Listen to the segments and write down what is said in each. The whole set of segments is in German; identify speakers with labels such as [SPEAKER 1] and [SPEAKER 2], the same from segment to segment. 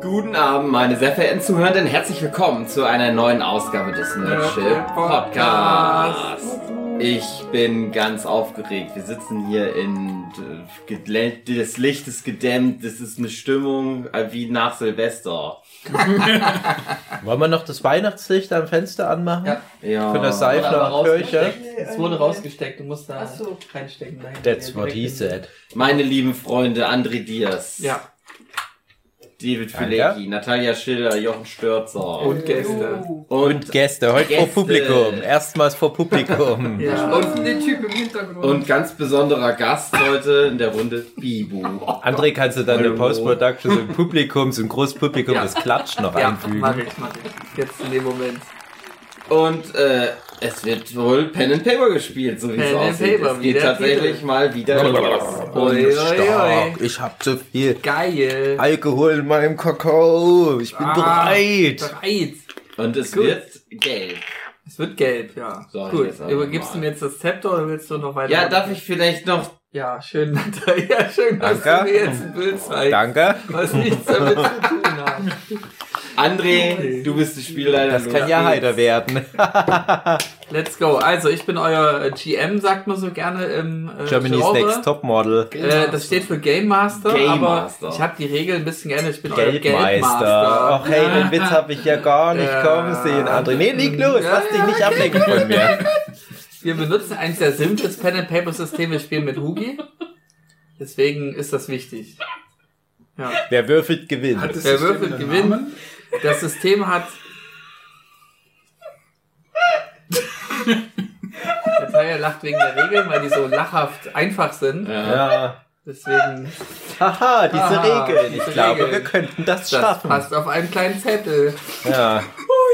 [SPEAKER 1] Guten Abend, meine sehr verehrten Zuhörenden. Herzlich willkommen zu einer neuen Ausgabe des Nerdship Podcasts. Ich bin ganz aufgeregt. Wir sitzen hier in äh, gedlä- das Licht ist gedämmt. Das ist eine Stimmung äh, wie nach Silvester.
[SPEAKER 2] Wollen wir noch das Weihnachtslicht am Fenster anmachen?
[SPEAKER 3] Ja.
[SPEAKER 1] Ja.
[SPEAKER 2] Von der Seite.
[SPEAKER 3] Wurde aber
[SPEAKER 2] Kirche.
[SPEAKER 3] rausgesteckt. Es wurde rausgesteckt, du musst da
[SPEAKER 4] Ach so.
[SPEAKER 3] reinstecken. Nein,
[SPEAKER 2] That's
[SPEAKER 3] ja,
[SPEAKER 2] what
[SPEAKER 3] direkt
[SPEAKER 2] he
[SPEAKER 3] in-
[SPEAKER 2] said.
[SPEAKER 1] Meine lieben Freunde André Diaz,
[SPEAKER 3] Ja,
[SPEAKER 1] David
[SPEAKER 2] Danke.
[SPEAKER 1] Filecki, Natalia Schiller, Jochen Störzer
[SPEAKER 3] und Gäste.
[SPEAKER 4] Oh.
[SPEAKER 1] und,
[SPEAKER 2] Gäste, heute
[SPEAKER 1] Gäste.
[SPEAKER 2] vor Publikum. Erstmals vor Publikum.
[SPEAKER 3] Ja.
[SPEAKER 4] Und den Typ im Hintergrund.
[SPEAKER 1] und ganz besonderer Gast heute in der Runde Bibu.
[SPEAKER 2] André, kannst du dann eine
[SPEAKER 1] Hallo.
[SPEAKER 2] Post-Production so im Publikum, so im Großpublikum,
[SPEAKER 3] Ja.
[SPEAKER 2] das Klatsch noch
[SPEAKER 3] Ja,
[SPEAKER 2] einfügen?
[SPEAKER 3] mach ich, mach ich. Jetzt in dem Moment.
[SPEAKER 1] Und äh, es wird wohl Pen and Paper gespielt, so wie es
[SPEAKER 3] Pen and
[SPEAKER 1] aussieht.
[SPEAKER 3] Paper,
[SPEAKER 1] es
[SPEAKER 3] wie
[SPEAKER 1] geht
[SPEAKER 3] der
[SPEAKER 1] tatsächlich
[SPEAKER 3] Titel.
[SPEAKER 1] mal wieder um los.
[SPEAKER 3] Ui, ui, ui.
[SPEAKER 2] Stark, ich hab zu viel
[SPEAKER 3] Geil.
[SPEAKER 2] Alkohol in meinem Kakao. Ich bin bereit.
[SPEAKER 3] Bereit.
[SPEAKER 1] Und es
[SPEAKER 3] Gut.
[SPEAKER 1] wird gelb.
[SPEAKER 3] Es wird gelb, ja.
[SPEAKER 1] So, ich
[SPEAKER 3] Gut,
[SPEAKER 1] jetzt aber
[SPEAKER 3] übergibst du
[SPEAKER 1] mal.
[SPEAKER 3] mir jetzt das Zepter oder willst du noch weiter?
[SPEAKER 1] Ja, darf ich vielleicht noch...
[SPEAKER 3] Ja, schön, ja, schön, dass du
[SPEAKER 2] Danke.
[SPEAKER 3] mir jetzt ein Bild zeigst.
[SPEAKER 2] Danke.
[SPEAKER 3] Was nichts damit zu tun hat.
[SPEAKER 1] André, du bist die Spielleiter.
[SPEAKER 2] Das
[SPEAKER 1] du
[SPEAKER 2] kann ja heiter werden.
[SPEAKER 3] Let's go. Also, ich bin euer äh, GM, sagt man so gerne im äh,
[SPEAKER 2] Germany's
[SPEAKER 3] Genre.
[SPEAKER 2] Next Topmodel.
[SPEAKER 3] Äh, das steht für Game Master,
[SPEAKER 1] Game
[SPEAKER 3] aber
[SPEAKER 1] Master.
[SPEAKER 3] ich habe die Regeln ein bisschen geändert. Ich bin euer
[SPEAKER 2] Geldmeister.
[SPEAKER 3] Geldmaster.
[SPEAKER 2] Och hey, den Witz habe ich ja gar nicht
[SPEAKER 3] Ja.
[SPEAKER 2] kommen sehen, André. Nee, leg los, lass dich nicht ablenken von mir.
[SPEAKER 3] Wir benutzen ein sehr simples Pen and Paper System. Wir spielen mit Hugi. Deswegen ist das wichtig. Ja.
[SPEAKER 2] Wer würfelt, gewinnt.
[SPEAKER 5] Hat das
[SPEAKER 3] Wer
[SPEAKER 5] System
[SPEAKER 3] würfelt,
[SPEAKER 5] einen
[SPEAKER 3] gewinnt.
[SPEAKER 5] Namen?
[SPEAKER 3] Das System hat. Der Teil lacht wegen der Regeln, weil die so lachhaft einfach sind.
[SPEAKER 1] Ja.
[SPEAKER 2] Ja.
[SPEAKER 3] Deswegen,
[SPEAKER 2] Haha, diese
[SPEAKER 3] Haha,
[SPEAKER 2] Regeln. Ich
[SPEAKER 3] diese
[SPEAKER 2] glaube,
[SPEAKER 3] Regeln.
[SPEAKER 2] wir könnten das,
[SPEAKER 3] das
[SPEAKER 2] schaffen.
[SPEAKER 3] passt auf einen kleinen Zettel.
[SPEAKER 2] Ja.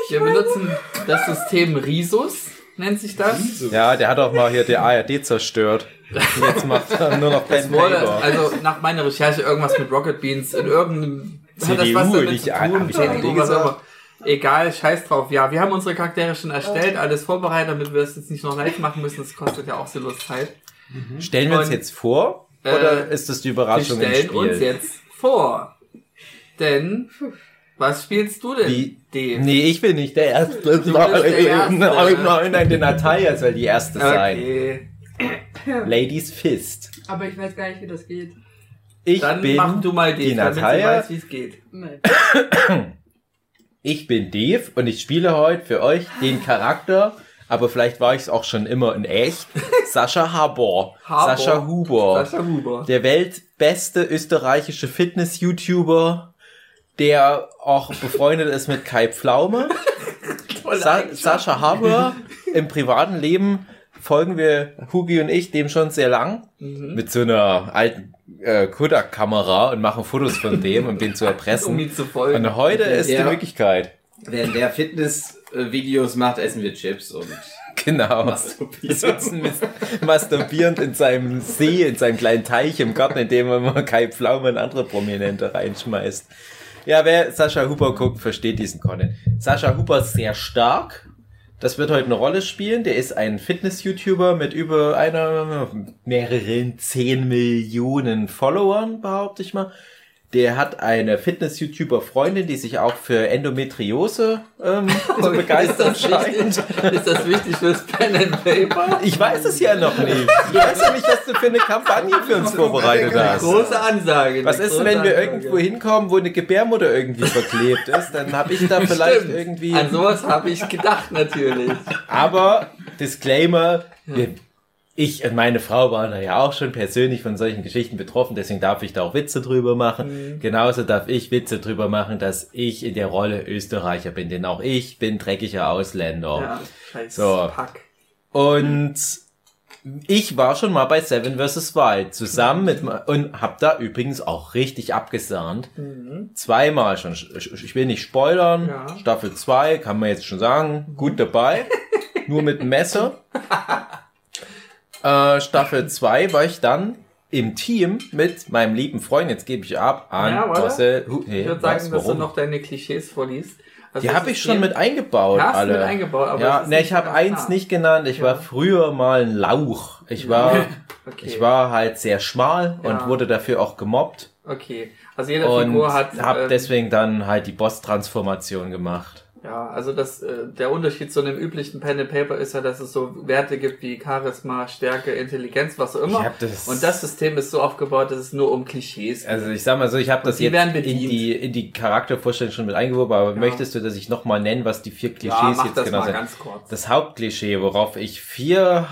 [SPEAKER 3] Wir benutzen das System Risus, nennt sich das.
[SPEAKER 2] ja, der hat auch mal hier die ARD zerstört. Und Jetzt macht er nur noch Pen
[SPEAKER 3] Wurde,
[SPEAKER 2] Paper.
[SPEAKER 3] also nach meiner Recherche irgendwas mit Rocket Beans in irgendeinem
[SPEAKER 2] CDU,
[SPEAKER 3] damit
[SPEAKER 2] nicht
[SPEAKER 3] zu
[SPEAKER 2] A-
[SPEAKER 3] tun?
[SPEAKER 2] hab ich ARD
[SPEAKER 3] CDU, was auch immer. Egal, scheiß drauf. Ja, wir haben unsere Charaktere schon erstellt, alles vorbereitet, damit wir das jetzt nicht noch live machen müssen. Das kostet ja auch halt. sinnlos Zeit.
[SPEAKER 2] Stellen wir uns
[SPEAKER 3] Und-
[SPEAKER 2] jetzt vor?
[SPEAKER 3] Äh,
[SPEAKER 2] Oder ist das die
[SPEAKER 3] Wir
[SPEAKER 2] Überraschung im
[SPEAKER 3] stellen
[SPEAKER 2] Spiel?
[SPEAKER 3] uns jetzt vor. Denn, was spielst du denn?
[SPEAKER 2] Wie?
[SPEAKER 3] D.
[SPEAKER 2] Nee, ich bin nicht der Erste.
[SPEAKER 3] der Erste.
[SPEAKER 2] Nein, nein, nein, die Natalia soll die Erste sein.
[SPEAKER 3] Okay.
[SPEAKER 2] Ladies Fist.
[SPEAKER 4] Aber ich weiß gar nicht, wie das geht.
[SPEAKER 2] Ich
[SPEAKER 3] Dann
[SPEAKER 2] bin
[SPEAKER 3] mach du mal D,
[SPEAKER 2] die
[SPEAKER 3] damit sie
[SPEAKER 2] Natalia.
[SPEAKER 3] weiß, wie es geht.
[SPEAKER 4] Nein.
[SPEAKER 2] Ich bin Dave und ich spiele heute für euch den
[SPEAKER 3] Ah.
[SPEAKER 2] Charakter, aber vielleicht war ich es auch schon immer in echt, Sascha Habor.
[SPEAKER 3] Habor.
[SPEAKER 2] Sascha Huber.
[SPEAKER 3] Sascha Huber.
[SPEAKER 2] Der weltbeste österreichische Fitness-YouTuber, der auch befreundet ist mit Kai Pflaume. Sa Sascha Haber im privaten Leben folgen wir, Hugi und ich, dem schon sehr lang mit so einer alten äh, Kodak-Kamera und machen Fotos von dem, um den zu
[SPEAKER 3] um
[SPEAKER 2] erpressen.
[SPEAKER 3] ihn zu folgen.
[SPEAKER 2] Und heute ist
[SPEAKER 1] Ja.
[SPEAKER 2] die Möglichkeit.
[SPEAKER 1] Während der Fitness-Videos macht, essen wir Chips und...
[SPEAKER 2] Genau. Wir
[SPEAKER 1] Masturbieren.
[SPEAKER 2] sitzen mis- masturbierend in seinem See, in seinem kleinen Teich im Garten, in dem immer Kai Pflaume und andere Prominente reinschmeißt. Ja, wer Sascha Huber guckt, versteht diesen Content. Sascha Huber ist sehr stark. Das wird heute eine Rolle spielen. Der ist ein Fitness-YouTuber mit über einer, mehreren 10 Millionen Followern, behaupte ich mal. Der hat eine Fitness-YouTuber-Freundin, die sich auch für Endometriose ähm, zu begeistern
[SPEAKER 3] ist das
[SPEAKER 2] scheint.
[SPEAKER 3] wichtig? Ist das wichtig fürs Pen and Paper?
[SPEAKER 2] Ich weiß es ja noch nicht. Ich weiß ja nicht, was du für eine Kampagne für uns vorbereitet hast.
[SPEAKER 3] Große Ansage. eine
[SPEAKER 2] Was ist
[SPEAKER 3] große
[SPEAKER 2] denn, wenn wir
[SPEAKER 3] Ansage.
[SPEAKER 2] irgendwo hinkommen, wo eine Gebärmutter irgendwie verklebt ist? Dann habe ich da vielleicht
[SPEAKER 3] Stimmt. Also
[SPEAKER 2] irgendwie.
[SPEAKER 3] An sowas habe ich gedacht natürlich.
[SPEAKER 2] Aber Disclaimer: wir- Ich und meine Frau waren da ja auch schon persönlich von solchen Geschichten betroffen, deswegen darf ich da auch Witze drüber
[SPEAKER 3] Mhm.
[SPEAKER 2] machen. Genauso darf ich Witze drüber machen, dass ich in der Rolle Österreicher bin, denn auch ich bin dreckiger Ausländer.
[SPEAKER 3] Ja, scheiß
[SPEAKER 2] Oh. So.
[SPEAKER 3] Pack.
[SPEAKER 2] Und ich war schon mal bei Seven vs. Wild zusammen mit ma- und hab da übrigens auch richtig abgesahnt. Zweimal schon. Ich, ich will nicht spoilern.
[SPEAKER 3] Mhm. Ja.
[SPEAKER 2] Staffel 2 kann man jetzt schon sagen. Gut dabei. Nur mit dem Messer. äh, Staffel 2 war ich dann im Team mit meinem lieben Freund, jetzt gebe ich ab, an
[SPEAKER 3] Ja, warte.
[SPEAKER 2] Marcel. Hu- nee,
[SPEAKER 3] Ich würde
[SPEAKER 2] was,
[SPEAKER 3] sagen, dass du
[SPEAKER 2] warum?
[SPEAKER 3] noch deine Klischees vorliest. Also
[SPEAKER 2] Die
[SPEAKER 3] das
[SPEAKER 2] habe ich schon
[SPEAKER 3] System-
[SPEAKER 2] mit eingebaut.
[SPEAKER 3] Hast du
[SPEAKER 2] alle.
[SPEAKER 3] mit eingebaut, aber es
[SPEAKER 2] ja,
[SPEAKER 3] ist
[SPEAKER 2] ne,
[SPEAKER 3] nicht
[SPEAKER 2] ich habe
[SPEAKER 3] ganz
[SPEAKER 2] eins
[SPEAKER 3] nah.
[SPEAKER 2] nicht genannt. Ich war früher mal ein Lauch. Ich war,
[SPEAKER 3] Okay.
[SPEAKER 2] ich war halt sehr schmal
[SPEAKER 3] Ja.
[SPEAKER 2] und wurde dafür auch gemobbt.
[SPEAKER 3] Okay. Also jede
[SPEAKER 2] und
[SPEAKER 3] Figur hat.
[SPEAKER 2] habe
[SPEAKER 3] ähm,
[SPEAKER 2] deswegen dann halt die Boss-Transformation gemacht.
[SPEAKER 3] Ja, also das, äh, der Unterschied zu einem üblichen Pen and Paper ist ja, dass es so Werte gibt wie Charisma, Stärke, Intelligenz, was auch immer.
[SPEAKER 2] Ich hab das-
[SPEAKER 3] Und das System ist so aufgebaut, dass es nur um Klischees geht.
[SPEAKER 2] Also ich sag mal so, ich habe das
[SPEAKER 3] die
[SPEAKER 2] jetzt
[SPEAKER 3] werden
[SPEAKER 2] in
[SPEAKER 3] bedient.
[SPEAKER 2] die, in die Charaktervorstellung schon mit eingewoben, aber möchtest du, dass ich nochmal nennen, was die vier Klischees
[SPEAKER 3] ja, mach
[SPEAKER 2] jetzt
[SPEAKER 3] das
[SPEAKER 2] genau
[SPEAKER 3] mal
[SPEAKER 2] sind?
[SPEAKER 3] ganz kurz.
[SPEAKER 2] Das Hauptklischee, worauf ich vier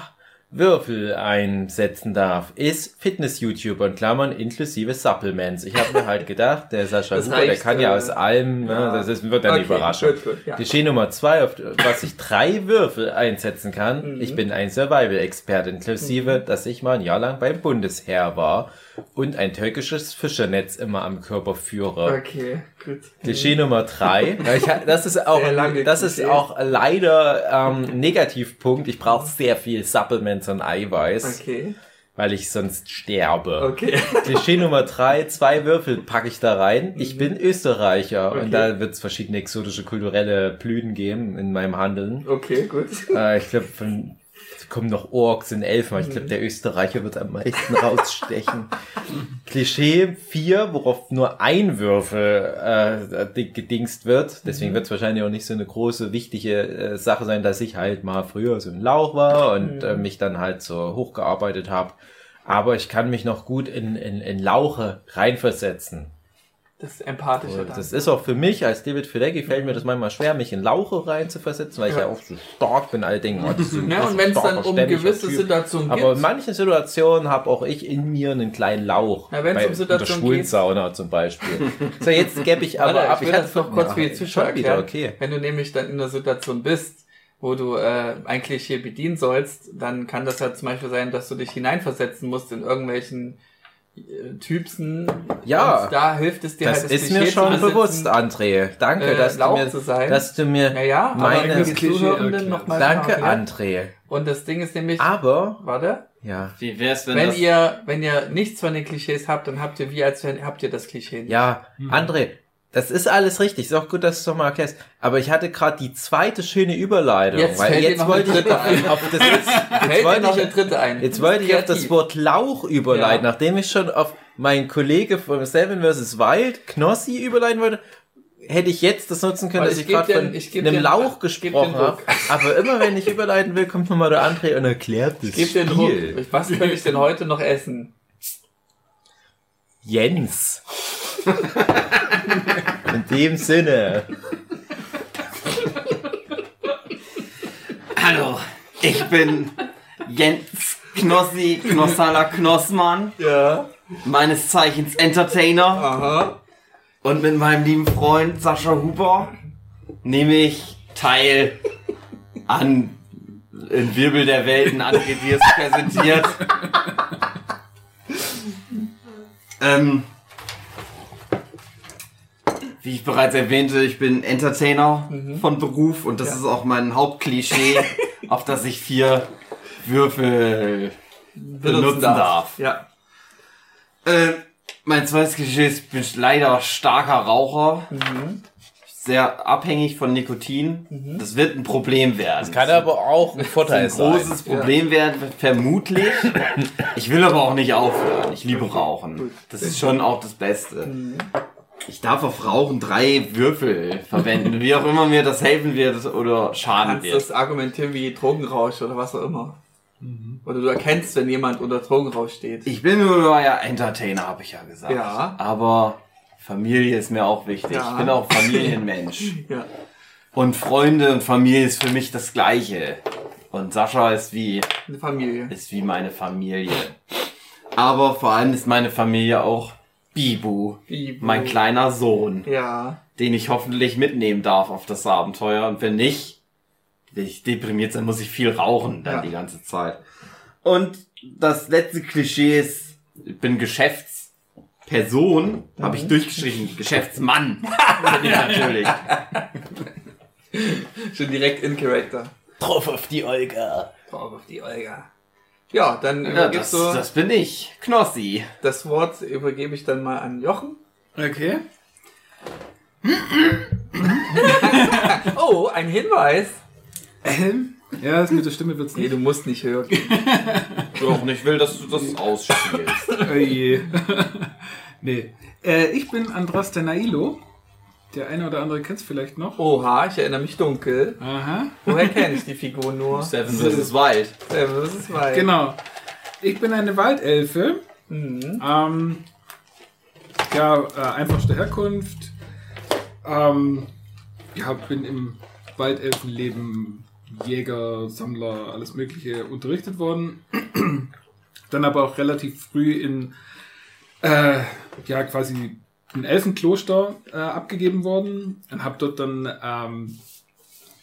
[SPEAKER 2] Würfel einsetzen darf, ist Fitness-YouTuber in Klammern inklusive Supplements. Ich habe mir halt gedacht, der Sascha
[SPEAKER 3] Das
[SPEAKER 2] Huber, der
[SPEAKER 3] reicht,
[SPEAKER 2] kann ja
[SPEAKER 3] äh,
[SPEAKER 2] aus allem, ne,
[SPEAKER 3] ja.
[SPEAKER 2] das ist, wird dann die
[SPEAKER 3] Okay,
[SPEAKER 2] Überraschung.
[SPEAKER 3] gut, gut, ja.
[SPEAKER 2] Klischee Nummer zwei, auf was ich drei Würfel einsetzen
[SPEAKER 3] Mhm.
[SPEAKER 2] kann, ich bin ein Survival-Experte, inklusive, dass ich mal ein Jahr lang beim Bundesheer war und ein türkisches Fischernetz immer am Körper führe.
[SPEAKER 3] Okay, gut.
[SPEAKER 2] Klischee Nummer drei. Ja, ich, das ist auch,
[SPEAKER 3] Sehr lange
[SPEAKER 2] das ist
[SPEAKER 3] Klischee.
[SPEAKER 2] auch leider ähm, ein Negativpunkt. Ich brauche sehr viel Supplements und Eiweiß,
[SPEAKER 3] Okay,
[SPEAKER 2] weil ich sonst sterbe.
[SPEAKER 3] okay.
[SPEAKER 2] Klischee Nummer drei. Zwei Würfel packe ich da rein. Ich bin Österreicher
[SPEAKER 3] Mhm. Okay.
[SPEAKER 2] und da wird es verschiedene exotische kulturelle Blüten geben in meinem Handeln.
[SPEAKER 3] Okay, gut.
[SPEAKER 2] Äh, ich glaube, von es kommen noch Orks und Elfen, aber ich glaube, der Österreicher wird am meisten rausstechen. Klischee 4, worauf nur ein Würfel äh, di- gedingst wird. Deswegen wird es wahrscheinlich auch nicht so eine große, wichtige äh, Sache sein, dass ich halt mal früher so ein Lauch war und äh, mich dann halt so hochgearbeitet habe. Aber ich kann mich noch gut in, in, in Lauche reinversetzen.
[SPEAKER 3] Das ist empathischer
[SPEAKER 2] Also,
[SPEAKER 3] Dank.
[SPEAKER 2] Das ist auch für mich als David Filecki fällt mir das manchmal schwer, mich in Lauche reinzuversetzen, weil ich
[SPEAKER 3] Ja.
[SPEAKER 2] ja auch so stark bin, alle denken, oh, das ist so ein
[SPEAKER 3] Ja,
[SPEAKER 2] krasser,
[SPEAKER 3] und wenn es dann
[SPEAKER 2] starker,
[SPEAKER 3] um
[SPEAKER 2] stämmiger
[SPEAKER 3] gewisse
[SPEAKER 2] Typ.
[SPEAKER 3] Situationen geht.
[SPEAKER 2] Aber in manchen Situationen habe auch ich in mir einen kleinen Lauch.
[SPEAKER 3] Ja, wenn's
[SPEAKER 2] Bei-
[SPEAKER 3] um Situationen
[SPEAKER 2] in der Schwulensauna zum Beispiel. So, jetzt gebe ich aber
[SPEAKER 3] Warte,
[SPEAKER 2] ab.
[SPEAKER 3] ich will das
[SPEAKER 2] hatte-
[SPEAKER 3] noch kurz
[SPEAKER 2] Ja,
[SPEAKER 3] für die Zuschauer
[SPEAKER 2] schon wieder,
[SPEAKER 3] erklären.
[SPEAKER 2] okay.
[SPEAKER 3] Wenn du nämlich dann in der Situation bist, wo du äh, ein Klischee bedienen sollst, dann kann das ja zum Beispiel sein, dass du dich hineinversetzen musst in irgendwelchen äh, Typsen.
[SPEAKER 2] Ja.
[SPEAKER 3] Und da hilft es dir
[SPEAKER 2] Das
[SPEAKER 3] halt,
[SPEAKER 2] ist mir
[SPEAKER 3] zu
[SPEAKER 2] schon
[SPEAKER 3] besitzen.
[SPEAKER 2] bewusst, André. Danke,
[SPEAKER 3] äh,
[SPEAKER 2] dass, du
[SPEAKER 3] Lauch
[SPEAKER 2] mir,
[SPEAKER 3] zu sein.
[SPEAKER 2] dass du mir
[SPEAKER 3] Naja,
[SPEAKER 2] meine...
[SPEAKER 3] aber die
[SPEAKER 5] Klischee
[SPEAKER 3] Zuhörenden
[SPEAKER 5] erklärt.
[SPEAKER 3] nochmal
[SPEAKER 2] Danke, Ah.
[SPEAKER 3] fragen, ja.
[SPEAKER 2] André.
[SPEAKER 3] Und das Ding ist nämlich,
[SPEAKER 2] Aber,
[SPEAKER 3] warte,
[SPEAKER 2] ja,
[SPEAKER 1] Wie wär's, wenn,
[SPEAKER 3] wenn
[SPEAKER 1] das...
[SPEAKER 3] ihr, wenn ihr nichts von den Klischees habt, dann habt ihr wie, als wenn, habt ihr das Klischee nicht.
[SPEAKER 2] Ja, André, das ist alles richtig. Ist auch gut, dass du es nochmal erklärst. Aber ich hatte gerade die zweite schöne Überleitung.
[SPEAKER 3] Jetzt
[SPEAKER 2] weil
[SPEAKER 3] fällt dir
[SPEAKER 2] jetzt
[SPEAKER 3] noch
[SPEAKER 2] wollte
[SPEAKER 3] eine
[SPEAKER 2] ich
[SPEAKER 3] dritte ein.
[SPEAKER 2] auf das, jetzt, jetzt
[SPEAKER 3] Fällt dir noch
[SPEAKER 2] wollte
[SPEAKER 3] der
[SPEAKER 2] ich,
[SPEAKER 3] dritte ein.
[SPEAKER 2] jetzt wollte ich auf das
[SPEAKER 3] Kreativ.
[SPEAKER 2] Wort Lauch überleiten,
[SPEAKER 3] Ja.
[SPEAKER 2] nachdem ich schon auf meinen Kollege von Seven vs. Wild, Knossi, überleiten wollte. Hätte ich jetzt das nutzen können,
[SPEAKER 3] Weil
[SPEAKER 2] dass
[SPEAKER 3] ich
[SPEAKER 2] ich
[SPEAKER 3] geb
[SPEAKER 2] gerade
[SPEAKER 3] dir-
[SPEAKER 2] von
[SPEAKER 3] ich geb
[SPEAKER 2] einem
[SPEAKER 3] dir-
[SPEAKER 2] Lauch
[SPEAKER 3] ich geb dir
[SPEAKER 2] gesprochen
[SPEAKER 3] einen
[SPEAKER 2] habe. Aber immer wenn ich überleiten will, kommt nochmal der André und erklärt das
[SPEAKER 3] Gib den Druck.
[SPEAKER 2] Spiel.
[SPEAKER 3] Was könnte ich denn heute noch essen?
[SPEAKER 2] Jens. In dem Sinne.
[SPEAKER 1] Hallo, ich bin Jens Knossi, Knossala Knossmann,
[SPEAKER 3] Ja.
[SPEAKER 1] meines Zeichens Entertainer.
[SPEAKER 3] Aha.
[SPEAKER 1] Und mit meinem lieben Freund Sascha Huber nehme ich teil an in Wirbel der Welten André Diers präsentiert. ähm, wie ich bereits erwähnte, ich bin Entertainer von Beruf und das ist auch mein Hauptklischee, auf das ich vier Würfel benutzen darf.
[SPEAKER 3] Ja.
[SPEAKER 1] Äh, mein zweites Klischee ist, ich bin leider starker Raucher.
[SPEAKER 3] Mhm.
[SPEAKER 1] Sehr abhängig von Nikotin. Das wird ein Problem werden. Das
[SPEAKER 2] Kann aber auch ein Vorteil
[SPEAKER 1] ein
[SPEAKER 2] sein.
[SPEAKER 1] großes Problem werden, vermutlich. Ich will aber auch nicht aufhören. Ich liebe Rauchen. Das ist schon auch das Beste.
[SPEAKER 3] Mhm.
[SPEAKER 1] Ich darf auf Rauchen drei Würfel verwenden. Wie auch immer mir das helfen wird oder schaden
[SPEAKER 3] Kannst
[SPEAKER 1] wird.
[SPEAKER 3] das argumentieren wie Drogenrausch oder was auch immer.
[SPEAKER 2] Mhm.
[SPEAKER 3] Oder du erkennst, wenn jemand unter Drogenrausch steht.
[SPEAKER 1] Ich bin nur euer Entertainer, habe ich ja gesagt.
[SPEAKER 3] Ja.
[SPEAKER 1] Aber Familie ist mir auch wichtig.
[SPEAKER 3] Ja.
[SPEAKER 1] Ich bin auch Familienmensch.
[SPEAKER 3] ja.
[SPEAKER 1] Und Freunde und Familie ist für mich das Gleiche. Und Sascha ist wie,
[SPEAKER 3] Eine Familie.
[SPEAKER 1] ist wie meine Familie. Aber vor allem ist meine Familie auch Bibu,
[SPEAKER 3] Bibu.
[SPEAKER 1] mein kleiner Sohn,
[SPEAKER 3] Ja.
[SPEAKER 1] den ich hoffentlich mitnehmen darf auf das Abenteuer. Und wenn nicht, will ich deprimiert sein, muss ich viel rauchen dann
[SPEAKER 3] Ja.
[SPEAKER 1] die ganze Zeit. Und das letzte Klischee ist, ich bin Geschäftsperson, habe ich durchgestrichen, Geschäftsmann. bin ich natürlich.
[SPEAKER 3] Schon direkt in Character.
[SPEAKER 2] Drauf auf die Olga.
[SPEAKER 3] Drauf auf die Olga. Ja, dann
[SPEAKER 1] Ja, das,
[SPEAKER 3] übergibst du
[SPEAKER 1] das bin ich, Knossi.
[SPEAKER 3] das Wort übergebe ich dann mal an Jochen.
[SPEAKER 5] Okay.
[SPEAKER 3] Oh, ein Hinweis.
[SPEAKER 5] Ähm, ja, das mit der Stimme wird's
[SPEAKER 3] Nee,
[SPEAKER 5] nicht.
[SPEAKER 3] du musst nicht hören.
[SPEAKER 1] Doch, und ich will, dass du das ausspielst.
[SPEAKER 5] Oh je. Nee. Äh, ich bin Andras Nailo. Der eine oder andere kennt es vielleicht noch.
[SPEAKER 3] Oha, ich erinnere mich dunkel.
[SPEAKER 5] Aha.
[SPEAKER 3] Woher kenne ich die Figur nur?
[SPEAKER 1] Seven vs. Wild.
[SPEAKER 3] Äh, das ist weit.
[SPEAKER 5] Genau. Ich bin eine Waldelfe.
[SPEAKER 3] Mhm.
[SPEAKER 5] Ähm, ja, äh, einfachste Herkunft. Ähm, ja, bin im Waldelfenleben Jäger, Sammler, alles Mögliche unterrichtet worden. Dann aber auch relativ früh in, äh, ja, quasi ein Elfenkloster äh, abgegeben worden und habe dort dann ähm,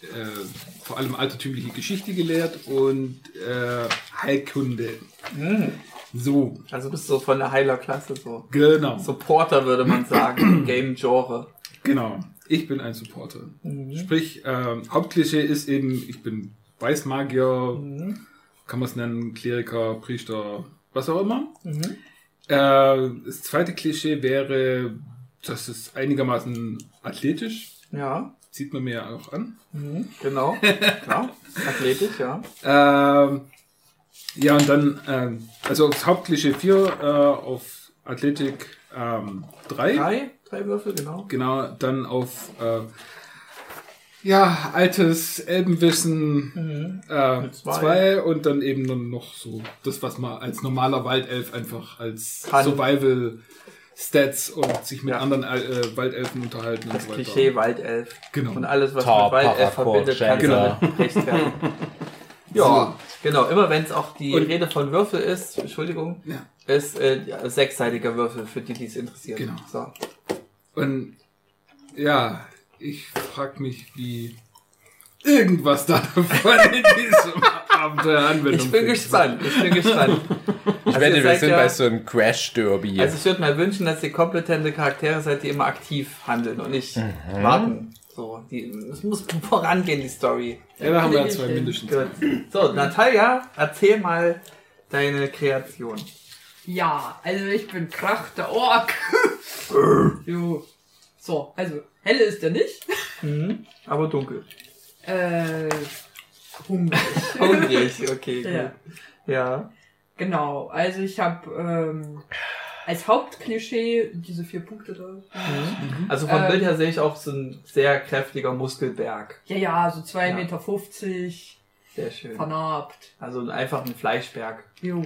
[SPEAKER 5] äh, vor allem altertümliche Geschichte gelehrt und äh, Heilkunde.
[SPEAKER 3] Mhm.
[SPEAKER 5] So,
[SPEAKER 3] Also bist du so von der Heilerklasse so.
[SPEAKER 5] genau.
[SPEAKER 3] Supporter würde man sagen, Game Genre.
[SPEAKER 5] Genau, ich bin ein Supporter.
[SPEAKER 3] Mhm.
[SPEAKER 5] Sprich, ähm, Hauptklischee ist eben, ich bin Weißmagier,
[SPEAKER 3] Mhm.
[SPEAKER 5] kann man es nennen, Kleriker, Priester, was auch immer.
[SPEAKER 3] Mhm.
[SPEAKER 5] Äh, das zweite Klischee wäre, das ist einigermaßen athletisch,
[SPEAKER 3] Ja.
[SPEAKER 5] sieht man mir ja auch an.
[SPEAKER 3] Mhm. Genau. Klar. Athletisch, ja.
[SPEAKER 5] Ähm, ja, und dann, ähm, also aufs Hauptklischee 4, äh, auf Athletik 3.
[SPEAKER 3] Drei, drei Würfel, genau.
[SPEAKER 5] Genau, dann auf äh, ja, altes Elbenwissen
[SPEAKER 3] Mhm.
[SPEAKER 5] äh,
[SPEAKER 3] Mit zwei.
[SPEAKER 5] zwei und dann eben dann noch so das, was man als normaler Waldelf einfach als
[SPEAKER 3] Kann.
[SPEAKER 5] Survival Stats und sich mit
[SPEAKER 3] Ja.
[SPEAKER 5] anderen äh, Waldelfen unterhalten
[SPEAKER 3] Das
[SPEAKER 5] und so weiter.
[SPEAKER 3] Klischee Waldelf.
[SPEAKER 5] Genau.
[SPEAKER 3] Und alles, was
[SPEAKER 2] Tor,
[SPEAKER 3] mit Waldelf
[SPEAKER 2] Paracord,
[SPEAKER 3] verbindet, kannst du
[SPEAKER 2] Schäfer.
[SPEAKER 3] damit rechtfertigen. Ja, genau. Immer wenn es auch die
[SPEAKER 5] Und-
[SPEAKER 3] Rede von Würfel ist, Entschuldigung,
[SPEAKER 5] Ja.
[SPEAKER 3] ist äh, ja, sechsseitiger Würfel, für die, die es interessiert.
[SPEAKER 5] Genau.
[SPEAKER 3] So.
[SPEAKER 5] Und ja, ich frag mich, wie irgendwas da davon in diesem Abenteuer Anwendung
[SPEAKER 3] Ich bin
[SPEAKER 5] findet.
[SPEAKER 3] gespannt, ich bin gespannt. Also
[SPEAKER 2] Ich wette,
[SPEAKER 3] ihr
[SPEAKER 2] wir
[SPEAKER 3] seid
[SPEAKER 2] sind
[SPEAKER 3] ja-
[SPEAKER 2] bei so einem Crash-Derby.
[SPEAKER 3] Also ich würde mir wünschen, dass ihr kompetente Charaktere seid, die immer aktiv handeln und nicht
[SPEAKER 2] Mhm.
[SPEAKER 1] Hm?
[SPEAKER 3] warten. So, die, es muss vorangehen, die Story.
[SPEAKER 5] Ja, da haben wir ja zwei mindestens.
[SPEAKER 3] Gut.
[SPEAKER 5] Mhm.
[SPEAKER 3] So, Natalia, erzähl mal deine Kreation.
[SPEAKER 4] Ja, also ich bin Krach, der Ork. jo. So, also helle ist er nicht.
[SPEAKER 3] Mhm. Aber dunkel.
[SPEAKER 4] Äh, hungrig.
[SPEAKER 3] Hungrig, okay,
[SPEAKER 4] ja.
[SPEAKER 3] gut. Ja.
[SPEAKER 4] Genau, also ich habe ähm, als Hauptklischee diese vier Punkte da.
[SPEAKER 3] Also vom
[SPEAKER 4] Ähm.
[SPEAKER 3] Bild her sehe ich auch so ein sehr kräftiger Muskelberg.
[SPEAKER 4] Ja, ja, so 2,50
[SPEAKER 3] Ja.
[SPEAKER 4] Meter fünfzig,
[SPEAKER 3] Sehr schön.
[SPEAKER 4] vernarbt.
[SPEAKER 3] Also einfach ein Fleischberg.
[SPEAKER 4] Jo.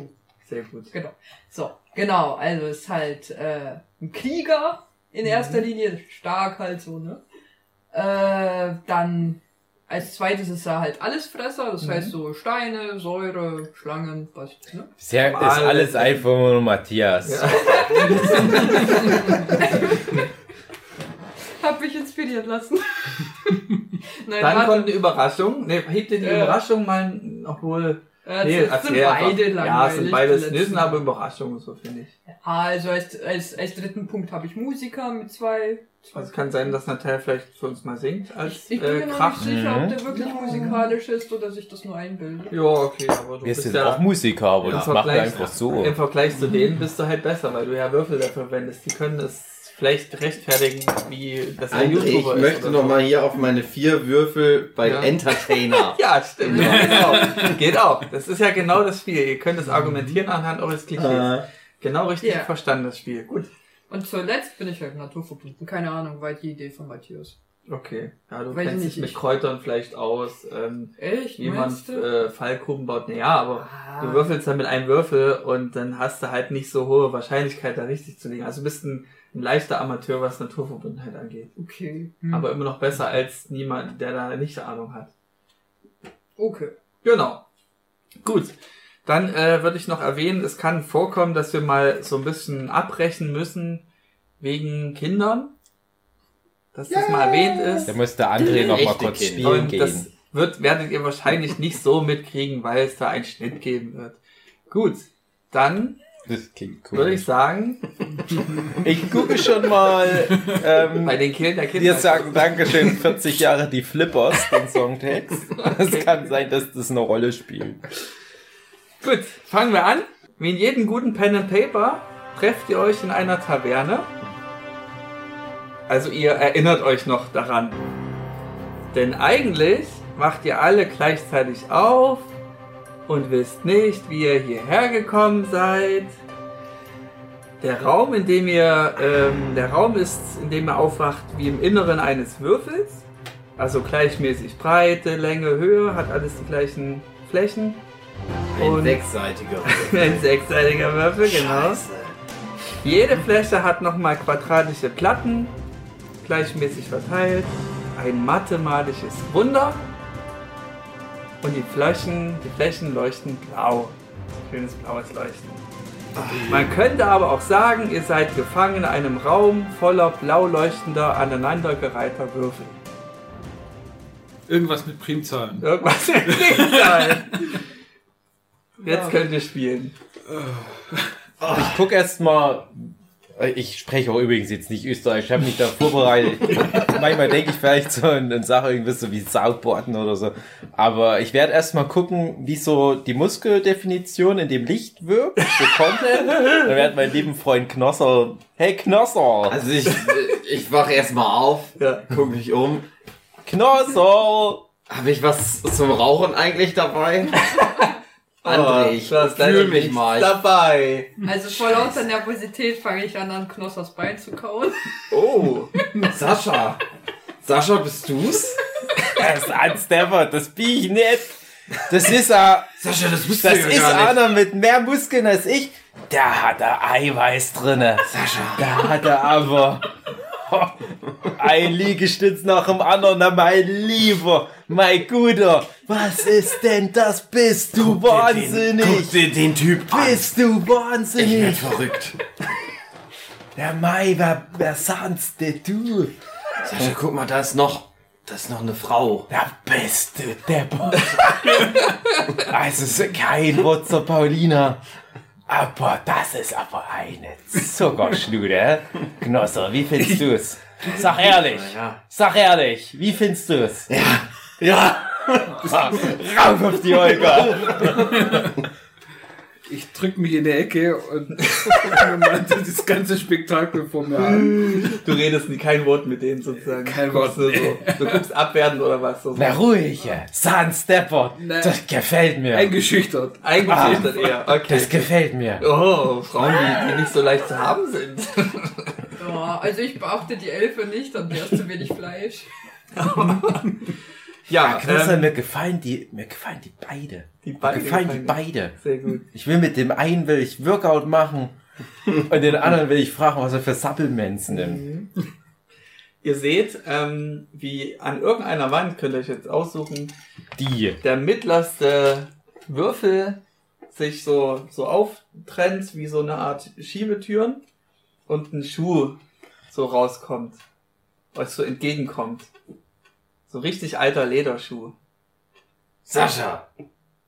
[SPEAKER 3] Sehr gut.
[SPEAKER 4] Genau. So, genau, also ist halt äh, ein Krieger
[SPEAKER 3] Mhm.
[SPEAKER 4] in erster Linie, stark halt so, ne? Äh, dann als zweites ist er halt Allesfresser, das
[SPEAKER 3] Mhm.
[SPEAKER 4] heißt so Steine, Säure, Schlangen, was, ne?
[SPEAKER 2] Bisher ist alles einfach nur Matthias.
[SPEAKER 3] Ja.
[SPEAKER 4] Hab mich inspiriert lassen. Nein,
[SPEAKER 3] Dann
[SPEAKER 4] warte,
[SPEAKER 3] kommt eine Überraschung. Ne, hebt ihr die
[SPEAKER 4] Ja.
[SPEAKER 3] Überraschung mal, obwohl
[SPEAKER 4] äh,
[SPEAKER 3] Nee, also
[SPEAKER 4] es Äh,
[SPEAKER 3] erzähl
[SPEAKER 4] sind, sind beide
[SPEAKER 3] einfach.
[SPEAKER 4] langweilig.
[SPEAKER 3] Ja, es sind beides
[SPEAKER 4] die
[SPEAKER 3] Nüssen,
[SPEAKER 4] letzten.
[SPEAKER 3] aber Überraschungen, so finde ich.
[SPEAKER 4] Also als, als, als dritten Punkt habe ich Musiker mit zwei.
[SPEAKER 3] Also es kann sein, dass Natalia vielleicht für uns mal singt als
[SPEAKER 4] Ich, ich bin
[SPEAKER 3] äh,
[SPEAKER 4] mir noch
[SPEAKER 3] Krach.
[SPEAKER 4] nicht sicher,
[SPEAKER 2] Mhm.
[SPEAKER 4] ob der wirklich musikalisch ist oder sich das nur einbildet.
[SPEAKER 3] Ja, okay, aber du
[SPEAKER 2] Wir
[SPEAKER 3] bist
[SPEAKER 2] sind
[SPEAKER 3] ja
[SPEAKER 2] auch Musiker, aber
[SPEAKER 3] im
[SPEAKER 2] das machen wir
[SPEAKER 3] Vergleich-
[SPEAKER 2] einfach so.
[SPEAKER 3] im Vergleich zu denen bist du halt besser, weil du ja Würfel dafür verwendest. Die können es vielleicht rechtfertigen, wie das ein
[SPEAKER 1] André, Also, ich
[SPEAKER 3] YouTuber ist.
[SPEAKER 1] möchte
[SPEAKER 3] oder so.
[SPEAKER 1] nochmal hier auf meine vier Würfel bei
[SPEAKER 3] Ja.
[SPEAKER 1] Entertainer.
[SPEAKER 3] Ja, stimmt. genau. Geht auch. Das ist ja genau das Spiel. Ihr könnt es argumentieren anhand eures Klischees.
[SPEAKER 1] Äh,
[SPEAKER 3] Genau richtig
[SPEAKER 4] Ja.
[SPEAKER 3] verstanden, das Spiel. Gut.
[SPEAKER 4] Und zuletzt bin ich halt naturverbunden. Keine Ahnung, war die Idee von Matthias.
[SPEAKER 3] Okay. Ja, du
[SPEAKER 4] Weiß
[SPEAKER 3] kennst
[SPEAKER 4] nicht,
[SPEAKER 3] dich mit
[SPEAKER 4] ich-
[SPEAKER 3] Kräutern vielleicht aus. Ähm,
[SPEAKER 4] Echt?
[SPEAKER 3] wie man
[SPEAKER 4] Meinst du?
[SPEAKER 3] äh, Fallgruben baut. Naja, aber
[SPEAKER 4] Ah.
[SPEAKER 3] du würfelst dann mit einem Würfel und dann hast du halt nicht so hohe Wahrscheinlichkeit, da richtig zu liegen. Also du bist ein, ein leichter Amateur, was Naturverbundenheit angeht.
[SPEAKER 4] Okay.
[SPEAKER 2] Mhm.
[SPEAKER 4] Hm.
[SPEAKER 3] Aber immer noch besser als niemand, der da nicht Ahnung hat.
[SPEAKER 4] okay.
[SPEAKER 3] Genau. Gut. Dann äh, würde ich noch erwähnen, es kann vorkommen, dass wir mal so ein bisschen abbrechen müssen wegen Kindern. Dass das mal erwähnt ist.
[SPEAKER 2] Da muss der André noch mal
[SPEAKER 1] Echte
[SPEAKER 2] kurz
[SPEAKER 1] Kinder.
[SPEAKER 2] spielen
[SPEAKER 3] Und das
[SPEAKER 2] gehen.
[SPEAKER 3] wird, werdet ihr wahrscheinlich nicht so mitkriegen, weil es da einen Schnitt geben wird. Gut, dann
[SPEAKER 2] Das klingt cool.
[SPEAKER 3] würde ich sagen,
[SPEAKER 2] Ich gucke schon mal. Ähm,
[SPEAKER 3] bei den Kindern der Kinder.
[SPEAKER 2] wir sagen Dankeschön 40 Jahre die Flippers, den Songtext. Es kann sein, dass das eine Rolle spielt.
[SPEAKER 3] Gut, fangen wir an. Wie in jedem guten Pen and Paper trefft ihr euch in einer Taverne. Also ihr erinnert euch noch daran. Denn eigentlich macht ihr alle gleichzeitig auf und wisst nicht, wie ihr hierher gekommen seid. Der Raum, in dem ihr, ähm, der Raum ist, in dem ihr aufwacht, wie im Inneren eines Würfels. Also gleichmäßig Breite, Länge, Höhe, hat alles die gleichen Flächen.
[SPEAKER 1] Ein
[SPEAKER 3] Und-
[SPEAKER 1] sechsseitiger.
[SPEAKER 3] Ein sechsseitiger Würfel, genau. Jede Fläche hat nochmal quadratische Platten, gleichmäßig verteilt. Ein mathematisches Wunder. Und die Flächen, die Flächen leuchten blau. Schönes blaues Leuchten. Man könnte aber auch sagen, ihr seid gefangen in einem Raum voller blau leuchtender, aneinandergereihter Würfel.
[SPEAKER 5] Irgendwas mit Primzahlen.
[SPEAKER 3] Irgendwas im Gegenteil. Jetzt könnt ihr spielen.
[SPEAKER 2] Ich guck erst mal. äh, Ich spreche auch übrigens jetzt nicht Österreich, ich habe mich da vorbereitet. Manchmal denke ich vielleicht so und, und sage irgendwie so wie Sauborden oder so. Aber ich werde erst mal gucken, wie so die Muskeldefinition in dem Licht wirkt, so Content. Dann wird mein lieben Freund Knosser. Hey Knosser!
[SPEAKER 1] Also ich, ich wach erstmal auf,
[SPEAKER 3] Ja.
[SPEAKER 1] guck mich um.
[SPEAKER 2] Knosser!
[SPEAKER 1] Habe ich was zum Rauchen eigentlich dabei?
[SPEAKER 3] Oh,
[SPEAKER 1] André, ich fühl mich mal. Ich-
[SPEAKER 2] dabei.
[SPEAKER 4] Also vor lauter Nervosität fange ich an, an Knossers Bein zu kauen.
[SPEAKER 1] Oh, Sascha. Sascha, bist du's?
[SPEAKER 2] Das ist ein Steffer, das bin ich nicht. Das ist ja.
[SPEAKER 1] Sascha, das bist
[SPEAKER 2] Das ist einer mit mehr Muskeln als ich. Der hat da Eiweiß drinne.
[SPEAKER 1] Sascha.
[SPEAKER 2] Da hat er aber ein Liegestütz nach dem anderen. Na, mein Lieber, mein Guter, was ist denn das? Bist du
[SPEAKER 1] Den, guck
[SPEAKER 2] wahnsinnig?
[SPEAKER 1] dir den Typ an.
[SPEAKER 2] Bist du
[SPEAKER 1] Ich bin
[SPEAKER 2] wahnsinnig?
[SPEAKER 1] verrückt.
[SPEAKER 2] Na, Mai, wer, wer sonst denn du?
[SPEAKER 1] Sascha, guck mal, da ist noch, da ist noch eine Frau.
[SPEAKER 2] Der beste Depp. also so kein Wort zur Paulina. Aber das ist aber eine Zuckerschnude. Knosser, wie findest du's? Sag ehrlich.
[SPEAKER 1] Ja.
[SPEAKER 2] Sag ehrlich, wie findest du's? Ah,
[SPEAKER 1] Ja. Ja.
[SPEAKER 2] Rauf auf die Olga.
[SPEAKER 5] Ich drück mich in der Ecke und guck mir mal dieses ganze Spektakel vor mir an.
[SPEAKER 3] Du redest nie kein Wort mit denen sozusagen.
[SPEAKER 5] Kein
[SPEAKER 3] Du guckst
[SPEAKER 5] Wort,
[SPEAKER 3] nur So, du guckst abwertend oder was. So.
[SPEAKER 2] Na ruhig, Sunstepper.
[SPEAKER 5] Nee.
[SPEAKER 2] Das gefällt mir.
[SPEAKER 5] Eingeschüchtert.
[SPEAKER 3] Eingeschüchtert eher. Okay.
[SPEAKER 2] Das gefällt mir.
[SPEAKER 3] Oh, Frauen, die, die nicht so leicht zu haben sind.
[SPEAKER 4] Ja, also ich beachte die Elfe nicht, dann wär's zu wenig Fleisch.
[SPEAKER 3] Ja,
[SPEAKER 2] Knosser,
[SPEAKER 3] ähm,
[SPEAKER 2] mir gefallen die, mir gefallen die beide.
[SPEAKER 3] die
[SPEAKER 2] Mir
[SPEAKER 3] beiden.
[SPEAKER 2] gefallen die beide.
[SPEAKER 3] Sehr gut.
[SPEAKER 2] Ich will mit dem einen will ich Workout machen und den anderen will ich fragen, was er für Supplements nimmt.
[SPEAKER 3] Ihr seht, ähm, wie an irgendeiner Wand, könnt ihr euch jetzt aussuchen,
[SPEAKER 2] Die.
[SPEAKER 3] der mittlerste Würfel sich so, so auftrennt, wie so eine Art Schiebetüren und ein Schuh so rauskommt, euch so entgegenkommt. So richtig alter Lederschuh.
[SPEAKER 1] Sascha.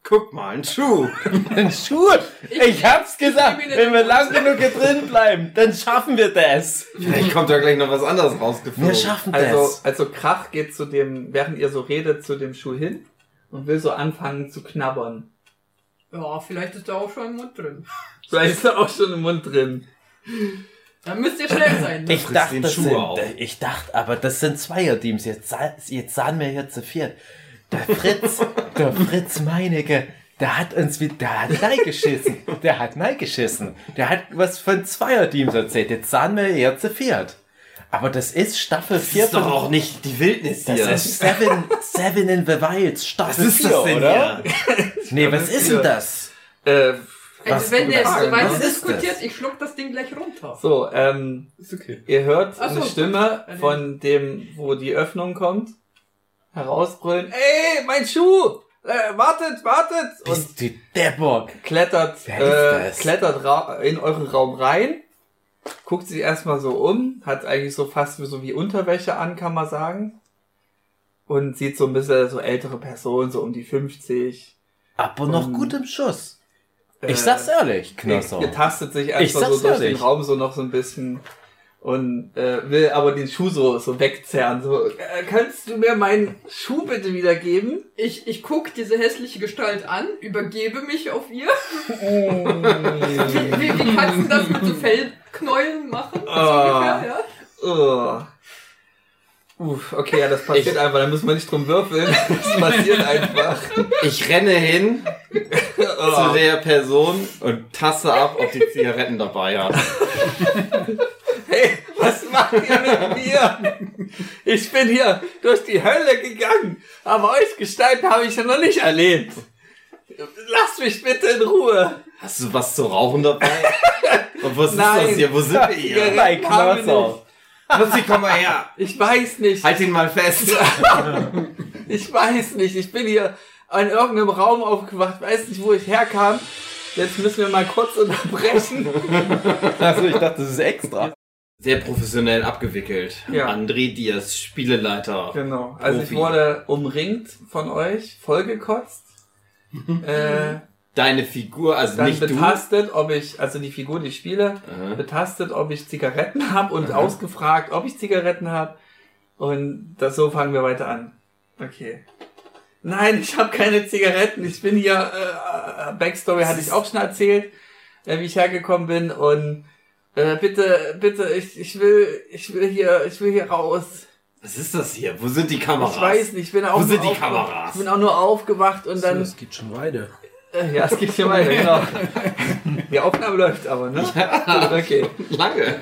[SPEAKER 1] Guck mal, ein Schuh.
[SPEAKER 2] Ein Schuh. Ich hab's gesagt, wenn wir lang genug hier drin bleiben, dann schaffen wir das.
[SPEAKER 1] Vielleicht kommt da gleich noch was anderes rausgeflogen.
[SPEAKER 2] Wir schaffen das.
[SPEAKER 3] Also, also Krach geht zu dem, während ihr so redet, zu dem Schuh hin und will so anfangen zu knabbern.
[SPEAKER 4] Ja, vielleicht ist da auch schon ein Mund drin.
[SPEAKER 3] Vielleicht ist da auch schon im Mund drin.
[SPEAKER 4] Dann müsst ihr schnell sein. Ne?
[SPEAKER 2] ich
[SPEAKER 1] frisst
[SPEAKER 2] dachte,
[SPEAKER 1] den
[SPEAKER 2] das
[SPEAKER 1] Schuh
[SPEAKER 2] sind,
[SPEAKER 1] auf.
[SPEAKER 2] ich dachte, aber das sind Zweierteams. Jetzt, sa- jetzt sahen wir hier zu viert. Der Fritz, der Fritz Meinecke, der hat uns wie, der hat Nein geschissen. Der hat Nein geschissen. Der hat was von Zweierteams erzählt. Jetzt sahen wir hier zu viert. Aber das ist Staffel 4
[SPEAKER 1] Das ist doch auch nicht die Wildnis
[SPEAKER 2] Das
[SPEAKER 1] hier.
[SPEAKER 2] ist Seven, Seven in the Wild,
[SPEAKER 1] was
[SPEAKER 2] Staffel
[SPEAKER 1] ist
[SPEAKER 2] 4,
[SPEAKER 1] das denn
[SPEAKER 2] oder?
[SPEAKER 1] hier?
[SPEAKER 2] Nee, was
[SPEAKER 3] Staffel
[SPEAKER 2] ist
[SPEAKER 3] vier.
[SPEAKER 2] denn das?
[SPEAKER 3] Äh,
[SPEAKER 2] was
[SPEAKER 4] Also wenn ihr jetzt
[SPEAKER 3] fragen,
[SPEAKER 4] so weiter
[SPEAKER 2] was ist
[SPEAKER 4] diskutiert,
[SPEAKER 2] das?
[SPEAKER 4] ich schluck das Ding gleich runter.
[SPEAKER 3] so, ähm,
[SPEAKER 5] Ist okay.
[SPEAKER 3] ihr hört
[SPEAKER 4] Ach so,
[SPEAKER 3] eine
[SPEAKER 4] gut.
[SPEAKER 3] Stimme
[SPEAKER 4] Dann
[SPEAKER 3] von dem, wo die Öffnung kommt, herausbrüllen, ey, mein Schuh! Äh, wartet, wartet! Und
[SPEAKER 2] Bist du Debbock?
[SPEAKER 3] klettert,
[SPEAKER 2] Wer ist
[SPEAKER 3] äh,
[SPEAKER 2] das?
[SPEAKER 3] klettert ra in euren Raum rein, guckt sich erstmal so um, hat eigentlich so fast so wie Unterwäsche an, kann man sagen. Und sieht so ein bisschen so ältere Personen, so um die 50.
[SPEAKER 2] Aber noch
[SPEAKER 3] Ähm,
[SPEAKER 2] gut im Schuss.
[SPEAKER 3] äh,
[SPEAKER 2] Ich sag's ehrlich,
[SPEAKER 3] Ihr, ihr
[SPEAKER 2] Knosser.
[SPEAKER 3] tastet sich
[SPEAKER 2] Ich
[SPEAKER 3] erstmal so
[SPEAKER 2] sag's
[SPEAKER 3] durch den
[SPEAKER 2] ehrlich.
[SPEAKER 3] Raum so noch so ein bisschen und äh, will aber den Schuh so, so wegzerren. So, äh, kannst du mir meinen Schuh bitte wiedergeben?
[SPEAKER 4] Ich, ich guck diese hässliche Gestalt an, übergebe mich auf ihr. Wie, wie, wie kannst du das mit so Fellknäulen machen? So
[SPEAKER 3] Ah.
[SPEAKER 4] ungefähr, ja?
[SPEAKER 3] Oh. Uff, okay, ja, das passiert einfach. Da müssen wir nicht drum würfeln. Das passiert einfach.
[SPEAKER 1] Ich renne hin zu der Person und tasse ab, ob die Zigaretten dabei hat.
[SPEAKER 3] Hey, was macht ihr mit mir? Ich bin hier durch die Hölle gegangen, aber euch Gestalten habe ich ja noch nicht erlebt. Lasst mich bitte in Ruhe.
[SPEAKER 1] Hast du was zu rauchen dabei? Und was
[SPEAKER 3] Nein.
[SPEAKER 1] ist das hier? Wo sind wir hier?
[SPEAKER 2] Nein,
[SPEAKER 3] Haben wir
[SPEAKER 2] Knarzer.
[SPEAKER 1] Nutzi, komm mal her.
[SPEAKER 3] Ich weiß nicht.
[SPEAKER 1] Halt ihn mal fest.
[SPEAKER 3] Ich weiß nicht. Ich bin hier in irgendeinem Raum aufgewacht. Weiß nicht, wo ich herkam. Jetzt müssen wir mal kurz unterbrechen.
[SPEAKER 2] Also ich dachte, das ist extra.
[SPEAKER 1] Sehr professionell abgewickelt.
[SPEAKER 3] Ja.
[SPEAKER 1] André Diaz, Spieleleiter.
[SPEAKER 3] Genau. Also ich
[SPEAKER 1] Profi.
[SPEAKER 3] wurde umringt von euch, vollgekotzt. äh,
[SPEAKER 1] Deine Figur, also
[SPEAKER 3] dann
[SPEAKER 1] nicht du.
[SPEAKER 3] betastet, ob ich, also die Figur, die ich spiele,
[SPEAKER 1] Aha.
[SPEAKER 3] betastet, ob ich Zigaretten habe und ausgefragt, ob ich Zigaretten habe. Und das, so fangen wir weiter an. Okay. Nein, ich habe keine Zigaretten. Ich bin hier, äh, Backstory hatte ich auch schon erzählt, äh, wie ich hergekommen bin. Und äh, bitte, bitte, ich, ich will, ich will hier, ich will hier raus.
[SPEAKER 1] Was ist das hier? Wo sind die Kameras?
[SPEAKER 3] Ich weiß nicht, ich bin auch
[SPEAKER 1] Wo sind
[SPEAKER 3] nur
[SPEAKER 1] die
[SPEAKER 3] aufgewacht.
[SPEAKER 1] Kameras?
[SPEAKER 3] Ich bin auch nur aufgewacht und dann.
[SPEAKER 6] Das geht schon weiter.
[SPEAKER 3] Äh, Ja, es geht hier weiter, genau. Die Aufnahme läuft aber, ne? Okay.
[SPEAKER 1] Lange.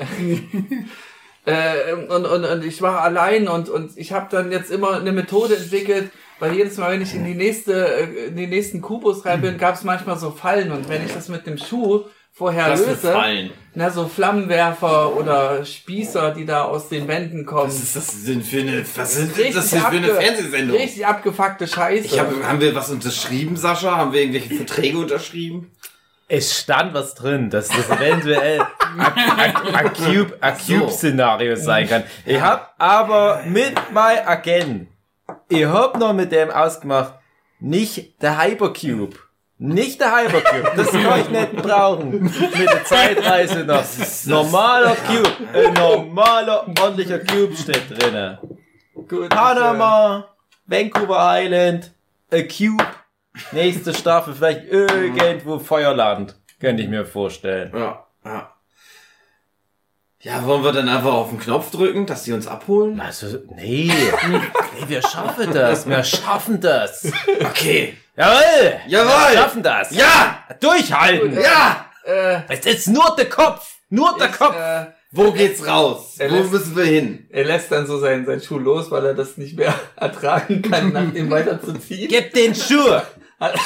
[SPEAKER 3] Äh, und, und, und ich war allein und, und ich habe dann jetzt immer eine Methode entwickelt, weil jedes Mal, wenn ich in die nächste, äh, in den nächsten Kubus rein bin, gab es manchmal so Fallen und wenn ich das mit dem Schuh vorher
[SPEAKER 1] Was für
[SPEAKER 3] löse,
[SPEAKER 1] Fallen.
[SPEAKER 3] na, so Flammenwerfer oder Spießer, die da aus den Wänden kommen.
[SPEAKER 1] Was ist das denn für eine, was sind das denn für eine
[SPEAKER 3] abge-
[SPEAKER 1] Fernsehsendung?
[SPEAKER 3] Richtig abgefuckte Scheiße.
[SPEAKER 1] Ich hab, haben wir was unterschrieben, Sascha? Haben wir irgendwelche Verträge unterschrieben?
[SPEAKER 2] Es stand was drin, dass das eventuell ein Cube, a Cube Szenario sein kann. Ich hab aber mit mein Agent, ich hab noch mit dem ausgemacht, nicht der Hypercube. Nicht der Hypercube, das kann ich nicht brauchen. Mit der Zeitreise noch. Normaler Cube, ein normaler, ordentlicher Cube steht drinne.
[SPEAKER 3] Gut,
[SPEAKER 2] Panama, Vancouver Island, a Cube. Nächste Staffel vielleicht irgendwo Feuerland. Könnte ich mir vorstellen.
[SPEAKER 1] Ja, ja. Ja, wollen wir dann einfach auf den Knopf drücken, dass die uns abholen?
[SPEAKER 2] Also, nee. nee wir schaffen das. Wir schaffen das.
[SPEAKER 1] Okay.
[SPEAKER 2] Jawohl.
[SPEAKER 1] Jawohl.
[SPEAKER 2] Wir schaffen das.
[SPEAKER 1] Ja!
[SPEAKER 2] Durchhalten.
[SPEAKER 1] Ja!
[SPEAKER 3] Äh,
[SPEAKER 2] Es ist nur der Kopf. Nur der
[SPEAKER 3] ich,
[SPEAKER 2] Kopf.
[SPEAKER 3] äh,
[SPEAKER 1] Wo geht's raus?
[SPEAKER 3] Er
[SPEAKER 1] Wo
[SPEAKER 3] lässt-
[SPEAKER 1] müssen wir hin?
[SPEAKER 3] Er lässt dann so seinen, seinen Schuh los, weil er das nicht mehr ertragen kann, nach dem weiterzuziehen.
[SPEAKER 2] Gib den Schuh.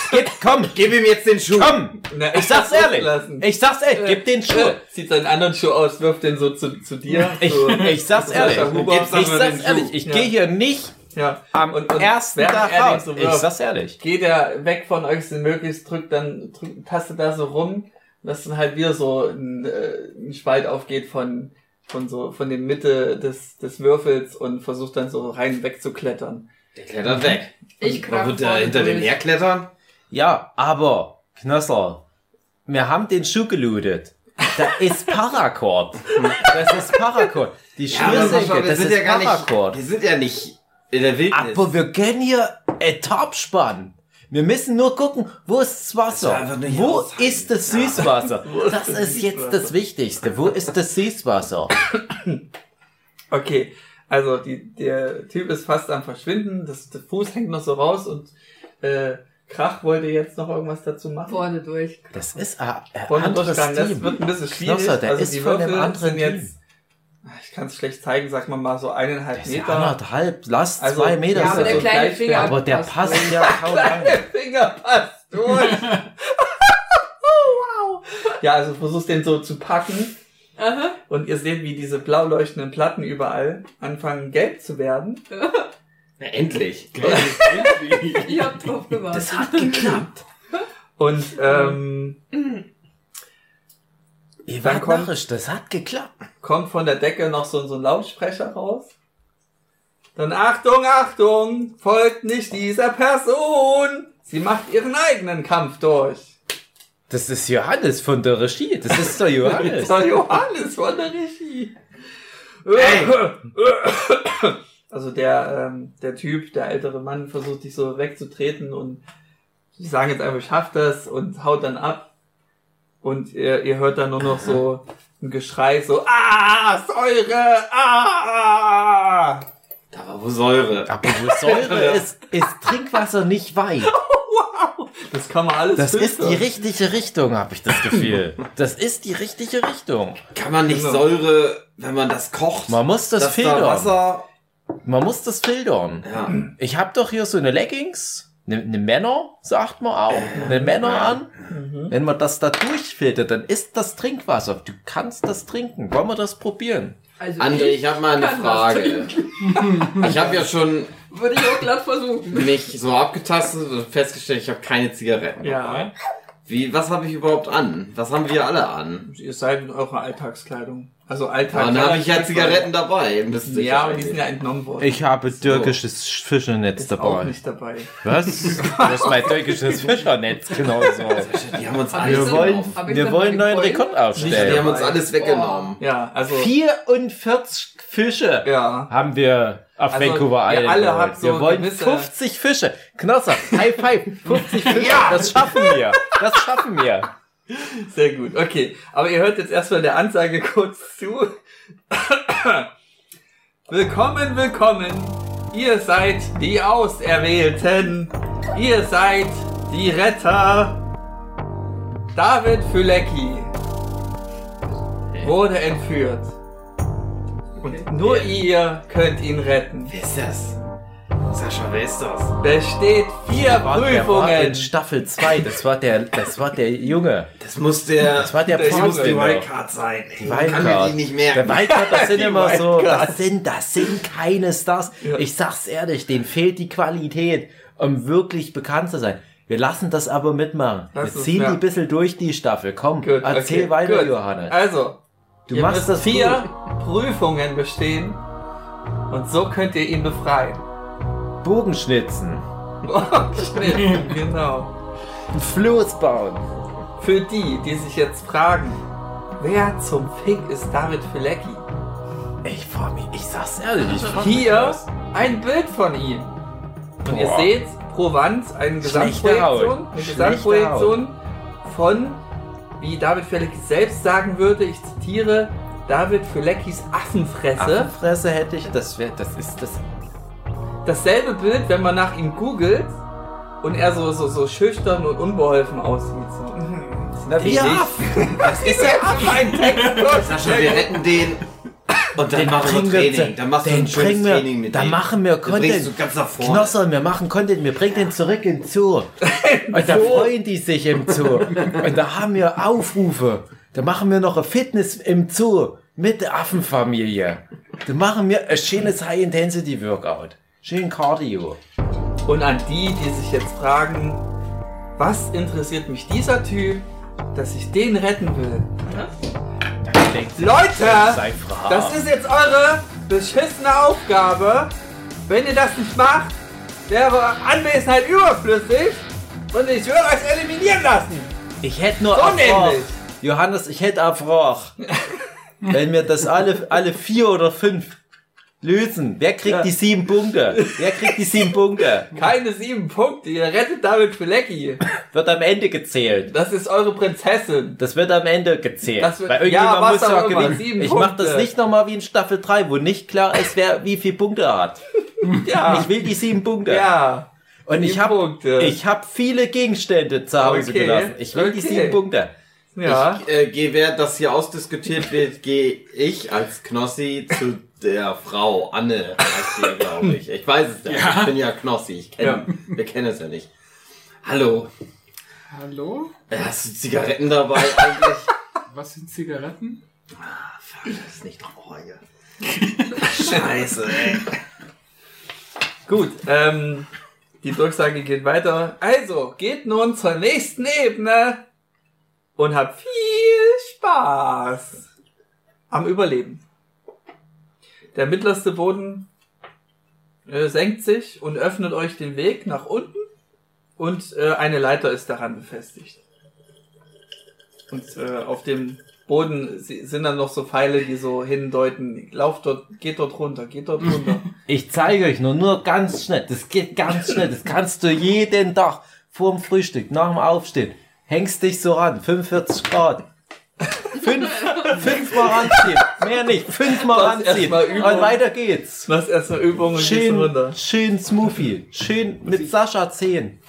[SPEAKER 2] Gib, komm.
[SPEAKER 1] Gib ihm jetzt den Schuh.
[SPEAKER 2] Komm.
[SPEAKER 3] Na,
[SPEAKER 2] Ich sag's ehrlich.
[SPEAKER 3] Lassen.
[SPEAKER 2] Ich sag's ehrlich. Gib den Schuh.
[SPEAKER 3] Zieht seinen anderen Schuh aus, wirft den so zu, zu dir.
[SPEAKER 2] Ich,
[SPEAKER 3] so.
[SPEAKER 1] Äh,
[SPEAKER 2] ich sag's
[SPEAKER 3] Sascha
[SPEAKER 2] ehrlich.
[SPEAKER 3] Huber.
[SPEAKER 2] Ich
[SPEAKER 1] Gib mir den
[SPEAKER 2] sag's
[SPEAKER 1] Schuh.
[SPEAKER 2] ehrlich. Ich
[SPEAKER 3] Ja.
[SPEAKER 2] gehe hier nicht
[SPEAKER 3] ja.
[SPEAKER 2] am
[SPEAKER 3] Und- und
[SPEAKER 2] ersten
[SPEAKER 3] während
[SPEAKER 2] Tag
[SPEAKER 3] er den
[SPEAKER 2] raus.
[SPEAKER 3] so
[SPEAKER 2] ich
[SPEAKER 3] wirft.
[SPEAKER 2] sag's ehrlich.
[SPEAKER 3] Geht er weg von euch, wenn möglich, drückt dann, drückt, tastet da so rum, dass dann halt wieder so ein, äh, ein Spalt aufgeht von, von so, von der Mitte des, des Würfels und versucht dann so rein wegzuklettern.
[SPEAKER 1] Der klettert weg.
[SPEAKER 4] Ich
[SPEAKER 1] Man
[SPEAKER 4] krabbel
[SPEAKER 1] wird da hinter dem herklettern?
[SPEAKER 2] Ja, aber, Knösser, wir haben den Schuh gelootet. Da ist Paracord. Das ist Paracord. Die
[SPEAKER 1] Ja, aber
[SPEAKER 2] Schnürsenkel,
[SPEAKER 1] Sascha, wir
[SPEAKER 2] das
[SPEAKER 1] sind
[SPEAKER 2] ist
[SPEAKER 1] ja gar
[SPEAKER 2] Paracord.
[SPEAKER 1] nicht, wir sind ja nicht in der Wildnis.
[SPEAKER 2] aber wir können hier ein Tarp spannen. Wir müssen nur gucken, wo ist das
[SPEAKER 1] Das
[SPEAKER 2] Wasser?
[SPEAKER 1] ist einfach nicht
[SPEAKER 2] wo
[SPEAKER 1] aushalten.
[SPEAKER 2] ist das Süßwasser? Das ist jetzt das Wichtigste. Wo ist das Süßwasser?
[SPEAKER 3] Okay, also die, der Typ ist fast am Verschwinden, das, der Fuß hängt noch so raus und äh, Krach wollte jetzt noch irgendwas dazu machen.
[SPEAKER 4] Vorne durch.
[SPEAKER 2] Das ist ein, ein
[SPEAKER 3] Wollen wir
[SPEAKER 2] anderes
[SPEAKER 3] durchsagen, das
[SPEAKER 2] Team.
[SPEAKER 3] wird ein bisschen schwierig.
[SPEAKER 2] Knosser, der
[SPEAKER 3] also
[SPEAKER 2] ist
[SPEAKER 3] die
[SPEAKER 2] von einem
[SPEAKER 3] Würfel
[SPEAKER 2] anderen
[SPEAKER 3] sind jetzt, ah, ich kann es schlecht zeigen, sag mal mal so eineinhalb
[SPEAKER 2] Das ist
[SPEAKER 3] Meter.
[SPEAKER 2] anderthalb, lass
[SPEAKER 3] Also-
[SPEAKER 2] zwei Meter
[SPEAKER 4] Ja,
[SPEAKER 3] Das
[SPEAKER 4] aber
[SPEAKER 3] ist
[SPEAKER 4] der
[SPEAKER 3] so
[SPEAKER 2] sein.
[SPEAKER 4] kleine
[SPEAKER 3] gleich
[SPEAKER 4] Finger.
[SPEAKER 3] schwer.
[SPEAKER 2] Aber der passt ja kaum rein.
[SPEAKER 3] Der Finger passt durch. wow. Ja, also versuchst den so zu packen
[SPEAKER 4] Aha.
[SPEAKER 3] und ihr seht, wie diese blau leuchtenden Platten überall anfangen gelb zu werden.
[SPEAKER 1] Na, endlich.
[SPEAKER 4] Ich hab drauf gewartet.
[SPEAKER 2] Das hat geklappt.
[SPEAKER 3] Und ähm,
[SPEAKER 2] Ihr
[SPEAKER 3] Dann
[SPEAKER 2] wart
[SPEAKER 3] kommt-
[SPEAKER 2] narrisch, das hat geklappt.
[SPEAKER 3] kommt von der Decke noch so, so ein Lautsprecher raus. Dann Achtung, Achtung, folgt nicht dieser Person. Sie macht ihren eigenen Kampf durch.
[SPEAKER 2] Das ist Johannes von der Regie. Das ist doch Johannes.
[SPEAKER 3] Peter Johannes von der Regie.
[SPEAKER 1] Ey.
[SPEAKER 3] Also der, ähm, der Typ, der ältere Mann, versucht dich so wegzutreten und die sagen jetzt einfach, ich schaff das und haut dann ab. Und ihr, ihr hört dann nur noch so ein Geschrei, so, ah, Säure, ah.
[SPEAKER 1] Da war Apropos Säure.
[SPEAKER 2] Apropos Säure ist, ist Trinkwasser nicht weit.
[SPEAKER 3] Das kann man alles
[SPEAKER 2] Das ist die
[SPEAKER 3] filtern.
[SPEAKER 2] richtige Richtung, habe ich das Gefühl. Das ist die richtige Richtung.
[SPEAKER 1] Kann man nicht
[SPEAKER 3] Genau.
[SPEAKER 1] Säure, wenn man das kocht,
[SPEAKER 2] Man muss
[SPEAKER 1] dass
[SPEAKER 2] das
[SPEAKER 1] da
[SPEAKER 2] filtern.
[SPEAKER 1] Wasser.
[SPEAKER 2] Man muss das filtern.
[SPEAKER 1] Ja.
[SPEAKER 2] Ich habe doch hier so eine Leggings, eine, eine Männer, sagt man auch, eine Männer an. Wenn man das da durchfiltert, dann ist das Trinkwasser. Du kannst das trinken. Wollen wir das probieren?
[SPEAKER 4] Also
[SPEAKER 1] André, ich habe mal eine
[SPEAKER 4] kann was
[SPEAKER 1] Frage. Ich habe ja schon
[SPEAKER 4] Würde ich auch glatt versuchen.
[SPEAKER 1] mich so abgetastet und festgestellt, ich habe keine Zigaretten.
[SPEAKER 3] Ja,
[SPEAKER 1] Wie, was habe ich überhaupt an? Was haben wir alle an?
[SPEAKER 3] ihr seid in eurer Alltagskleidung. Also
[SPEAKER 1] Ja,
[SPEAKER 3] Alltag.
[SPEAKER 1] dann habe ich ja Zigaretten dabei. Müsste ich
[SPEAKER 3] Ja, aber die sind
[SPEAKER 1] eigentlich.
[SPEAKER 3] ja entnommen worden.
[SPEAKER 2] Ich habe
[SPEAKER 1] türkisches
[SPEAKER 2] türkisches Fischernetz
[SPEAKER 3] ist auch
[SPEAKER 2] dabei.
[SPEAKER 3] nicht dabei.
[SPEAKER 2] Was? Das ist mein türkisches Fischernetz, genau so.
[SPEAKER 1] Die haben uns
[SPEAKER 4] Hab
[SPEAKER 1] alles
[SPEAKER 4] ich
[SPEAKER 2] Wir
[SPEAKER 4] so-
[SPEAKER 2] wollen,
[SPEAKER 4] hab ich
[SPEAKER 2] wir
[SPEAKER 4] dann
[SPEAKER 2] wollen
[SPEAKER 4] mal
[SPEAKER 2] neuen
[SPEAKER 4] gefolgt?
[SPEAKER 2] Rekord
[SPEAKER 1] Die haben
[SPEAKER 2] aufstellen.
[SPEAKER 1] uns alles weggenommen.
[SPEAKER 3] Ja, also
[SPEAKER 2] 44 Fische.
[SPEAKER 3] ja.
[SPEAKER 2] haben wir auf
[SPEAKER 3] Also,
[SPEAKER 2] Vancouver
[SPEAKER 3] ihr
[SPEAKER 2] Island.
[SPEAKER 3] alle
[SPEAKER 2] geholt.
[SPEAKER 3] habt so
[SPEAKER 2] wir wollen
[SPEAKER 3] gewisse-
[SPEAKER 2] 50 Fische. Knosser, High Five, 50 Fische. Das schaffen wir. Das schaffen wir.
[SPEAKER 3] Sehr gut, okay. Aber ihr hört jetzt erstmal der Ansage kurz zu. willkommen, willkommen. Ihr seid die Auserwählten. Ihr seid die Retter. David Fülecki wurde entführt. Und nur ihr könnt ihn retten.
[SPEAKER 1] Wer ist das? Sascha, wer ist das?
[SPEAKER 3] Besteht vier
[SPEAKER 2] Der war in
[SPEAKER 3] Prüfungen.
[SPEAKER 2] Staffel 2. Das war der, das war der Junge.
[SPEAKER 1] Das muss der.
[SPEAKER 2] Das war der
[SPEAKER 3] Der genau.
[SPEAKER 1] muss die
[SPEAKER 2] Pfadfinder.
[SPEAKER 1] Wildcard sein. Ich
[SPEAKER 2] Die
[SPEAKER 1] kann mir die nicht
[SPEAKER 2] Der
[SPEAKER 1] merken.
[SPEAKER 2] Wildcard, das sind
[SPEAKER 3] Die
[SPEAKER 2] immer so,
[SPEAKER 3] Wildcard.
[SPEAKER 2] das sind, das sind keine Stars.
[SPEAKER 3] Ja.
[SPEAKER 2] Ich sag's ehrlich, denen fehlt die Qualität, um wirklich bekannt zu sein. Wir lassen das aber mitmachen.
[SPEAKER 3] Lass
[SPEAKER 2] wir
[SPEAKER 3] uns,
[SPEAKER 2] ziehen
[SPEAKER 3] ja.
[SPEAKER 2] die ein bisschen durch die Staffel. Komm,
[SPEAKER 3] Gut,
[SPEAKER 2] erzähl
[SPEAKER 3] okay,
[SPEAKER 2] weiter,
[SPEAKER 3] gut.
[SPEAKER 2] Johannes.
[SPEAKER 3] Also,
[SPEAKER 2] Du
[SPEAKER 3] ihr
[SPEAKER 2] machst
[SPEAKER 3] müsst
[SPEAKER 2] das
[SPEAKER 3] vier
[SPEAKER 2] gut.
[SPEAKER 3] Prüfungen bestehen und so könnt ihr ihn befreien.
[SPEAKER 2] Bogenschnitzen.
[SPEAKER 3] Schnell, genau.
[SPEAKER 2] Ein Floß bauen.
[SPEAKER 3] Für die, die sich jetzt fragen, wer zum Fick ist David Filecki?
[SPEAKER 2] Ich frag mich, ich sag's ehrlich, ich frag mich
[SPEAKER 3] Hier
[SPEAKER 2] das.
[SPEAKER 3] ein Bild von ihm. Und ihr
[SPEAKER 2] Boah.
[SPEAKER 3] seht pro Wand eine
[SPEAKER 2] Schlechte
[SPEAKER 3] Gesamtprojektion,
[SPEAKER 2] Haut.
[SPEAKER 3] eine
[SPEAKER 2] Schlechte
[SPEAKER 3] Gesamtprojektion von, wie David Filecki selbst sagen würde, ich zitiere, David Fileckis Affenfresse.
[SPEAKER 2] Affenfresse hätte ich, das wäre, das ist das.
[SPEAKER 3] dasselbe Bild, wenn man nach ihm googelt und er so, so, so schüchtern und unbeholfen aussieht. So.
[SPEAKER 2] Na, wie Affen? Das ist ja
[SPEAKER 1] Sascha, wir retten den. Und dann machen wir Training. Dann machst du
[SPEAKER 2] den
[SPEAKER 1] ein schönes
[SPEAKER 2] bringen wir,
[SPEAKER 1] Training mit
[SPEAKER 2] Dann
[SPEAKER 1] dem.
[SPEAKER 2] machen wir
[SPEAKER 1] Dann bringst du
[SPEAKER 2] Content.
[SPEAKER 1] ganz nach vorne.
[SPEAKER 2] Knosser, wir machen Content, wir bringen den zurück in den Zoo. Und da freuen die sich im Zoo. Und da haben wir Aufrufe. Da machen wir noch ein Fitness im Zoo mit der Affenfamilie. Da machen wir ein schönes High-Intensity-Workout. Schön Cardio.
[SPEAKER 3] Und an die, die sich jetzt fragen, was interessiert mich dieser Typ, dass ich den retten will? Leute,
[SPEAKER 2] Sei frei.
[SPEAKER 3] das ist jetzt eure beschissene Aufgabe. Wenn ihr das nicht macht, wäre eure Anwesenheit überflüssig und ich würde euch eliminieren lassen.
[SPEAKER 2] Ich hätte nur
[SPEAKER 3] So
[SPEAKER 2] Affrach.
[SPEAKER 3] nämlich.
[SPEAKER 2] Johannes, ich hätte Affrach. Wenn wir das alle, alle vier oder fünf lösen, wer kriegt die sieben Punkte? Wer kriegt die sieben Punkte?
[SPEAKER 3] Keine sieben Punkte, ihr rettet damit Flecki.
[SPEAKER 2] Wird am Ende gezählt.
[SPEAKER 3] Das ist eure Prinzessin.
[SPEAKER 2] Das wird am Ende gezählt.
[SPEAKER 3] Das wird-
[SPEAKER 2] Weil irgendjemand
[SPEAKER 3] ja, was
[SPEAKER 2] muss
[SPEAKER 3] auch
[SPEAKER 2] ja
[SPEAKER 3] immer,
[SPEAKER 2] gewinnen.
[SPEAKER 3] sieben
[SPEAKER 2] Ich mach das
[SPEAKER 3] Punkte.
[SPEAKER 2] nicht nochmal wie in Staffel 3, wo nicht klar ist, wer wie viele Punkte er hat.
[SPEAKER 3] Ja.
[SPEAKER 2] Ich will die sieben Punkte.
[SPEAKER 3] ja.
[SPEAKER 2] Und ich
[SPEAKER 3] sieben
[SPEAKER 2] habe
[SPEAKER 3] Punkte.
[SPEAKER 2] ich hab viele Gegenstände zu Hause
[SPEAKER 3] Okay,
[SPEAKER 2] gelassen. Ich will die
[SPEAKER 3] okay.
[SPEAKER 2] sieben Punkte.
[SPEAKER 3] Ja.
[SPEAKER 1] Ich, äh, geh, während das hier ausdiskutiert wird, gehe ich als Knossi zu der Frau. Anne heißt sie, glaube ich. Ich weiß es nicht. Ich bin ja Knossi. Ich kenn,
[SPEAKER 3] Ja.
[SPEAKER 1] Wir kennen es ja nicht. Hallo.
[SPEAKER 5] Hallo?
[SPEAKER 1] Äh, Hast du Zigaretten dabei eigentlich?
[SPEAKER 5] Was sind Zigaretten?
[SPEAKER 1] Das ist nicht doch Orgel. Scheiße, ey.
[SPEAKER 3] Gut. Ähm, die Durchsage geht weiter. Also, geht nun zur nächsten Ebene und habt viel Spaß am Überleben. Der mittlerste Boden äh, senkt sich und öffnet euch den Weg nach unten und äh, eine Leiter ist daran befestigt. Und äh, auf dem Boden si- sind dann noch so Pfeile, die so hindeuten, lauf dort, geht dort runter, geht dort runter.
[SPEAKER 2] Ich zeige euch nur, nur ganz schnell. Das geht ganz schnell. Das kannst du jeden Tag vorm Frühstück, nach dem Aufstehen. Hängst dich so ran. 45 Grad. Fünf, Fünfmal ranziehen. Mehr nicht. Fünfmal
[SPEAKER 3] Das ist
[SPEAKER 2] ranziehen.
[SPEAKER 3] erstmal Übung.
[SPEAKER 2] Und weiter geht's.
[SPEAKER 3] Lass erst eine Übung und gehst du runter.
[SPEAKER 2] Schön, schön Smoothie. Schön mit Sascha 10.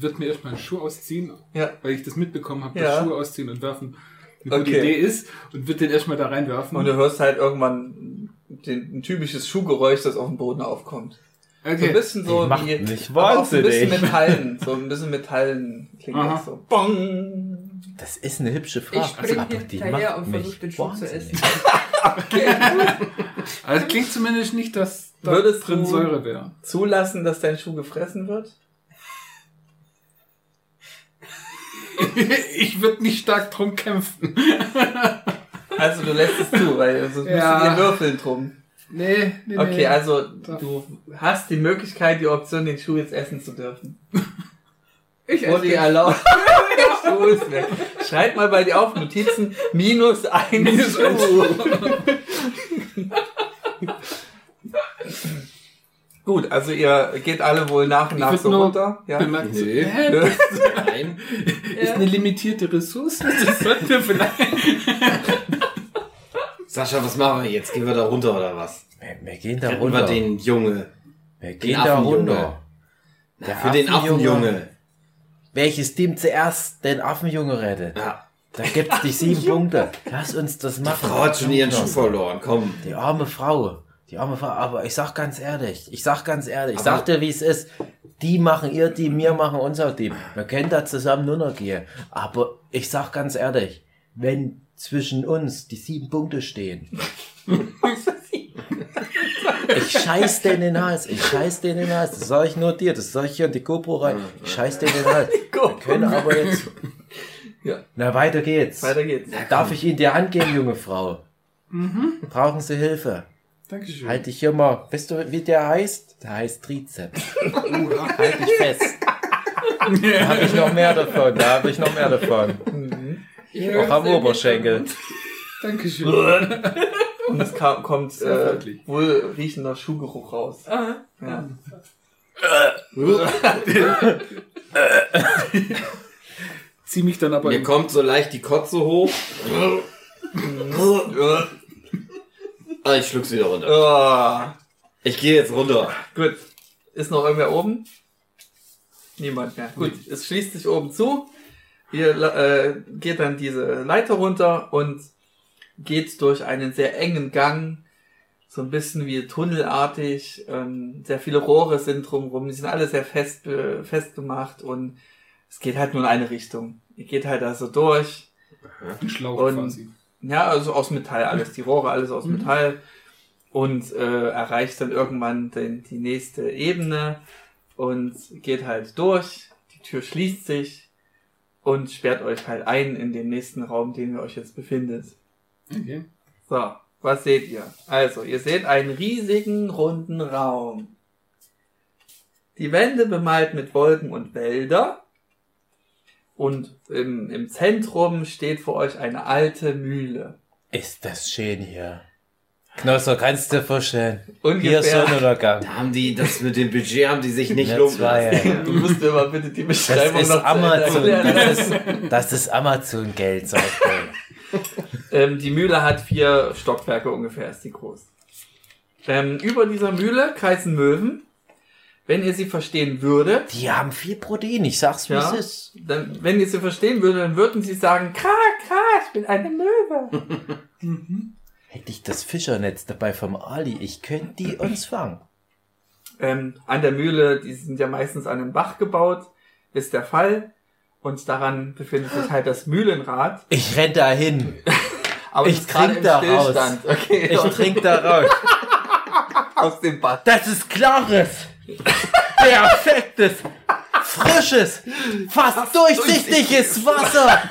[SPEAKER 5] Wird mir erstmal einen Schuh ausziehen,
[SPEAKER 3] Ja.
[SPEAKER 5] weil ich das mitbekommen habe,
[SPEAKER 3] Ja.
[SPEAKER 5] dass Schuhe ausziehen und werfen eine gute
[SPEAKER 3] Okay.
[SPEAKER 5] Idee ist und wird den erstmal da reinwerfen.
[SPEAKER 3] Und du hörst halt irgendwann den, ein typisches Schuhgeräusch, das auf dem Boden aufkommt. So ein
[SPEAKER 5] okay.
[SPEAKER 3] bisschen so
[SPEAKER 2] Die macht
[SPEAKER 3] wie.
[SPEAKER 2] mich
[SPEAKER 3] aber auch so ein bisschen
[SPEAKER 2] wahnsinnig.
[SPEAKER 3] Metallen. So ein bisschen Metallen klingt
[SPEAKER 5] Aha.
[SPEAKER 3] das so. Bong!
[SPEAKER 2] Das ist eine hübsche Frage.
[SPEAKER 4] Ich spring
[SPEAKER 2] also, aber die
[SPEAKER 4] hinterher
[SPEAKER 2] macht
[SPEAKER 4] und
[SPEAKER 2] mich
[SPEAKER 4] versuch den Schuh zu
[SPEAKER 2] wahnsinnig.
[SPEAKER 4] essen.
[SPEAKER 5] Also klingt zumindest nicht, dass da
[SPEAKER 3] Würdest
[SPEAKER 5] drin
[SPEAKER 3] du-
[SPEAKER 5] Säure wäre.
[SPEAKER 3] Zulassen, dass dein Schuh gefressen wird?
[SPEAKER 5] ich würde nicht stark drum kämpfen.
[SPEAKER 3] Also du lässt es zu, weil sonst
[SPEAKER 5] Ja.
[SPEAKER 3] müssen wir würfeln drum.
[SPEAKER 5] Nee, nee,
[SPEAKER 3] Okay,
[SPEAKER 5] nee.
[SPEAKER 3] also du hast die Möglichkeit, die Option, den Schuh jetzt essen zu dürfen.
[SPEAKER 4] Ich esse
[SPEAKER 3] Wurde dir
[SPEAKER 4] den.
[SPEAKER 3] erlaubt. Der Schuh ist weg. Schreib mal bei dir auf Notizen minus ein
[SPEAKER 5] Minus ein
[SPEAKER 3] Schuh. Gut, also ihr geht alle wohl nach und
[SPEAKER 5] Ich
[SPEAKER 3] nach
[SPEAKER 5] würd
[SPEAKER 3] so
[SPEAKER 5] nur
[SPEAKER 3] runter. Ja.
[SPEAKER 5] Bemerkt so,
[SPEAKER 1] Nee.
[SPEAKER 5] hä, das
[SPEAKER 1] Nein.
[SPEAKER 5] ist eine limitierte Ressource. Das sollten wir vielleicht.
[SPEAKER 1] Sascha, was machen wir jetzt? Gehen wir da runter oder was?
[SPEAKER 2] Wir, wir gehen da
[SPEAKER 1] Da Retten wir
[SPEAKER 2] runter.
[SPEAKER 1] den Junge.
[SPEAKER 2] wir gehen da
[SPEAKER 1] Affenjunge.
[SPEAKER 2] runter. Der
[SPEAKER 1] Für den Affenjunge.
[SPEAKER 2] Welches Team zuerst den Affenjunge rettet?
[SPEAKER 1] Ja.
[SPEAKER 2] Da gibt's die sieben Punkte. Lass uns das machen.
[SPEAKER 1] Die Frau hat schon ihren Schuh verloren. Komm.
[SPEAKER 2] Die arme Frau. Die arme Frau. Aber ich sag ganz ehrlich, ich sag ganz ehrlich, ich
[SPEAKER 1] Aber-
[SPEAKER 2] sag dir, wie es ist. Die machen ihr Team, wir machen unser Team. Wir können da zusammen nur noch gehen. Aber ich sag ganz ehrlich, wenn zwischen uns die sieben Punkte stehen. ich scheiß den in den Hals, ich scheiß den in den Hals. Das sag ich nur dir, das sag ich hier in die GoPro rein. Ich scheiß den in den Hals. Wir können aber jetzt.
[SPEAKER 3] Ja.
[SPEAKER 2] Na, weiter geht's.
[SPEAKER 3] Weiter geht's.
[SPEAKER 2] Darf ich Ihnen die Hand geben, junge Frau?
[SPEAKER 3] Mhm.
[SPEAKER 2] Brauchen Sie Hilfe?
[SPEAKER 5] Dankeschön.
[SPEAKER 2] Halt dich hier mal. Weißt du, wie der heißt? Der heißt Trizeps.
[SPEAKER 5] Oha.
[SPEAKER 2] Halt dich fest. Da habe ich noch mehr davon. Da habe ich noch mehr davon.
[SPEAKER 3] Mhm.
[SPEAKER 2] Auch am Oberschenkel.
[SPEAKER 5] Dankeschön.
[SPEAKER 3] Und es kam, kommt
[SPEAKER 5] Sehr
[SPEAKER 3] äh,
[SPEAKER 5] freundlich.
[SPEAKER 3] wohl riechender Schuhgeruch raus.
[SPEAKER 4] Aha.
[SPEAKER 3] Ja.
[SPEAKER 5] Zieh mich dann aber
[SPEAKER 1] Mir
[SPEAKER 5] im-
[SPEAKER 1] kommt so leicht die Kotze hoch.
[SPEAKER 3] Mhm.
[SPEAKER 1] ah, ich schluck's wieder runter.
[SPEAKER 3] Ah.
[SPEAKER 1] Ich gehe jetzt runter.
[SPEAKER 3] Gut. Ist noch irgendwer oben? Niemand mehr. Gut, es schließt sich oben zu. Ihr äh, geht dann diese Leiter runter und geht durch einen sehr engen Gang, so ein bisschen wie tunnelartig. Ähm, sehr viele Rohre sind drumherum, die sind alle sehr fest, äh, festgemacht und es geht halt nur in eine Richtung. Ihr geht halt da so durch.
[SPEAKER 5] im Schlauch
[SPEAKER 3] Und-
[SPEAKER 5] quasi.
[SPEAKER 3] Ja, also aus Metall alles, die Rohre, alles aus Metall. Und äh, erreicht dann irgendwann den, die nächste Ebene und geht halt durch. Die Tür schließt sich und sperrt euch halt ein in den nächsten Raum, den ihr euch jetzt befindet.
[SPEAKER 5] Okay.
[SPEAKER 3] So, was seht ihr? Also, ihr seht einen riesigen, runden Raum. Die Wände bemalt mit Wolken und Wälder. Und im, im Zentrum steht vor euch eine alte Mühle.
[SPEAKER 2] Ist das schön hier. Knosser, kannst du dir vorstellen? Hier
[SPEAKER 3] Ungefähr.
[SPEAKER 2] Sonnenuntergang.
[SPEAKER 1] Da haben die das mit dem Budget, haben die sich nicht
[SPEAKER 2] Ne,
[SPEAKER 1] lumpen
[SPEAKER 2] zwei,
[SPEAKER 1] lassen.
[SPEAKER 2] ja.
[SPEAKER 3] Du musst mir mal bitte die
[SPEAKER 2] Das
[SPEAKER 3] Beschreibung
[SPEAKER 2] ist
[SPEAKER 3] noch zu Ende
[SPEAKER 2] Amazon.
[SPEAKER 3] erklären.
[SPEAKER 2] Das ist, das ist Amazon-Geld, sag ich dir.
[SPEAKER 3] Ähm, die Mühle hat vier Stockwerke ungefähr, ist die groß. Ähm, über dieser Mühle kreisen Möwen. Wenn ihr sie verstehen würdet,
[SPEAKER 2] Die haben viel Protein, ich sag's wie
[SPEAKER 3] Ja.
[SPEAKER 2] es ist.
[SPEAKER 3] dann, wenn ihr sie verstehen würdet, dann würden sie sagen, kra, kra, ich bin eine Möwe.
[SPEAKER 2] Hätte ich das Fischernetz dabei vom Ali, ich könnte die uns fangen.
[SPEAKER 3] ähm, an der Mühle, die sind ja meistens an einem Bach gebaut, ist der Fall. Und daran befindet sich halt das Mühlenrad.
[SPEAKER 2] Ich renn da hin.
[SPEAKER 3] Aber es
[SPEAKER 2] Ich
[SPEAKER 3] ist gerade
[SPEAKER 2] trink
[SPEAKER 3] im
[SPEAKER 2] da raus.
[SPEAKER 3] Stillstand. Okay,
[SPEAKER 2] Ich trink da raus.
[SPEAKER 3] aus dem Bad.
[SPEAKER 2] Das ist klares, perfektes, frisches, fast durchsichtiges Wasser.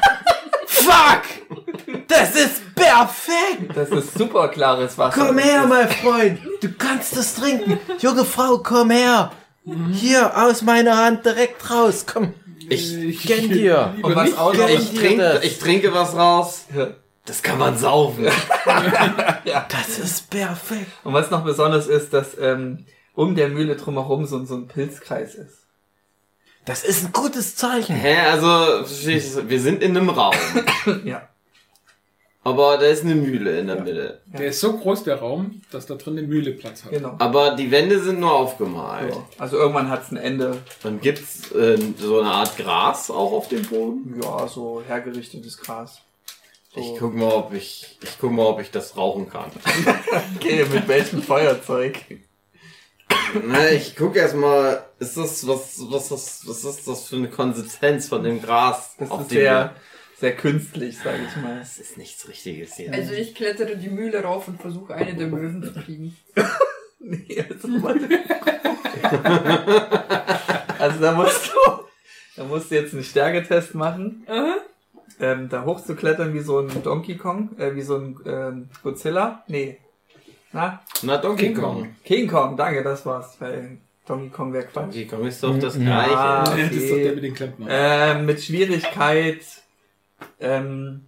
[SPEAKER 2] Fuck! Das ist perfekt!
[SPEAKER 3] Das ist super klares Wasser.
[SPEAKER 2] Komm her,
[SPEAKER 3] Das
[SPEAKER 2] mein Freund! Du kannst das trinken! Junge Frau, komm her! Hier, aus meiner Hand, direkt raus! Komm,
[SPEAKER 1] Ich,
[SPEAKER 5] Ich
[SPEAKER 2] gönn dir!
[SPEAKER 3] Und was auch noch-
[SPEAKER 1] ich, trinke, ich trinke was raus.
[SPEAKER 3] ist- Ja.
[SPEAKER 1] Das kann man saufen.
[SPEAKER 2] Das ist perfekt!
[SPEAKER 3] Und was noch besonders ist, dass ähm, um der Mühle drumherum so, so ein Pilzkreis ist.
[SPEAKER 2] Das ist ein gutes Zeichen!
[SPEAKER 1] Hä, also, versteh ich das? wir sind in einem Raum.
[SPEAKER 3] Ja.
[SPEAKER 1] Aber da ist eine Mühle in der Mitte.
[SPEAKER 5] Der ist so groß, der Raum, dass da drin eine Mühle Platz hat.
[SPEAKER 3] Genau.
[SPEAKER 1] Aber die Wände sind nur aufgemalt.
[SPEAKER 3] Ja. Also irgendwann hat's ein Ende.
[SPEAKER 1] Und gibt's äh, so eine Art Gras auch auf dem Boden?
[SPEAKER 3] Ja, so hergerichtetes Gras. So.
[SPEAKER 1] Ich guck mal, ob ich, ich guck mal, ob ich das rauchen kann.
[SPEAKER 3] Okay, mit welchem Feuerzeug?
[SPEAKER 1] Na, ich guck erstmal, ist das, was, was, was, was ist das für eine Konsistenz von dem Gras?
[SPEAKER 3] Das
[SPEAKER 1] auf
[SPEAKER 3] ist
[SPEAKER 1] dem-
[SPEAKER 3] sehr, sehr künstlich, sage ich mal.
[SPEAKER 1] Das ist nichts Richtiges hier.
[SPEAKER 4] Also ich klettere die Mühle rauf und versuche eine der Möwen zu kriegen.
[SPEAKER 3] Nee, also, also da musst du, da musst du jetzt einen Stärketest machen, ähm, da hochzuklettern wie so ein Donkey Kong, äh, wie so ein ähm, Godzilla. Nee. Na?
[SPEAKER 1] Na, Donkey
[SPEAKER 5] King
[SPEAKER 1] Kong.
[SPEAKER 5] Kong.
[SPEAKER 3] King Kong, danke, das war's. Weil Donkey Kong wäre Quatsch.
[SPEAKER 1] Donkey Kong ist doch das
[SPEAKER 3] Ja.
[SPEAKER 1] gleiche.
[SPEAKER 5] Ja, Das ist doch
[SPEAKER 3] Okay.
[SPEAKER 5] der mit den Klempner.
[SPEAKER 3] Ähm, mit Schwierigkeit, ähm,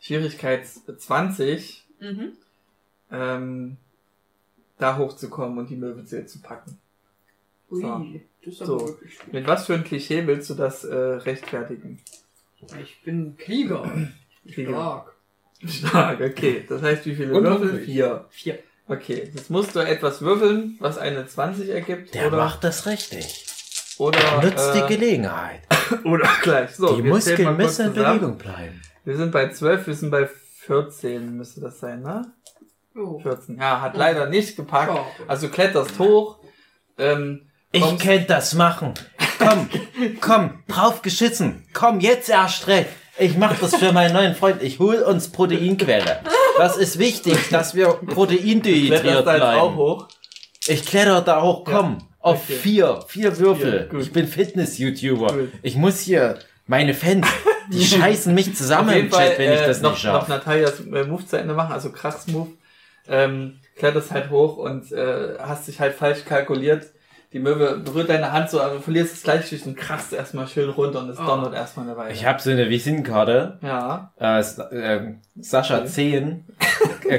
[SPEAKER 3] Schwierigkeit 20,
[SPEAKER 4] Mhm.
[SPEAKER 3] ähm, da hochzukommen und die Möwe zu zu packen.
[SPEAKER 4] Ui,
[SPEAKER 3] So.
[SPEAKER 4] das ist aber
[SPEAKER 3] So.
[SPEAKER 4] wirklich schwierig.
[SPEAKER 3] Mit was für ein Klischee willst du das äh, rechtfertigen?
[SPEAKER 4] Ich bin Krieger.
[SPEAKER 3] Krieger.
[SPEAKER 4] Stark.
[SPEAKER 3] Stark, okay. Das heißt, wie viele
[SPEAKER 5] Und
[SPEAKER 3] Würfel?
[SPEAKER 5] hungrig.
[SPEAKER 3] Vier.
[SPEAKER 4] Vier.
[SPEAKER 3] Okay, jetzt musst du etwas würfeln, was eine 20 ergibt.
[SPEAKER 2] Der
[SPEAKER 3] oder,
[SPEAKER 2] macht das richtig.
[SPEAKER 3] oder,
[SPEAKER 2] Nutzt die
[SPEAKER 3] äh,
[SPEAKER 2] Gelegenheit.
[SPEAKER 3] oder gleich. So,
[SPEAKER 2] die
[SPEAKER 3] wir zählen
[SPEAKER 2] Muskeln
[SPEAKER 3] mal kurz
[SPEAKER 2] müssen in
[SPEAKER 3] zusammen.
[SPEAKER 2] Bewegung bleiben.
[SPEAKER 3] Wir sind bei 12, wir sind bei 14 müsste das sein, ne?
[SPEAKER 4] Oh.
[SPEAKER 3] 14. Ja, hat leider nicht gepackt.
[SPEAKER 4] Schade.
[SPEAKER 3] Also kletterst hoch. Ähm,
[SPEAKER 2] Ich
[SPEAKER 3] kommst-
[SPEAKER 2] könnte das machen. Komm, komm, drauf geschissen. Komm, jetzt erst recht. Ich mach das für meinen neuen Freund. Ich hol uns Proteinquelle. Das ist wichtig, dass wir proteindehydriert
[SPEAKER 3] kletterst da jetzt auch
[SPEAKER 2] bleiben.
[SPEAKER 3] hoch.
[SPEAKER 2] Ich kletter da hoch, komm. Auf
[SPEAKER 3] okay.
[SPEAKER 2] vier, vier Würfel.
[SPEAKER 3] Vier, gut.
[SPEAKER 2] ich bin Fitness-YouTuber.
[SPEAKER 3] Gut.
[SPEAKER 2] Ich muss hier meine Fans, die scheißen mich zusammen
[SPEAKER 3] Auf
[SPEAKER 2] im
[SPEAKER 3] jeden
[SPEAKER 2] Chat,
[SPEAKER 3] Fall,
[SPEAKER 2] wenn ich
[SPEAKER 3] äh,
[SPEAKER 2] das
[SPEAKER 3] noch,
[SPEAKER 2] nicht
[SPEAKER 3] noch
[SPEAKER 2] schaffe.
[SPEAKER 3] Natalias äh, Move zu Ende machen, also krass Move. Ähm, kletterst halt hoch und äh, hast dich halt falsch kalkuliert. Die Möwe berührt deine Hand so, aber du verlierst das Gleichgewicht und krachst erstmal schön runter und es
[SPEAKER 4] Oh.
[SPEAKER 3] donnert erstmal eine Weile.
[SPEAKER 2] Ich habe so eine Visitenkarte.
[SPEAKER 3] ja.
[SPEAKER 2] äh, Sa- ähm, Sascha 10, äh,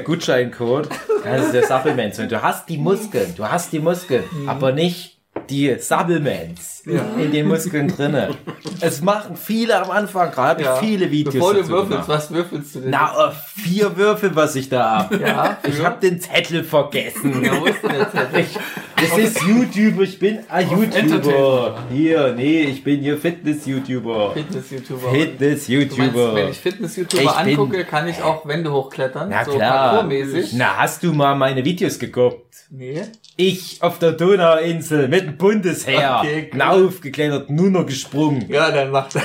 [SPEAKER 2] Gutscheincode, das ist der Supplements. Und du hast die Muskeln, du hast die Muskeln, aber nicht die Supplements
[SPEAKER 3] Mhm. Ja.
[SPEAKER 2] in den Muskeln drinne. Es machen viele am Anfang, gerade
[SPEAKER 3] ja.
[SPEAKER 2] hab ich viele Videos
[SPEAKER 3] Bevor du
[SPEAKER 2] dazu
[SPEAKER 3] würfelst,
[SPEAKER 2] gemacht.
[SPEAKER 3] was würfelst du denn?
[SPEAKER 2] Na, oh, vier Würfel, was ich da hab.
[SPEAKER 3] ja,
[SPEAKER 2] Ich
[SPEAKER 3] für-
[SPEAKER 2] hab den Zettel vergessen.
[SPEAKER 3] Ja, wo ist denn jetzt der
[SPEAKER 2] Ich, das ist YouTuber, ich bin ein YouTuber.
[SPEAKER 5] Entertainer.
[SPEAKER 2] Hier, nee, ich bin hier Fitness-YouTuber.
[SPEAKER 3] Fitness-YouTuber? Du meinst,
[SPEAKER 2] Fitness-YouTuber.
[SPEAKER 3] wenn ich Fitness-YouTuber
[SPEAKER 2] Ich bin-
[SPEAKER 3] angucke, kann ich auch Wände hochklettern?
[SPEAKER 2] Na
[SPEAKER 3] so
[SPEAKER 2] klar.
[SPEAKER 3] parkourmäßig?
[SPEAKER 2] Na, hast du mal meine Videos geguckt?
[SPEAKER 3] Nee.
[SPEAKER 2] Ich auf der Donauinsel mit dem Bundesheer.
[SPEAKER 3] Okay, gut.
[SPEAKER 2] Laufgeklettert, nur noch gesprungen.
[SPEAKER 3] Ja, dann macht das.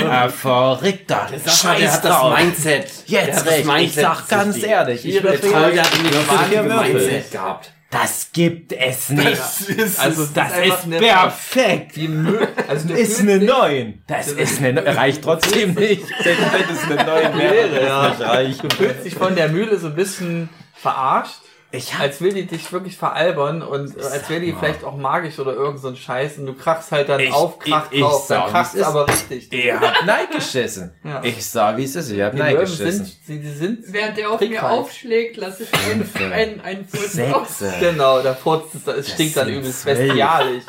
[SPEAKER 2] Ja. Verrückter.
[SPEAKER 1] Scheiße, der
[SPEAKER 2] Scheiß
[SPEAKER 1] hat das
[SPEAKER 2] drauf.
[SPEAKER 1] Mindset. der
[SPEAKER 2] Jetzt
[SPEAKER 1] hat das
[SPEAKER 2] recht. Ich
[SPEAKER 1] Mindset
[SPEAKER 2] sag ganz
[SPEAKER 1] richtig.
[SPEAKER 2] ehrlich. Ich
[SPEAKER 1] Der Folge hat nämlich
[SPEAKER 2] Das
[SPEAKER 1] ein
[SPEAKER 2] sind vier
[SPEAKER 1] wahnsinniges
[SPEAKER 2] Würfel.
[SPEAKER 1] Mindset gehabt.
[SPEAKER 2] das gibt es nicht.
[SPEAKER 1] ist,
[SPEAKER 3] Also, es
[SPEAKER 2] Das
[SPEAKER 3] einfach
[SPEAKER 2] ist
[SPEAKER 3] eine-
[SPEAKER 2] perfekt.
[SPEAKER 3] Die Mö also du
[SPEAKER 2] Ist
[SPEAKER 3] fühlst
[SPEAKER 2] eine
[SPEAKER 3] dich-
[SPEAKER 2] 9. Das ist eine 9. Reicht trotzdem nicht. Selbst wenn es eine 9 wäre,
[SPEAKER 3] ja.
[SPEAKER 2] das reicht.
[SPEAKER 3] Du fühlst dich von der Mühle so ein bisschen verarscht,
[SPEAKER 2] Ich hab
[SPEAKER 3] als will die dich wirklich veralbern und äh, als wäre die vielleicht auch magisch oder irgend so ein Scheiß und du krachst halt dann
[SPEAKER 2] Ich-
[SPEAKER 3] auf, krach
[SPEAKER 2] ich- ich
[SPEAKER 3] drauf, dann
[SPEAKER 2] sag,
[SPEAKER 3] krachst
[SPEAKER 2] es ist-
[SPEAKER 3] aber richtig. Die
[SPEAKER 2] Ihr habt Nein geschissen.
[SPEAKER 3] Ja.
[SPEAKER 2] Ich sah, wie es ist. Ihr habt Nein
[SPEAKER 3] Möwen
[SPEAKER 2] geschissen.
[SPEAKER 3] sind, sie, die sind,
[SPEAKER 4] Während der auf
[SPEAKER 3] Trick
[SPEAKER 4] mir
[SPEAKER 3] halt.
[SPEAKER 4] aufschlägt, lasse ich einen,
[SPEAKER 2] Fünfe.
[SPEAKER 4] einen, einen Fuß aus.
[SPEAKER 2] Sechse.
[SPEAKER 3] genau, da furzt es, es
[SPEAKER 2] Das
[SPEAKER 3] stinkt dann
[SPEAKER 2] sind
[SPEAKER 3] übelst
[SPEAKER 2] zwölf.
[SPEAKER 3] bestialisch.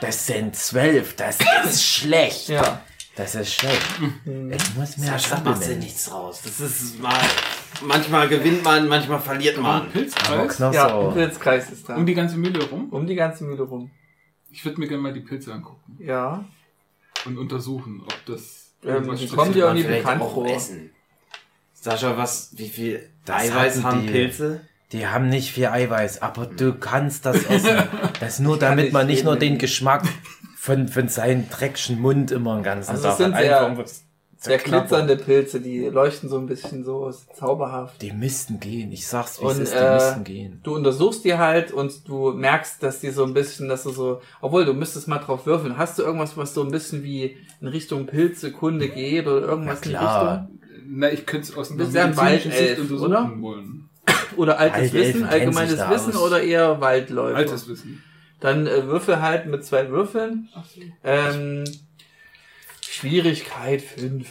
[SPEAKER 2] Das sind zwölf. Das ist schlecht.
[SPEAKER 3] Ja.
[SPEAKER 2] Das ist schlecht. Ich muss mir das
[SPEAKER 1] Sascha, machst du
[SPEAKER 2] abnehmen.
[SPEAKER 1] nichts raus. Das ist mal. Manchmal gewinnt man, manchmal verliert man.
[SPEAKER 2] Aber
[SPEAKER 5] Pilzkreis.
[SPEAKER 2] Knosso.
[SPEAKER 3] Ja, und jetzt kreist es
[SPEAKER 5] Um
[SPEAKER 3] dran.
[SPEAKER 5] die ganze Mühle rum.
[SPEAKER 3] Um die ganze Mühle rum.
[SPEAKER 5] Ich würde mir gerne mal die Pilze angucken
[SPEAKER 3] Ja.
[SPEAKER 5] und untersuchen, ob das
[SPEAKER 3] Ähm,
[SPEAKER 5] irgendwas
[SPEAKER 3] die
[SPEAKER 5] Spezielles
[SPEAKER 3] kommen ja auch
[SPEAKER 5] ist.
[SPEAKER 1] Man
[SPEAKER 3] nie
[SPEAKER 1] vielleicht
[SPEAKER 3] bekannt
[SPEAKER 1] auch
[SPEAKER 3] vor.
[SPEAKER 1] essen. Sascha, was, wie viel
[SPEAKER 2] Das
[SPEAKER 1] Eiweiß
[SPEAKER 2] hatten
[SPEAKER 1] haben
[SPEAKER 2] die.
[SPEAKER 1] Pilze?
[SPEAKER 2] Die haben nicht viel Eiweiß, aber du kannst das essen. Das nur damit
[SPEAKER 3] nicht
[SPEAKER 2] man nicht nur
[SPEAKER 3] reden.
[SPEAKER 2] den Geschmack von, von seinem dreckschen Mund immer den ganzen
[SPEAKER 3] Also es
[SPEAKER 2] Tag
[SPEAKER 3] sind
[SPEAKER 2] hat.
[SPEAKER 3] sehr-
[SPEAKER 2] um was zu
[SPEAKER 3] Sehr
[SPEAKER 2] knabbern.
[SPEAKER 3] glitzernde Pilze, die leuchten so ein bisschen so, ist zauberhaft.
[SPEAKER 2] Die müssten gehen. Ich sag's, wie es
[SPEAKER 3] Und,
[SPEAKER 2] ist. Die
[SPEAKER 3] äh,
[SPEAKER 2] müssten gehen.
[SPEAKER 3] Du untersuchst die halt und du merkst, dass die so ein bisschen, dass du so, obwohl du müsstest mal drauf würfeln. Hast du irgendwas, was so ein bisschen wie in Richtung Pilzekunde geht oder irgendwas in die
[SPEAKER 2] Klar.
[SPEAKER 3] Richtung?
[SPEAKER 5] Na, ich könnte es aus einer
[SPEAKER 3] Bist ja ein
[SPEAKER 5] medizinischen
[SPEAKER 3] Waldelf,
[SPEAKER 5] Sicht untersuchen
[SPEAKER 3] oder?
[SPEAKER 5] wollen.
[SPEAKER 3] Oder altes
[SPEAKER 2] Alte Elfen
[SPEAKER 3] Wissen,
[SPEAKER 2] kennen
[SPEAKER 3] allgemeines
[SPEAKER 2] sich da
[SPEAKER 3] Wissen
[SPEAKER 2] aus.
[SPEAKER 3] oder eher Waldläufe?
[SPEAKER 5] Altes Wissen.
[SPEAKER 3] Dann äh, würfel halt mit zwei Würfeln. Ähm, Schwierigkeit fünf.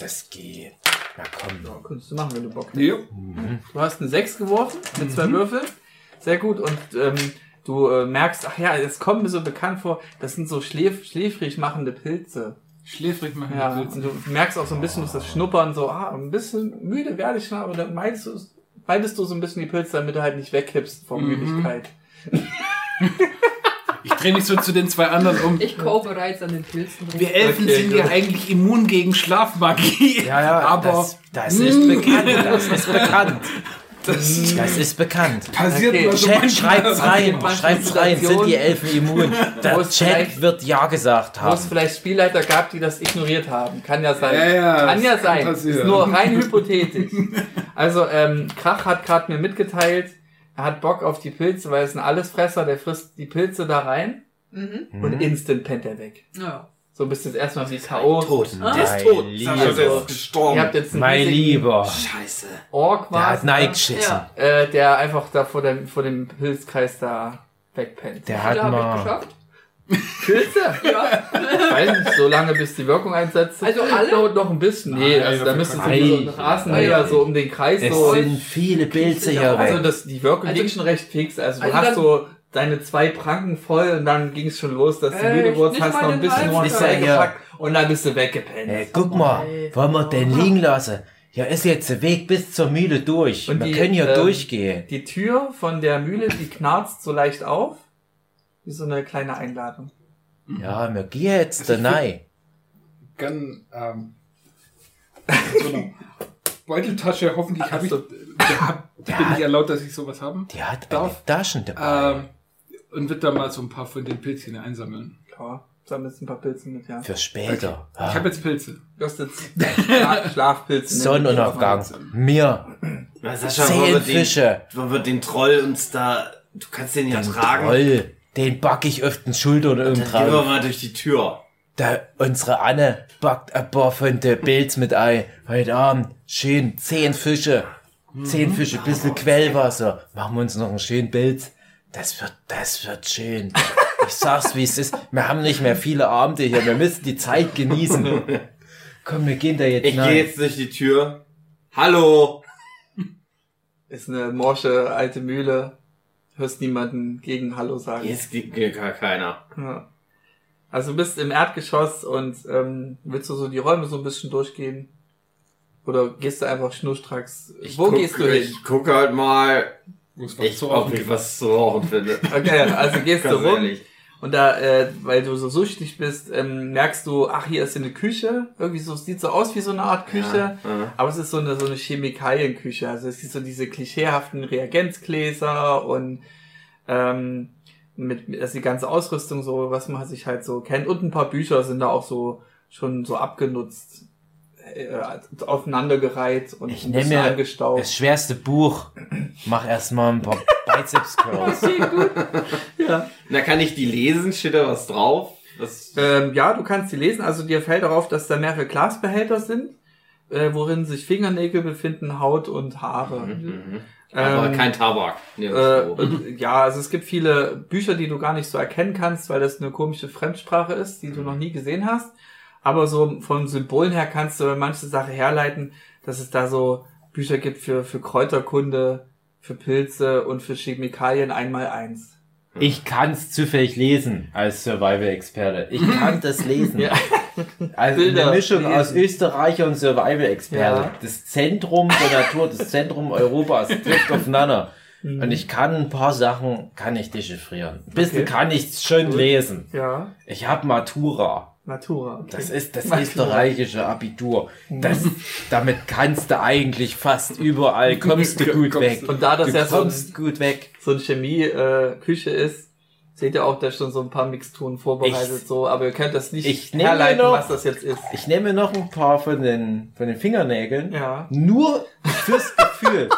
[SPEAKER 2] Das geht. Na komm.
[SPEAKER 3] Ja, könntest du machen, wenn du Bock hast.
[SPEAKER 5] Jo.
[SPEAKER 3] Du hast eine 6 geworfen mit zwei
[SPEAKER 2] Mhm.
[SPEAKER 3] Würfeln. Sehr gut. Und ähm, du äh, merkst, ach ja, das kommt mir so bekannt vor, das sind so schläf schläfrig machende Pilze.
[SPEAKER 5] Schläfrig machen
[SPEAKER 3] Ja,
[SPEAKER 5] willst.
[SPEAKER 3] und du merkst auch so ein bisschen durch das Schnuppern, so, ah, ein bisschen müde werde ich schon, aber dann meinst du, meidest du so ein bisschen die Pilze, damit du halt nicht wegkippst vor
[SPEAKER 5] Mhm.
[SPEAKER 3] Müdigkeit.
[SPEAKER 5] Ich drehe mich so zu den zwei anderen um.
[SPEAKER 4] Ich kaufe bereits an den Pilzen rum.
[SPEAKER 5] Wir Elfen
[SPEAKER 3] Okay,
[SPEAKER 5] sind
[SPEAKER 3] gut.
[SPEAKER 5] ja eigentlich immun gegen Schlafmagie.
[SPEAKER 2] Ja, ja,
[SPEAKER 5] aber
[SPEAKER 2] das, das ist bekannt, das ist bekannt,
[SPEAKER 5] das
[SPEAKER 2] das ist bekannt.
[SPEAKER 5] passiert
[SPEAKER 3] Okay.
[SPEAKER 5] mal so
[SPEAKER 2] Mhm. Chat, schreibt's
[SPEAKER 5] manchmal.
[SPEAKER 2] rein,
[SPEAKER 3] manche
[SPEAKER 2] schreibt's rein, sind die
[SPEAKER 3] Situationen-
[SPEAKER 2] Elfen immun?
[SPEAKER 3] Wo
[SPEAKER 2] Der
[SPEAKER 3] es
[SPEAKER 2] Chat
[SPEAKER 3] vielleicht-
[SPEAKER 2] wird Ja gesagt
[SPEAKER 3] Wo es
[SPEAKER 2] haben.
[SPEAKER 3] vielleicht Spielleiter gab, die das ignoriert haben. Kann ja sein.
[SPEAKER 5] Ja, ja,
[SPEAKER 3] kann ja
[SPEAKER 5] das kann
[SPEAKER 3] sein.
[SPEAKER 5] passieren.
[SPEAKER 3] Ist nur rein hypothetisch. Also, ähm, Krach hat gerade mir mitgeteilt, er hat Bock auf die Pilze, weil es ein Allesfresser, der frisst die Pilze da rein
[SPEAKER 4] Mhm.
[SPEAKER 3] und instant pennt er weg.
[SPEAKER 4] Ja.
[SPEAKER 3] So bist jetzt erstmal wie K.O.
[SPEAKER 1] Der ist
[SPEAKER 2] Mein
[SPEAKER 1] tot.
[SPEAKER 2] Lieber.
[SPEAKER 1] Sascha, der ist
[SPEAKER 3] Ihr
[SPEAKER 1] gestorben.
[SPEAKER 3] habt jetzt einen
[SPEAKER 2] Mein
[SPEAKER 3] riesigen
[SPEAKER 2] Lieber,
[SPEAKER 1] Oh, Scheiße.
[SPEAKER 3] Ork
[SPEAKER 2] der hat
[SPEAKER 3] Master,
[SPEAKER 2] Nike geschissen.
[SPEAKER 4] Ja.
[SPEAKER 3] äh, der einfach da vor dem, vor dem Pilzkreis da wegpennt.
[SPEAKER 2] Der
[SPEAKER 4] Viele
[SPEAKER 2] hat
[SPEAKER 4] habe ich
[SPEAKER 2] mal.
[SPEAKER 4] geschafft.
[SPEAKER 3] Pilze?
[SPEAKER 4] Ja.
[SPEAKER 3] Weiß nicht, so lange bis die Wirkung einsetzt.
[SPEAKER 4] Also alle?
[SPEAKER 3] Dauert noch ein bisschen. Nee,
[SPEAKER 5] Nein,
[SPEAKER 3] also da
[SPEAKER 5] dafür
[SPEAKER 3] müsste
[SPEAKER 2] kann-
[SPEAKER 3] es so ein
[SPEAKER 2] Ei.
[SPEAKER 3] Rasenmäher
[SPEAKER 4] Ei.
[SPEAKER 3] so um den Kreis
[SPEAKER 2] Es
[SPEAKER 3] so.
[SPEAKER 2] sind viele Pilze hier
[SPEAKER 3] Also
[SPEAKER 2] weg.
[SPEAKER 3] das, die Wirkung
[SPEAKER 4] Also-
[SPEAKER 3] ging schon recht fix. Also du
[SPEAKER 4] Also
[SPEAKER 3] hast
[SPEAKER 4] dann-
[SPEAKER 3] so deine zwei Pranken voll und dann ging es schon los, dass du
[SPEAKER 4] Äh,
[SPEAKER 3] müde wurdest,
[SPEAKER 4] nicht
[SPEAKER 3] hast
[SPEAKER 4] mal
[SPEAKER 3] noch ein
[SPEAKER 4] den
[SPEAKER 3] bisschen
[SPEAKER 4] halben
[SPEAKER 3] nur
[SPEAKER 2] Ist er hier?
[SPEAKER 3] weggepackt und dann bist du weggepennt.
[SPEAKER 2] Hey, guck mal,
[SPEAKER 4] Ey.
[SPEAKER 2] wollen wir den liegen lassen? Hier ist jetzt der Weg bis zur Mühle durch.
[SPEAKER 3] Und
[SPEAKER 2] wir
[SPEAKER 3] die,
[SPEAKER 2] können hier
[SPEAKER 3] ähm,
[SPEAKER 2] durchgehen.
[SPEAKER 3] Die Tür von der Mühle, die knarzt so leicht auf. Wie so eine kleine Einladung.
[SPEAKER 2] Ja, wir gehen jetzt da rein.
[SPEAKER 5] Kann, ähm, so eine Beuteltasche, hoffentlich habe ich.
[SPEAKER 3] Also-
[SPEAKER 5] Da hab- bin ich erlaubt, dass ich sowas habe.
[SPEAKER 2] Die hat eine
[SPEAKER 5] Darf-
[SPEAKER 2] Taschen dabei.
[SPEAKER 5] Ähm, und wird da mal so ein paar von den Pilzchen einsammeln.
[SPEAKER 3] Ja, sammelst ein paar Pilze mit, ja.
[SPEAKER 2] Für später.
[SPEAKER 5] Ich
[SPEAKER 2] Ja.
[SPEAKER 5] habe jetzt Pilze.
[SPEAKER 3] Du hast jetzt Schla- Schlafpilze.
[SPEAKER 2] Sonnenuntergang. Mir.
[SPEAKER 1] Na, Sascha, wollen wir,
[SPEAKER 2] Zehn
[SPEAKER 1] den,
[SPEAKER 2] Fische.
[SPEAKER 1] wollen wir den Troll uns da. Du kannst den ja
[SPEAKER 2] Den
[SPEAKER 1] tragen.
[SPEAKER 2] Troll. Den back ich auf den Schultern
[SPEAKER 1] Dann gehen wir
[SPEAKER 2] umdrauf.
[SPEAKER 1] mal durch die Tür.
[SPEAKER 2] Da unsere Anne backt ein paar von der Pilz mit ein. Heute Abend schön zehn Fische. Zehn Fische, bisschen Quellwasser. Machen wir uns noch einen schönen Pilz. Das wird, das wird schön. Ich sag's, wie es ist. Wir haben nicht mehr viele Abende hier. Wir müssen die Zeit genießen. Komm, wir gehen da jetzt
[SPEAKER 1] Ich
[SPEAKER 2] rein.
[SPEAKER 1] gehe jetzt durch die Tür. Hallo.
[SPEAKER 3] Ist eine morsche alte Mühle. Hörst niemanden gegen Hallo sagen.
[SPEAKER 1] Jetzt gibt mir gar keiner.
[SPEAKER 3] Ja. Also du bist im Erdgeschoss und ähm, willst du so die Räume so ein bisschen durchgehen? Oder gehst du einfach schnurstracks?
[SPEAKER 1] Ich
[SPEAKER 3] Wo
[SPEAKER 1] guck-
[SPEAKER 3] gehst du hin?
[SPEAKER 1] Ich gucke halt mal,
[SPEAKER 5] Wo es was
[SPEAKER 1] ich,
[SPEAKER 5] zu
[SPEAKER 1] ob
[SPEAKER 5] rauchen
[SPEAKER 1] ich
[SPEAKER 5] gibt.
[SPEAKER 1] was zu rauchen finde.
[SPEAKER 3] Okay, also gehst du
[SPEAKER 1] Ganz
[SPEAKER 3] rum
[SPEAKER 1] ehrlich.
[SPEAKER 3] und da, äh, weil du so süchtig bist, ähm, merkst du, ach, hier ist eine Küche. Irgendwie so sieht so aus wie so eine Art Küche.
[SPEAKER 1] Ja, ja.
[SPEAKER 3] Aber es ist so eine, so eine Chemikalienküche. Also es gibt so diese klischeehaften Reagenzgläser und ähm, mit, mit- also die ganze Ausrüstung, so was man sich halt so kennt. Und ein paar Bücher sind da auch so schon so abgenutzt, äh, aufeinandergereiht und
[SPEAKER 2] Ich
[SPEAKER 3] ein
[SPEAKER 2] nehme
[SPEAKER 3] bisschen
[SPEAKER 2] mir
[SPEAKER 3] angestaubt.
[SPEAKER 2] Das schwerste Buch. Mach erstmal ein paar Biceps Curls.
[SPEAKER 3] Ja.
[SPEAKER 1] Na, kann ich die lesen? Steht da was drauf? Was,
[SPEAKER 3] Ähm, ja, du kannst die lesen. Also dir fällt darauf, dass da mehrere Glasbehälter sind, äh, worin sich Fingernägel befinden, Haut und Haare.
[SPEAKER 1] mhm. Aber
[SPEAKER 3] Ähm,
[SPEAKER 1] kein Tabak.
[SPEAKER 3] Äh,
[SPEAKER 1] Nirgendwo.
[SPEAKER 3] und, ja, also es gibt viele Bücher, die du gar nicht so erkennen kannst, weil das eine komische Fremdsprache ist, die du noch nie gesehen hast. Aber so von Symbolen her kannst du manche Sache herleiten, dass es da so Bücher gibt für, für Kräuterkunde, für Pilze und für Chemikalien einmal eins.
[SPEAKER 2] Ich kann's zufällig lesen als Survival-Experte. Ich kann das lesen.
[SPEAKER 3] Mhm. Ja.
[SPEAKER 2] Also
[SPEAKER 3] Bilder
[SPEAKER 2] eine Mischung
[SPEAKER 3] lesen.
[SPEAKER 2] aus Österreicher und Survival-Experte.
[SPEAKER 3] Ja.
[SPEAKER 2] Das Zentrum der Natur, das Zentrum Europas trifft aufeinander.
[SPEAKER 3] Mhm.
[SPEAKER 2] Und ich kann ein paar Sachen, kann ich dechiffrieren. Ein bisschen
[SPEAKER 3] Okay.
[SPEAKER 2] kann ich schön lesen.
[SPEAKER 3] Ja,
[SPEAKER 2] Ich habe Matura.
[SPEAKER 3] Natura. okay.
[SPEAKER 2] Das ist das
[SPEAKER 3] Mhm. Matura. Mhm.
[SPEAKER 2] österreichische Abitur. Das, damit kannst du eigentlich fast überall, kommst du gut
[SPEAKER 5] Kommst
[SPEAKER 2] weg.
[SPEAKER 5] du-
[SPEAKER 3] Und da das
[SPEAKER 2] Du
[SPEAKER 3] ja so ein,
[SPEAKER 2] kommst gut weg.
[SPEAKER 3] so ein Chemie-Küche ist, seht ihr auch, dass schon so ein paar Mixturen vorbereitet
[SPEAKER 2] Ich-
[SPEAKER 3] so, aber ihr könnt das nicht
[SPEAKER 2] Ich nehme
[SPEAKER 3] herleiten,
[SPEAKER 2] noch-
[SPEAKER 3] was das jetzt ist.
[SPEAKER 2] Ich nehme noch ein paar von den, von den Fingernägeln.
[SPEAKER 3] Ja.
[SPEAKER 2] Nur fürs Gefühl.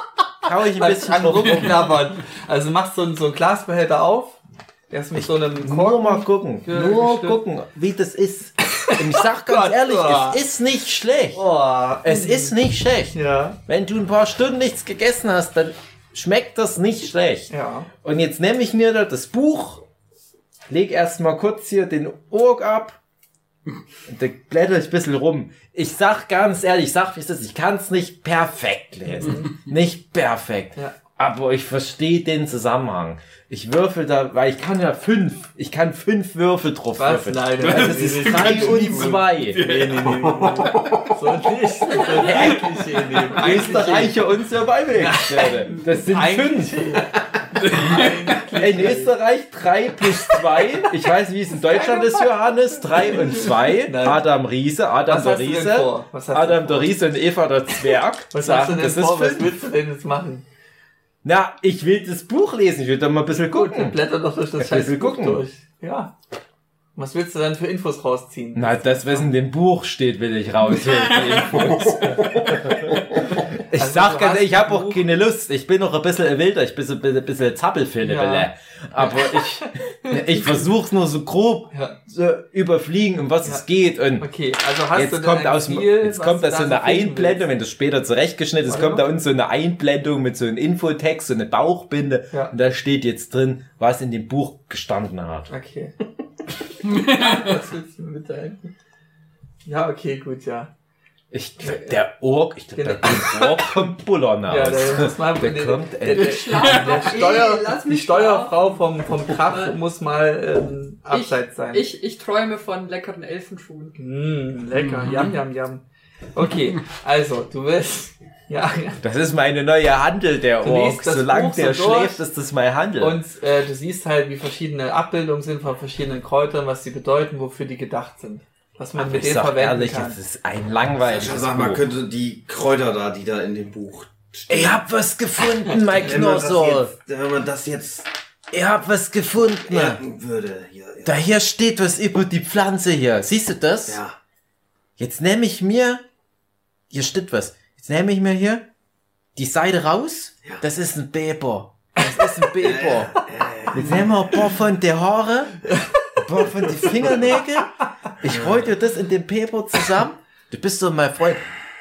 [SPEAKER 2] Kau ich ein
[SPEAKER 3] Bleibst
[SPEAKER 2] bisschen
[SPEAKER 3] an
[SPEAKER 2] rum.
[SPEAKER 3] rumknabbern. Also machst so einen, so einen Glasbehälter auf, der ist mit so einem
[SPEAKER 2] Nur mal
[SPEAKER 3] Korken.
[SPEAKER 2] gucken.
[SPEAKER 3] Ja,
[SPEAKER 2] Nur
[SPEAKER 3] stimmt.
[SPEAKER 2] gucken, wie das ist. Und ich sag ganz
[SPEAKER 3] Gott,
[SPEAKER 2] ehrlich,
[SPEAKER 3] oh.
[SPEAKER 2] es ist nicht schlecht.
[SPEAKER 3] Oh,
[SPEAKER 2] Es ist nicht schlecht.
[SPEAKER 3] ja.
[SPEAKER 2] Wenn du ein paar Stunden nichts gegessen hast, dann schmeckt das nicht schlecht.
[SPEAKER 3] Ja.
[SPEAKER 2] Und jetzt nehme ich mir da das Buch, leg erstmal kurz hier den Org ab. Und da blätter ich ein bisschen rum. Ich sag ganz ehrlich, ich sag wie es ist, ich kann es nicht perfekt lesen. Nicht perfekt.
[SPEAKER 3] Ja.
[SPEAKER 2] aber ich verstehe den Zusammenhang. Ich würfel da, weil ich kann ja fünf, ich kann fünf Würfel drauf
[SPEAKER 3] Was?
[SPEAKER 2] würfeln.
[SPEAKER 3] Nein,
[SPEAKER 2] Also es ist drei und zwei.
[SPEAKER 3] Nee, nee, nee, nee. So nicht. So eigentlich hier nehmen.
[SPEAKER 2] Österreicher und Survival-Experte. Das sind
[SPEAKER 3] Eigentlich-
[SPEAKER 2] fünf. In Österreich drei plus zwei. Ich weiß, wie es in Deutschland ist, Johannes. Drei und zwei.
[SPEAKER 3] Nein.
[SPEAKER 2] Adam Riese, Adam
[SPEAKER 3] Was
[SPEAKER 2] der
[SPEAKER 3] hast du denn
[SPEAKER 2] Riese.
[SPEAKER 3] vor? Was hast
[SPEAKER 2] Adam
[SPEAKER 3] du denn
[SPEAKER 2] der Riese und Eva der Zwerg.
[SPEAKER 3] vor? Was hast du
[SPEAKER 2] sagen,
[SPEAKER 3] denn
[SPEAKER 2] das ist
[SPEAKER 3] vor? Was
[SPEAKER 2] fünf.
[SPEAKER 3] willst du denn jetzt machen?
[SPEAKER 2] Na, ich will das Buch lesen. Ich will da mal ein bisschen
[SPEAKER 3] Gut, dann
[SPEAKER 2] gucken.
[SPEAKER 3] blätter doch durch das
[SPEAKER 2] Ja, wir
[SPEAKER 3] scheiß Buch
[SPEAKER 2] gucken.
[SPEAKER 3] durch. Ja. Was willst du dann für Infos rausziehen?
[SPEAKER 2] Na, das, was in dem Buch steht, will ich raus. ich
[SPEAKER 3] Also,
[SPEAKER 2] sag
[SPEAKER 3] du
[SPEAKER 2] ganz
[SPEAKER 3] hast
[SPEAKER 2] ehrlich, ich
[SPEAKER 3] ein
[SPEAKER 2] habe auch
[SPEAKER 3] Buch-
[SPEAKER 2] keine Lust. Ich bin noch ein bisschen ein wilder, ich bin ein bisschen, bisschen Zappelfilme.
[SPEAKER 3] Ja.
[SPEAKER 2] Aber ich, ich versuch's nur so grob
[SPEAKER 3] Ja.
[SPEAKER 2] zu überfliegen, um was
[SPEAKER 3] Ja.
[SPEAKER 2] es geht. Und
[SPEAKER 3] Okay, also hast du
[SPEAKER 2] jetzt
[SPEAKER 3] denn
[SPEAKER 2] kommt,
[SPEAKER 3] ein
[SPEAKER 2] aus, dem-
[SPEAKER 3] Ziel,
[SPEAKER 2] jetzt
[SPEAKER 3] was
[SPEAKER 2] kommt
[SPEAKER 3] du
[SPEAKER 2] da so
[SPEAKER 3] so
[SPEAKER 2] eine
[SPEAKER 3] finden
[SPEAKER 2] Einblendung, wenn das später zurechtgeschnitten ist,
[SPEAKER 3] Warte
[SPEAKER 2] kommt da unten so eine Einblendung mit so einem Infotext, so eine Bauchbinde.
[SPEAKER 3] Ja.
[SPEAKER 2] Und da steht jetzt drin, was in dem Buch gestanden hat.
[SPEAKER 3] willst? Okay. was willst du mir mitteilen? Ja, okay, gut, ja.
[SPEAKER 2] Ich glaub, der Ork, ich glaube,
[SPEAKER 3] Genau.
[SPEAKER 2] der Ork kommt Bullern
[SPEAKER 3] ja,
[SPEAKER 2] aus.
[SPEAKER 3] der, muss mal,
[SPEAKER 2] Der
[SPEAKER 3] nee,
[SPEAKER 2] kommt,
[SPEAKER 3] der,
[SPEAKER 2] ey.
[SPEAKER 3] der,
[SPEAKER 4] Schlaf
[SPEAKER 3] der
[SPEAKER 4] doch eh,
[SPEAKER 3] Steuer,
[SPEAKER 4] lass
[SPEAKER 3] die
[SPEAKER 4] mich
[SPEAKER 3] Steuerfrau vom, vom Krach muss mal ähm,
[SPEAKER 4] schlafen.
[SPEAKER 3] abseits
[SPEAKER 4] ich,
[SPEAKER 3] sein.
[SPEAKER 4] Ich, ich träume von leckeren Elfenschuhen.
[SPEAKER 3] Mm, lecker,
[SPEAKER 5] Mhm.
[SPEAKER 3] yam, yam, yam. Okay, also, du willst, ja,
[SPEAKER 2] Das ist meine neue Handel, der
[SPEAKER 3] Du
[SPEAKER 2] Ork.
[SPEAKER 3] liest das
[SPEAKER 2] Solange
[SPEAKER 3] Buch so
[SPEAKER 2] der
[SPEAKER 3] durch
[SPEAKER 2] schläft, ist das mein Handel.
[SPEAKER 3] und äh, du siehst halt, wie verschiedene Abbildungen sind von verschiedenen Kräutern, was sie bedeuten, wofür die gedacht sind. Was man mit
[SPEAKER 2] ich
[SPEAKER 3] denen
[SPEAKER 2] sag
[SPEAKER 3] verwenden
[SPEAKER 2] ehrlich,
[SPEAKER 3] kann.
[SPEAKER 2] das ist ein langweiliges
[SPEAKER 1] Sascha, sag mal,
[SPEAKER 2] Buch.
[SPEAKER 1] könnte die Kräuter da, die da in dem Buch
[SPEAKER 2] Ich
[SPEAKER 3] halt
[SPEAKER 2] hab was gefunden, mein
[SPEAKER 1] Wenn man, das
[SPEAKER 2] Knosser.
[SPEAKER 1] jetzt, wenn man das jetzt
[SPEAKER 2] Ich hab was gefunden.
[SPEAKER 1] merken würde. Hier, ja.
[SPEAKER 2] Da hier steht was über die Pflanze hier. Siehst du das?
[SPEAKER 1] ja.
[SPEAKER 2] Jetzt nehme ich mir, hier steht was, jetzt nehme ich mir hier die Seite raus.
[SPEAKER 1] Ja.
[SPEAKER 2] Das ist ein Beber. Das ist ein Beber.
[SPEAKER 1] Äh,
[SPEAKER 2] Jetzt nehmen wir ein paar von der Haare, ein paar von die Fingernägel. Ich roll dir das in den Paper zusammen. Du bist so mein Freund.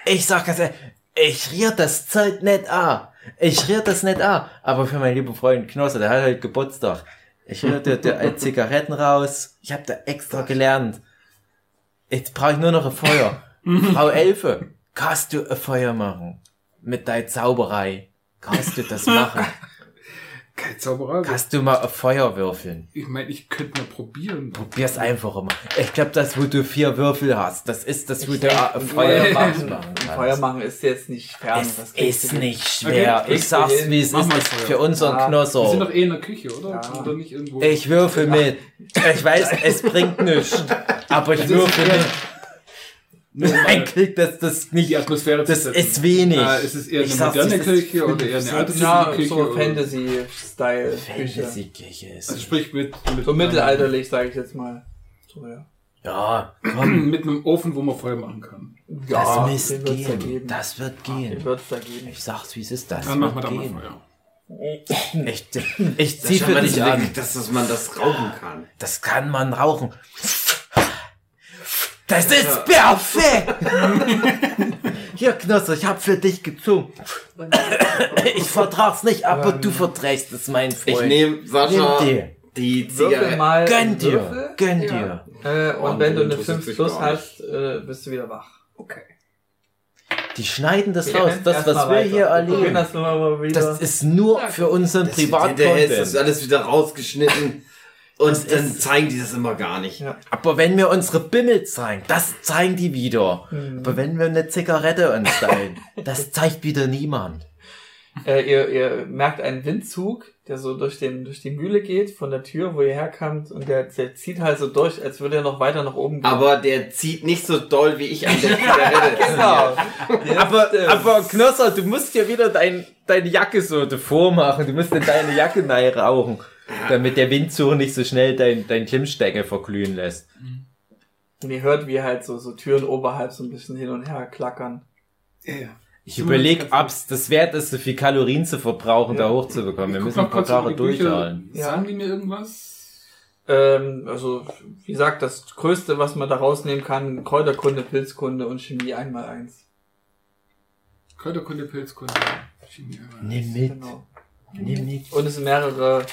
[SPEAKER 2] Ich sag ganz ehrlich, ich rier das Zeug nicht an. Ich rier das nicht an. Aber für meinen lieben Freund Knosser, der hat heute Geburtstag. Ich rier dir die Zigaretten raus. Ich hab da extra gelernt. Jetzt brauche ich nur noch ein Feuer. Frau Elfe, kannst du ein Feuer machen? Mit deiner Zauberei. Kannst du das machen?
[SPEAKER 5] Kein Zauberer.
[SPEAKER 2] Kannst du mal ein Feuer würfeln?
[SPEAKER 5] Ich meine, ich könnte mal probieren.
[SPEAKER 2] Probier's einfach mal. Ich glaube, das, wo du vier Würfel hast, das ist das, wo du äh, Feuer
[SPEAKER 3] Feuer
[SPEAKER 2] machen
[SPEAKER 3] machen.
[SPEAKER 2] kannst.
[SPEAKER 3] Feuer machen ist jetzt nicht fern. das
[SPEAKER 2] Es
[SPEAKER 3] kriegst
[SPEAKER 2] ist
[SPEAKER 3] du hin.
[SPEAKER 2] nicht schwer.
[SPEAKER 5] Okay,
[SPEAKER 2] ich sag's, wie es
[SPEAKER 5] Mach
[SPEAKER 2] ist
[SPEAKER 5] mal
[SPEAKER 2] ist
[SPEAKER 5] Feuer.
[SPEAKER 2] für unseren
[SPEAKER 3] Ah,
[SPEAKER 5] Wir sind doch
[SPEAKER 2] Knosser.
[SPEAKER 5] eh in der Küche, oder?
[SPEAKER 3] Ja.
[SPEAKER 5] Oder nicht irgendwo?
[SPEAKER 2] Ich würfel mit. Ich weiß, es bringt nichts. Aber ich
[SPEAKER 5] Das ist
[SPEAKER 2] würfel
[SPEAKER 5] eher-
[SPEAKER 2] mit.
[SPEAKER 5] Nur um
[SPEAKER 2] Nein, krieg das, das
[SPEAKER 5] die
[SPEAKER 2] nicht.
[SPEAKER 5] Atmosphäre
[SPEAKER 2] Das
[SPEAKER 5] zu setzen.
[SPEAKER 2] ist wenig.
[SPEAKER 5] Ah, ist es eher
[SPEAKER 2] Ich
[SPEAKER 5] eine
[SPEAKER 2] sag's,
[SPEAKER 5] moderne
[SPEAKER 2] das ist-
[SPEAKER 5] Küche oder eher eine alte
[SPEAKER 3] Ja,
[SPEAKER 5] Küche?
[SPEAKER 3] so
[SPEAKER 5] oder-
[SPEAKER 3] Fantasy-Style. Küche.
[SPEAKER 2] Fantasy-Kirche ist.
[SPEAKER 5] Also sprich mit, mit
[SPEAKER 3] So mittelalterlich, sage ich jetzt mal. So, ja.
[SPEAKER 2] ja, komm.
[SPEAKER 5] mit einem Ofen, wo man Feuer machen kann.
[SPEAKER 2] Das
[SPEAKER 3] Ja, den
[SPEAKER 2] müsste
[SPEAKER 3] wird's da
[SPEAKER 2] gehen.
[SPEAKER 3] geben.
[SPEAKER 2] Das wird
[SPEAKER 3] Den
[SPEAKER 2] gehen.
[SPEAKER 3] wird's da geben.
[SPEAKER 2] Ich sag's, wie es ist. Das
[SPEAKER 5] Dann machen wir
[SPEAKER 2] wird
[SPEAKER 5] da mal
[SPEAKER 2] gehen.
[SPEAKER 5] Feuer.
[SPEAKER 2] Ich, ich
[SPEAKER 1] Sascha,
[SPEAKER 2] zieh für
[SPEAKER 1] man
[SPEAKER 2] dich
[SPEAKER 1] denkt,
[SPEAKER 2] an.
[SPEAKER 1] Dass, dass man das rauchen kann.
[SPEAKER 2] Das kann man rauchen. Das ist perfekt! Hier, Knosser, ich hab für dich gezogen. Ich vertrag's nicht, aber du verträgst es, mein
[SPEAKER 1] Ich
[SPEAKER 2] Freund.
[SPEAKER 1] nehme Sascha
[SPEAKER 2] Nimm dir.
[SPEAKER 1] die
[SPEAKER 3] Würfel
[SPEAKER 1] Zigarette.
[SPEAKER 3] mal.
[SPEAKER 2] Gönn dir,
[SPEAKER 3] Äh, Würfel.
[SPEAKER 2] gönn
[SPEAKER 4] Ja.
[SPEAKER 2] dir.
[SPEAKER 3] Äh, und
[SPEAKER 1] Mann,
[SPEAKER 3] wenn du
[SPEAKER 1] den
[SPEAKER 3] eine
[SPEAKER 1] interessiert
[SPEAKER 3] 5
[SPEAKER 1] sich
[SPEAKER 3] plus
[SPEAKER 1] gar nicht.
[SPEAKER 3] hast, äh, bist du wieder wach.
[SPEAKER 4] Okay.
[SPEAKER 2] Die schneiden das
[SPEAKER 3] Wir
[SPEAKER 2] raus,
[SPEAKER 3] rennen
[SPEAKER 2] das,
[SPEAKER 3] erst mal
[SPEAKER 2] was wir
[SPEAKER 3] weiter. Genau.
[SPEAKER 2] hier
[SPEAKER 3] probieren
[SPEAKER 2] erleben.
[SPEAKER 3] das nochmal mal wieder.
[SPEAKER 2] Das ist nur
[SPEAKER 4] Ja.
[SPEAKER 2] für unseren
[SPEAKER 1] Das- hinterher ist das
[SPEAKER 2] Privatcontent.
[SPEAKER 1] alles wieder rausgeschnitten. Und dann
[SPEAKER 2] ist-
[SPEAKER 1] zeigen die das immer gar nicht.
[SPEAKER 3] Ja.
[SPEAKER 2] Aber wenn wir unsere Bimmel zeigen, das zeigen die wieder.
[SPEAKER 3] Hm.
[SPEAKER 2] Aber wenn wir eine Zigarette uns teilen, das zeigt wieder niemand.
[SPEAKER 3] äh, ihr, ihr merkt einen Windzug, der so durch, den, durch die Mühle geht, von der Tür, wo ihr herkamt, und der, der zieht halt so durch, als würde er noch weiter nach oben gehen.
[SPEAKER 1] Aber der zieht nicht so doll wie ich an der Zigarette.
[SPEAKER 3] genau.
[SPEAKER 2] Aber, aber Knosser, du musst ja wieder dein, deine Jacke so davor machen. Du musst in deine Jacke neu rauchen, damit der Windzug nicht so schnell dein, dein Klimmstängel verglühen lässt.
[SPEAKER 3] Und ihr hört, wie halt so, so Türen oberhalb so ein bisschen hin und her klackern.
[SPEAKER 5] Ja, ja.
[SPEAKER 2] Ich überleg, ob's das wert ist, so viel Kalorien zu verbrauchen, da hochzubekommen. Wir
[SPEAKER 5] Guck
[SPEAKER 2] müssen
[SPEAKER 5] noch
[SPEAKER 2] ein paar
[SPEAKER 5] kurz in die
[SPEAKER 2] Tage
[SPEAKER 5] Bücher.
[SPEAKER 2] durchhalten.
[SPEAKER 3] Ja.
[SPEAKER 5] Sagen die mir irgendwas?
[SPEAKER 3] Ähm, also, wie gesagt, das Größte, was man da rausnehmen kann, Kräuterkunde, Pilzkunde und Chemie einmal eins.
[SPEAKER 5] Kräuterkunde, Pilzkunde, Chemie.
[SPEAKER 2] Nimm mit,
[SPEAKER 3] Genau.
[SPEAKER 2] nimm mit.
[SPEAKER 3] Und es sind mehrere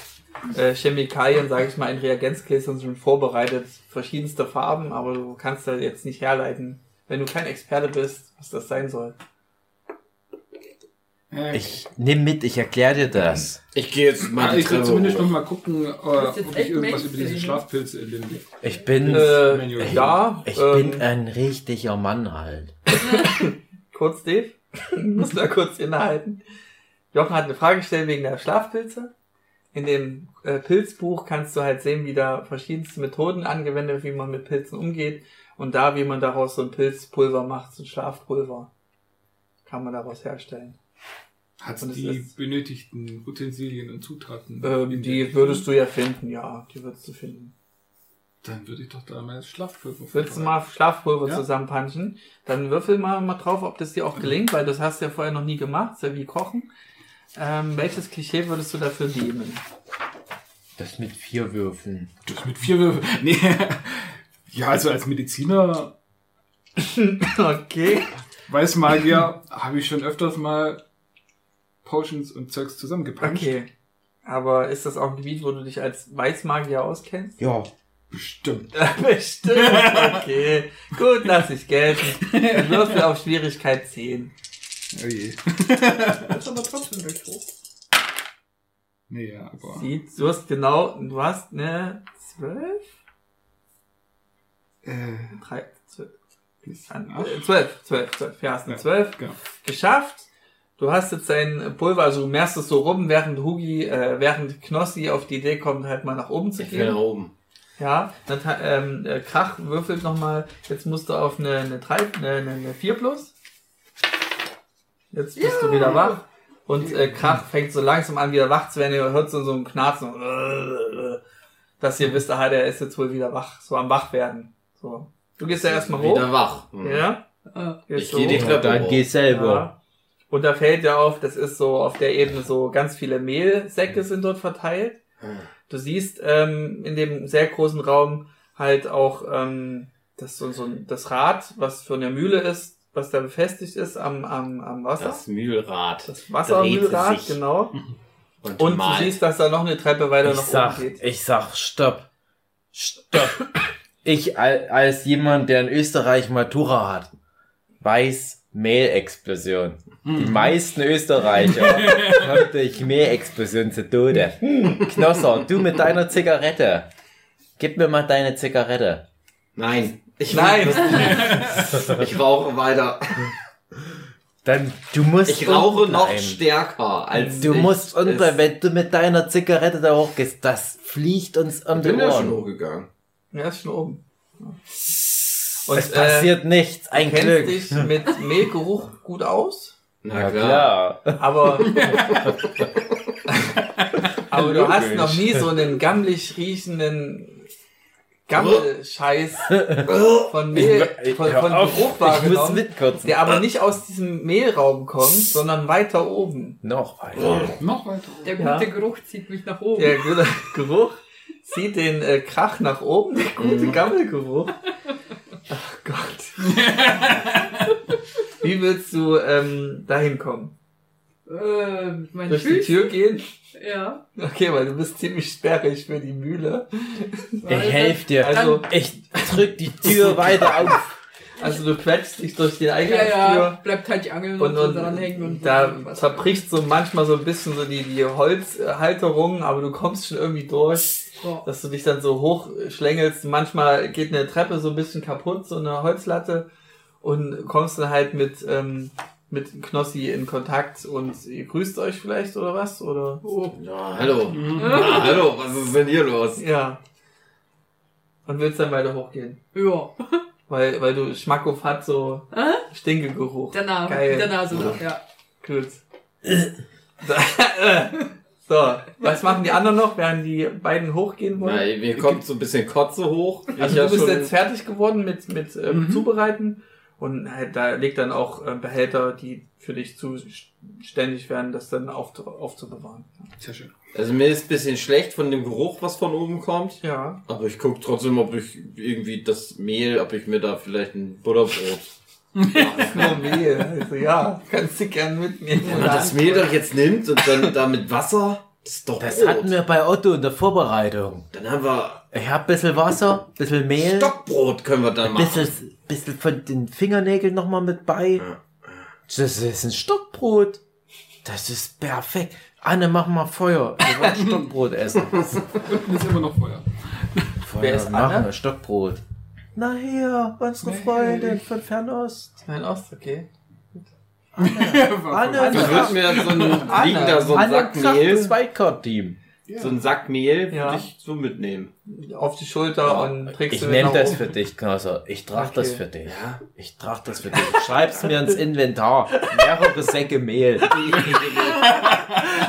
[SPEAKER 3] äh, Chemikalien, sage ich mal, in Reagenzgläsern sind vorbereitet, verschiedenster Farben, aber du kannst da jetzt nicht herleiten, wenn du kein Experte bist, was das sein soll.
[SPEAKER 5] Ja,
[SPEAKER 2] Ich nimm mit, ich erkläre dir das.
[SPEAKER 1] Ich gehe jetzt mal
[SPEAKER 5] Ah,
[SPEAKER 1] die
[SPEAKER 5] ich will
[SPEAKER 1] Treppe
[SPEAKER 5] zumindest
[SPEAKER 1] hoch.
[SPEAKER 5] noch mal gucken, äh,
[SPEAKER 4] Das
[SPEAKER 5] ob
[SPEAKER 4] ist jetzt
[SPEAKER 5] ich
[SPEAKER 4] echt
[SPEAKER 5] irgendwas über diese
[SPEAKER 4] Mainstream.
[SPEAKER 5] Schlafpilze entdecke.
[SPEAKER 2] Ich bin,
[SPEAKER 3] Äh,
[SPEAKER 5] Menü.
[SPEAKER 3] ja,
[SPEAKER 2] ich
[SPEAKER 3] ähm,
[SPEAKER 2] bin äh. ein richtiger Mann halt.
[SPEAKER 3] kurz Dave, muss da kurz innehalten. Jochen hat eine Frage gestellt wegen der Schlafpilze. In dem äh, Pilzbuch kannst du halt sehen, wie da verschiedenste Methoden angewendet, wie man mit Pilzen umgeht und da, wie man daraus so ein Pilzpulver macht, so ein Schlafpulver. Kann man daraus herstellen.
[SPEAKER 5] Hat
[SPEAKER 3] Und es
[SPEAKER 5] die
[SPEAKER 3] ist-
[SPEAKER 5] benötigten Utensilien und Zutaten?
[SPEAKER 3] Ähm, die würdest du ja finden, ja, die würdest du finden.
[SPEAKER 5] Dann würde ich doch da meine Schlafpilze
[SPEAKER 3] Willst du mal Schlafpulver
[SPEAKER 5] Ja.
[SPEAKER 3] zusammenpanschen? Dann würfel mal, mal drauf, ob das dir auch gelingt, weil das hast du ja vorher noch nie gemacht, ist ja wie Kochen. Ähm, welches Klischee würdest du dafür nehmen?
[SPEAKER 2] Das mit vier Würfeln.
[SPEAKER 5] Das mit vier Würfeln. Nee. Ja, also als Mediziner,
[SPEAKER 3] Okay.
[SPEAKER 5] Weißmagier, habe ich schon öfters mal Potions und Zeugs zusammengepanscht.
[SPEAKER 3] Okay. Aber ist das auch ein Gebiet, wo du dich als Weißmagier auskennst?
[SPEAKER 2] Ja.
[SPEAKER 5] Bestimmt.
[SPEAKER 3] Äh. Bestimmt. Okay. Gut, lass ich gelten. Würfel auf Schwierigkeit 10.
[SPEAKER 5] Oh je.
[SPEAKER 4] Das ist aber trotzdem recht hoch.
[SPEAKER 5] Nee, ja, aber.
[SPEAKER 3] Sieht, du hast genau, du hast ne 12?
[SPEAKER 5] Äh,
[SPEAKER 3] 3, 12,
[SPEAKER 5] bis
[SPEAKER 3] an-
[SPEAKER 5] acht.
[SPEAKER 3] äh, 12, 12, 12. Ja, hast eine
[SPEAKER 5] Ja.
[SPEAKER 3] 12
[SPEAKER 5] Genau.
[SPEAKER 3] geschafft. Du hast jetzt dein Pulver, also du merkst es so rum, während Hugi, äh, während Knossi auf die Idee kommt, halt mal nach oben zu
[SPEAKER 1] Ich will nach
[SPEAKER 3] gehen.
[SPEAKER 1] oben.
[SPEAKER 3] Ja, dann ta- ähm, äh, Krach würfelt nochmal. Jetzt musst du auf eine, eine, 3, eine, eine, eine 4 plus. Jetzt bist du wieder wach. Und äh, Krach fängt so langsam an, wieder wach zu werden. Ihr hört so, so einen Knarzen. Dass ihr wisst, aha, der ist jetzt wohl wieder wach. So am Wachwerden. So. Du gehst ja erstmal hoch.
[SPEAKER 1] Wieder wach. Hm.
[SPEAKER 3] Ja?
[SPEAKER 4] Äh,
[SPEAKER 3] Gehst
[SPEAKER 1] Ich
[SPEAKER 3] du
[SPEAKER 1] geh die
[SPEAKER 3] hoch.
[SPEAKER 1] Treppe
[SPEAKER 2] Dann
[SPEAKER 1] hoch.
[SPEAKER 2] geh selber.
[SPEAKER 3] Ja. Und da fällt ja auf, das ist so auf der Ebene so ganz viele
[SPEAKER 1] Mhm.
[SPEAKER 3] Mehlsäcke sind dort verteilt.
[SPEAKER 1] Hm.
[SPEAKER 3] Du siehst ähm, in dem sehr großen Raum halt auch ähm, das, so, so, ein- das Rad, was für eine Mühle ist, was da befestigt ist am, am, am Wasser.
[SPEAKER 1] Das
[SPEAKER 3] Das,
[SPEAKER 1] Mühlrad. dreht
[SPEAKER 3] Wassermühlrad,
[SPEAKER 1] sich.
[SPEAKER 3] genau. Und du
[SPEAKER 1] mal.
[SPEAKER 3] siehst, dass da noch eine Treppe weiter
[SPEAKER 2] Ich
[SPEAKER 3] nach
[SPEAKER 2] sag,
[SPEAKER 3] oben geht.
[SPEAKER 2] ich sag, stopp. Stopp. Ich al- als jemand, der in Österreich Matura hat, weiß Mehlexplosion. Die
[SPEAKER 3] Mhm.
[SPEAKER 2] meisten Österreicher haben durch Mehlexplosion zu Tode. Knosser, du mit deiner Zigarette. Gib mir mal deine Zigarette.
[SPEAKER 1] Nein. Ich
[SPEAKER 3] Nein.
[SPEAKER 1] ich rauche weiter.
[SPEAKER 2] Dann, du musst.
[SPEAKER 1] Ich rauche
[SPEAKER 2] unten
[SPEAKER 1] noch
[SPEAKER 2] bleiben.
[SPEAKER 1] stärker als
[SPEAKER 2] Du
[SPEAKER 1] ich
[SPEAKER 2] musst unter,
[SPEAKER 1] es-
[SPEAKER 2] wenn du mit deiner Zigarette da hochgehst, das fliegt uns um
[SPEAKER 1] Ich
[SPEAKER 2] die
[SPEAKER 1] bin ja schon
[SPEAKER 2] Ohren.
[SPEAKER 1] hochgegangen.
[SPEAKER 3] Ja, ist schon oben. Und
[SPEAKER 2] Und es passiert nichts,
[SPEAKER 3] äh,
[SPEAKER 2] ein
[SPEAKER 3] kennst
[SPEAKER 2] Glück.
[SPEAKER 3] dich mit Mehlgeruch gut aus?
[SPEAKER 1] Na
[SPEAKER 2] Ja,
[SPEAKER 1] klar.
[SPEAKER 2] klar.
[SPEAKER 3] Aber, aber du hast
[SPEAKER 2] Logisch.
[SPEAKER 3] noch nie so einen gammelig riechenden Gammelscheiß von Mehl,
[SPEAKER 2] Ich-
[SPEAKER 3] von,
[SPEAKER 2] hör
[SPEAKER 3] von
[SPEAKER 2] auf,
[SPEAKER 3] Geruch
[SPEAKER 2] Ich muss
[SPEAKER 3] wahrgenommen,
[SPEAKER 2] mitkürzen.
[SPEAKER 3] der aber nicht aus diesem Mehlraum kommt, sondern weiter oben.
[SPEAKER 2] Noch weiter.
[SPEAKER 5] Noch weiter. oben.
[SPEAKER 4] Der gute
[SPEAKER 3] Ja.
[SPEAKER 4] Geruch zieht mich nach oben.
[SPEAKER 3] Der Ge- Geruch zieht den äh, Krach nach oben, der gute
[SPEAKER 2] Mhm.
[SPEAKER 3] Gammelgeruch. Ach Gott. Wie willst du ähm, dahin kommen?
[SPEAKER 4] Äh, mit meinen
[SPEAKER 3] Durch die
[SPEAKER 4] Füßen.
[SPEAKER 3] Tür gehen?
[SPEAKER 4] Ja.
[SPEAKER 3] Okay, weil du bist ziemlich sperrig für die Mühle.
[SPEAKER 1] Oh.
[SPEAKER 2] Ich helfe dir.
[SPEAKER 3] Also-
[SPEAKER 2] ich drück die Tür weiter auf.
[SPEAKER 3] Also du quetschst dich durch die
[SPEAKER 4] Ja,
[SPEAKER 3] Eingangstür
[SPEAKER 4] ja, bleibt halt die Angel
[SPEAKER 3] und, und
[SPEAKER 4] dranhängen und
[SPEAKER 3] da zerbricht so manchmal so ein bisschen so die, die Holzhalterung, aber du kommst schon irgendwie durch,
[SPEAKER 4] So.
[SPEAKER 3] dass du dich dann so hochschlängelst. Manchmal geht eine Treppe so ein bisschen kaputt, so eine Holzlatte und kommst dann halt mit, ähm, mit Knossi in Kontakt und ihr grüßt euch vielleicht oder was? Oder?
[SPEAKER 4] Oh.
[SPEAKER 1] Na, hallo. Na, hallo, was ist denn hier los?
[SPEAKER 3] Ja. Und willst dann weiter hochgehen.
[SPEAKER 4] Ja.
[SPEAKER 3] Weil, weil du Schmackhof hat so
[SPEAKER 4] Hä?
[SPEAKER 3] Stinkegeruch.
[SPEAKER 4] Der Name.
[SPEAKER 3] Geil.
[SPEAKER 4] Der Nase nach, ja.
[SPEAKER 3] Gut. so, was machen die anderen noch, während die beiden hochgehen
[SPEAKER 1] Na,
[SPEAKER 3] wollen?
[SPEAKER 1] mir kommt so ein bisschen Kotze hoch. Ich
[SPEAKER 3] Also
[SPEAKER 1] hab
[SPEAKER 3] du bist
[SPEAKER 1] schon-
[SPEAKER 3] jetzt fertig geworden mit, mit ähm,
[SPEAKER 5] Mhm.
[SPEAKER 3] Zubereiten und halt, da liegt dann auch äh, Behälter, die für dich zuständig werden, das dann auf, aufzubewahren.
[SPEAKER 5] Sehr schön.
[SPEAKER 1] Also mir ist ein bisschen schlecht von dem Geruch, was von oben kommt.
[SPEAKER 3] Ja.
[SPEAKER 1] Aber ich guck trotzdem, ob ich irgendwie das Mehl, ob ich mir da vielleicht ein Butterbrot machen kann.
[SPEAKER 3] Nur Mehl. Also ja, kannst du gern mitnehmen.
[SPEAKER 1] Wenn man das Mehl doch jetzt nimmt und dann da mit Wasser, das ist doch
[SPEAKER 2] Das
[SPEAKER 1] Brot.
[SPEAKER 2] hatten wir bei Otto in der Vorbereitung.
[SPEAKER 1] Dann haben wir
[SPEAKER 2] Ich hab bisschen Wasser, bisschen Mehl,
[SPEAKER 1] Stockbrot können wir dann machen.
[SPEAKER 2] bisschen, bisschen von den Fingernägeln nochmal mit bei. Das ist ein Stockbrot. Das ist perfekt. Anne, mach mal Feuer. Wir wollen Stockbrot essen.
[SPEAKER 5] Unten ist immer noch Feuer.
[SPEAKER 2] Feuer,
[SPEAKER 3] Wer ist
[SPEAKER 2] machen
[SPEAKER 3] Anne?
[SPEAKER 2] wir Stockbrot. Na hier, unsere Freundin von Fernost.
[SPEAKER 3] Nein, Ost, okay.
[SPEAKER 2] Anne,
[SPEAKER 1] Ich würde mir so einen, liegen da so ein Sack Mehl,
[SPEAKER 2] Zweitkorb-Team.
[SPEAKER 1] so ein Sack Mehl
[SPEAKER 3] Ja.
[SPEAKER 1] würde ich so mitnehmen.
[SPEAKER 3] Auf die Schulter und trägst
[SPEAKER 2] Ich
[SPEAKER 3] du mit
[SPEAKER 2] nehme
[SPEAKER 3] nach
[SPEAKER 2] das
[SPEAKER 3] oben.
[SPEAKER 2] für dich, Knasser. Ich trage
[SPEAKER 3] Okay.
[SPEAKER 2] das für dich. Ich trage das für dich. Schreib's mir ins Inventar. Mehrere Säcke Mehl.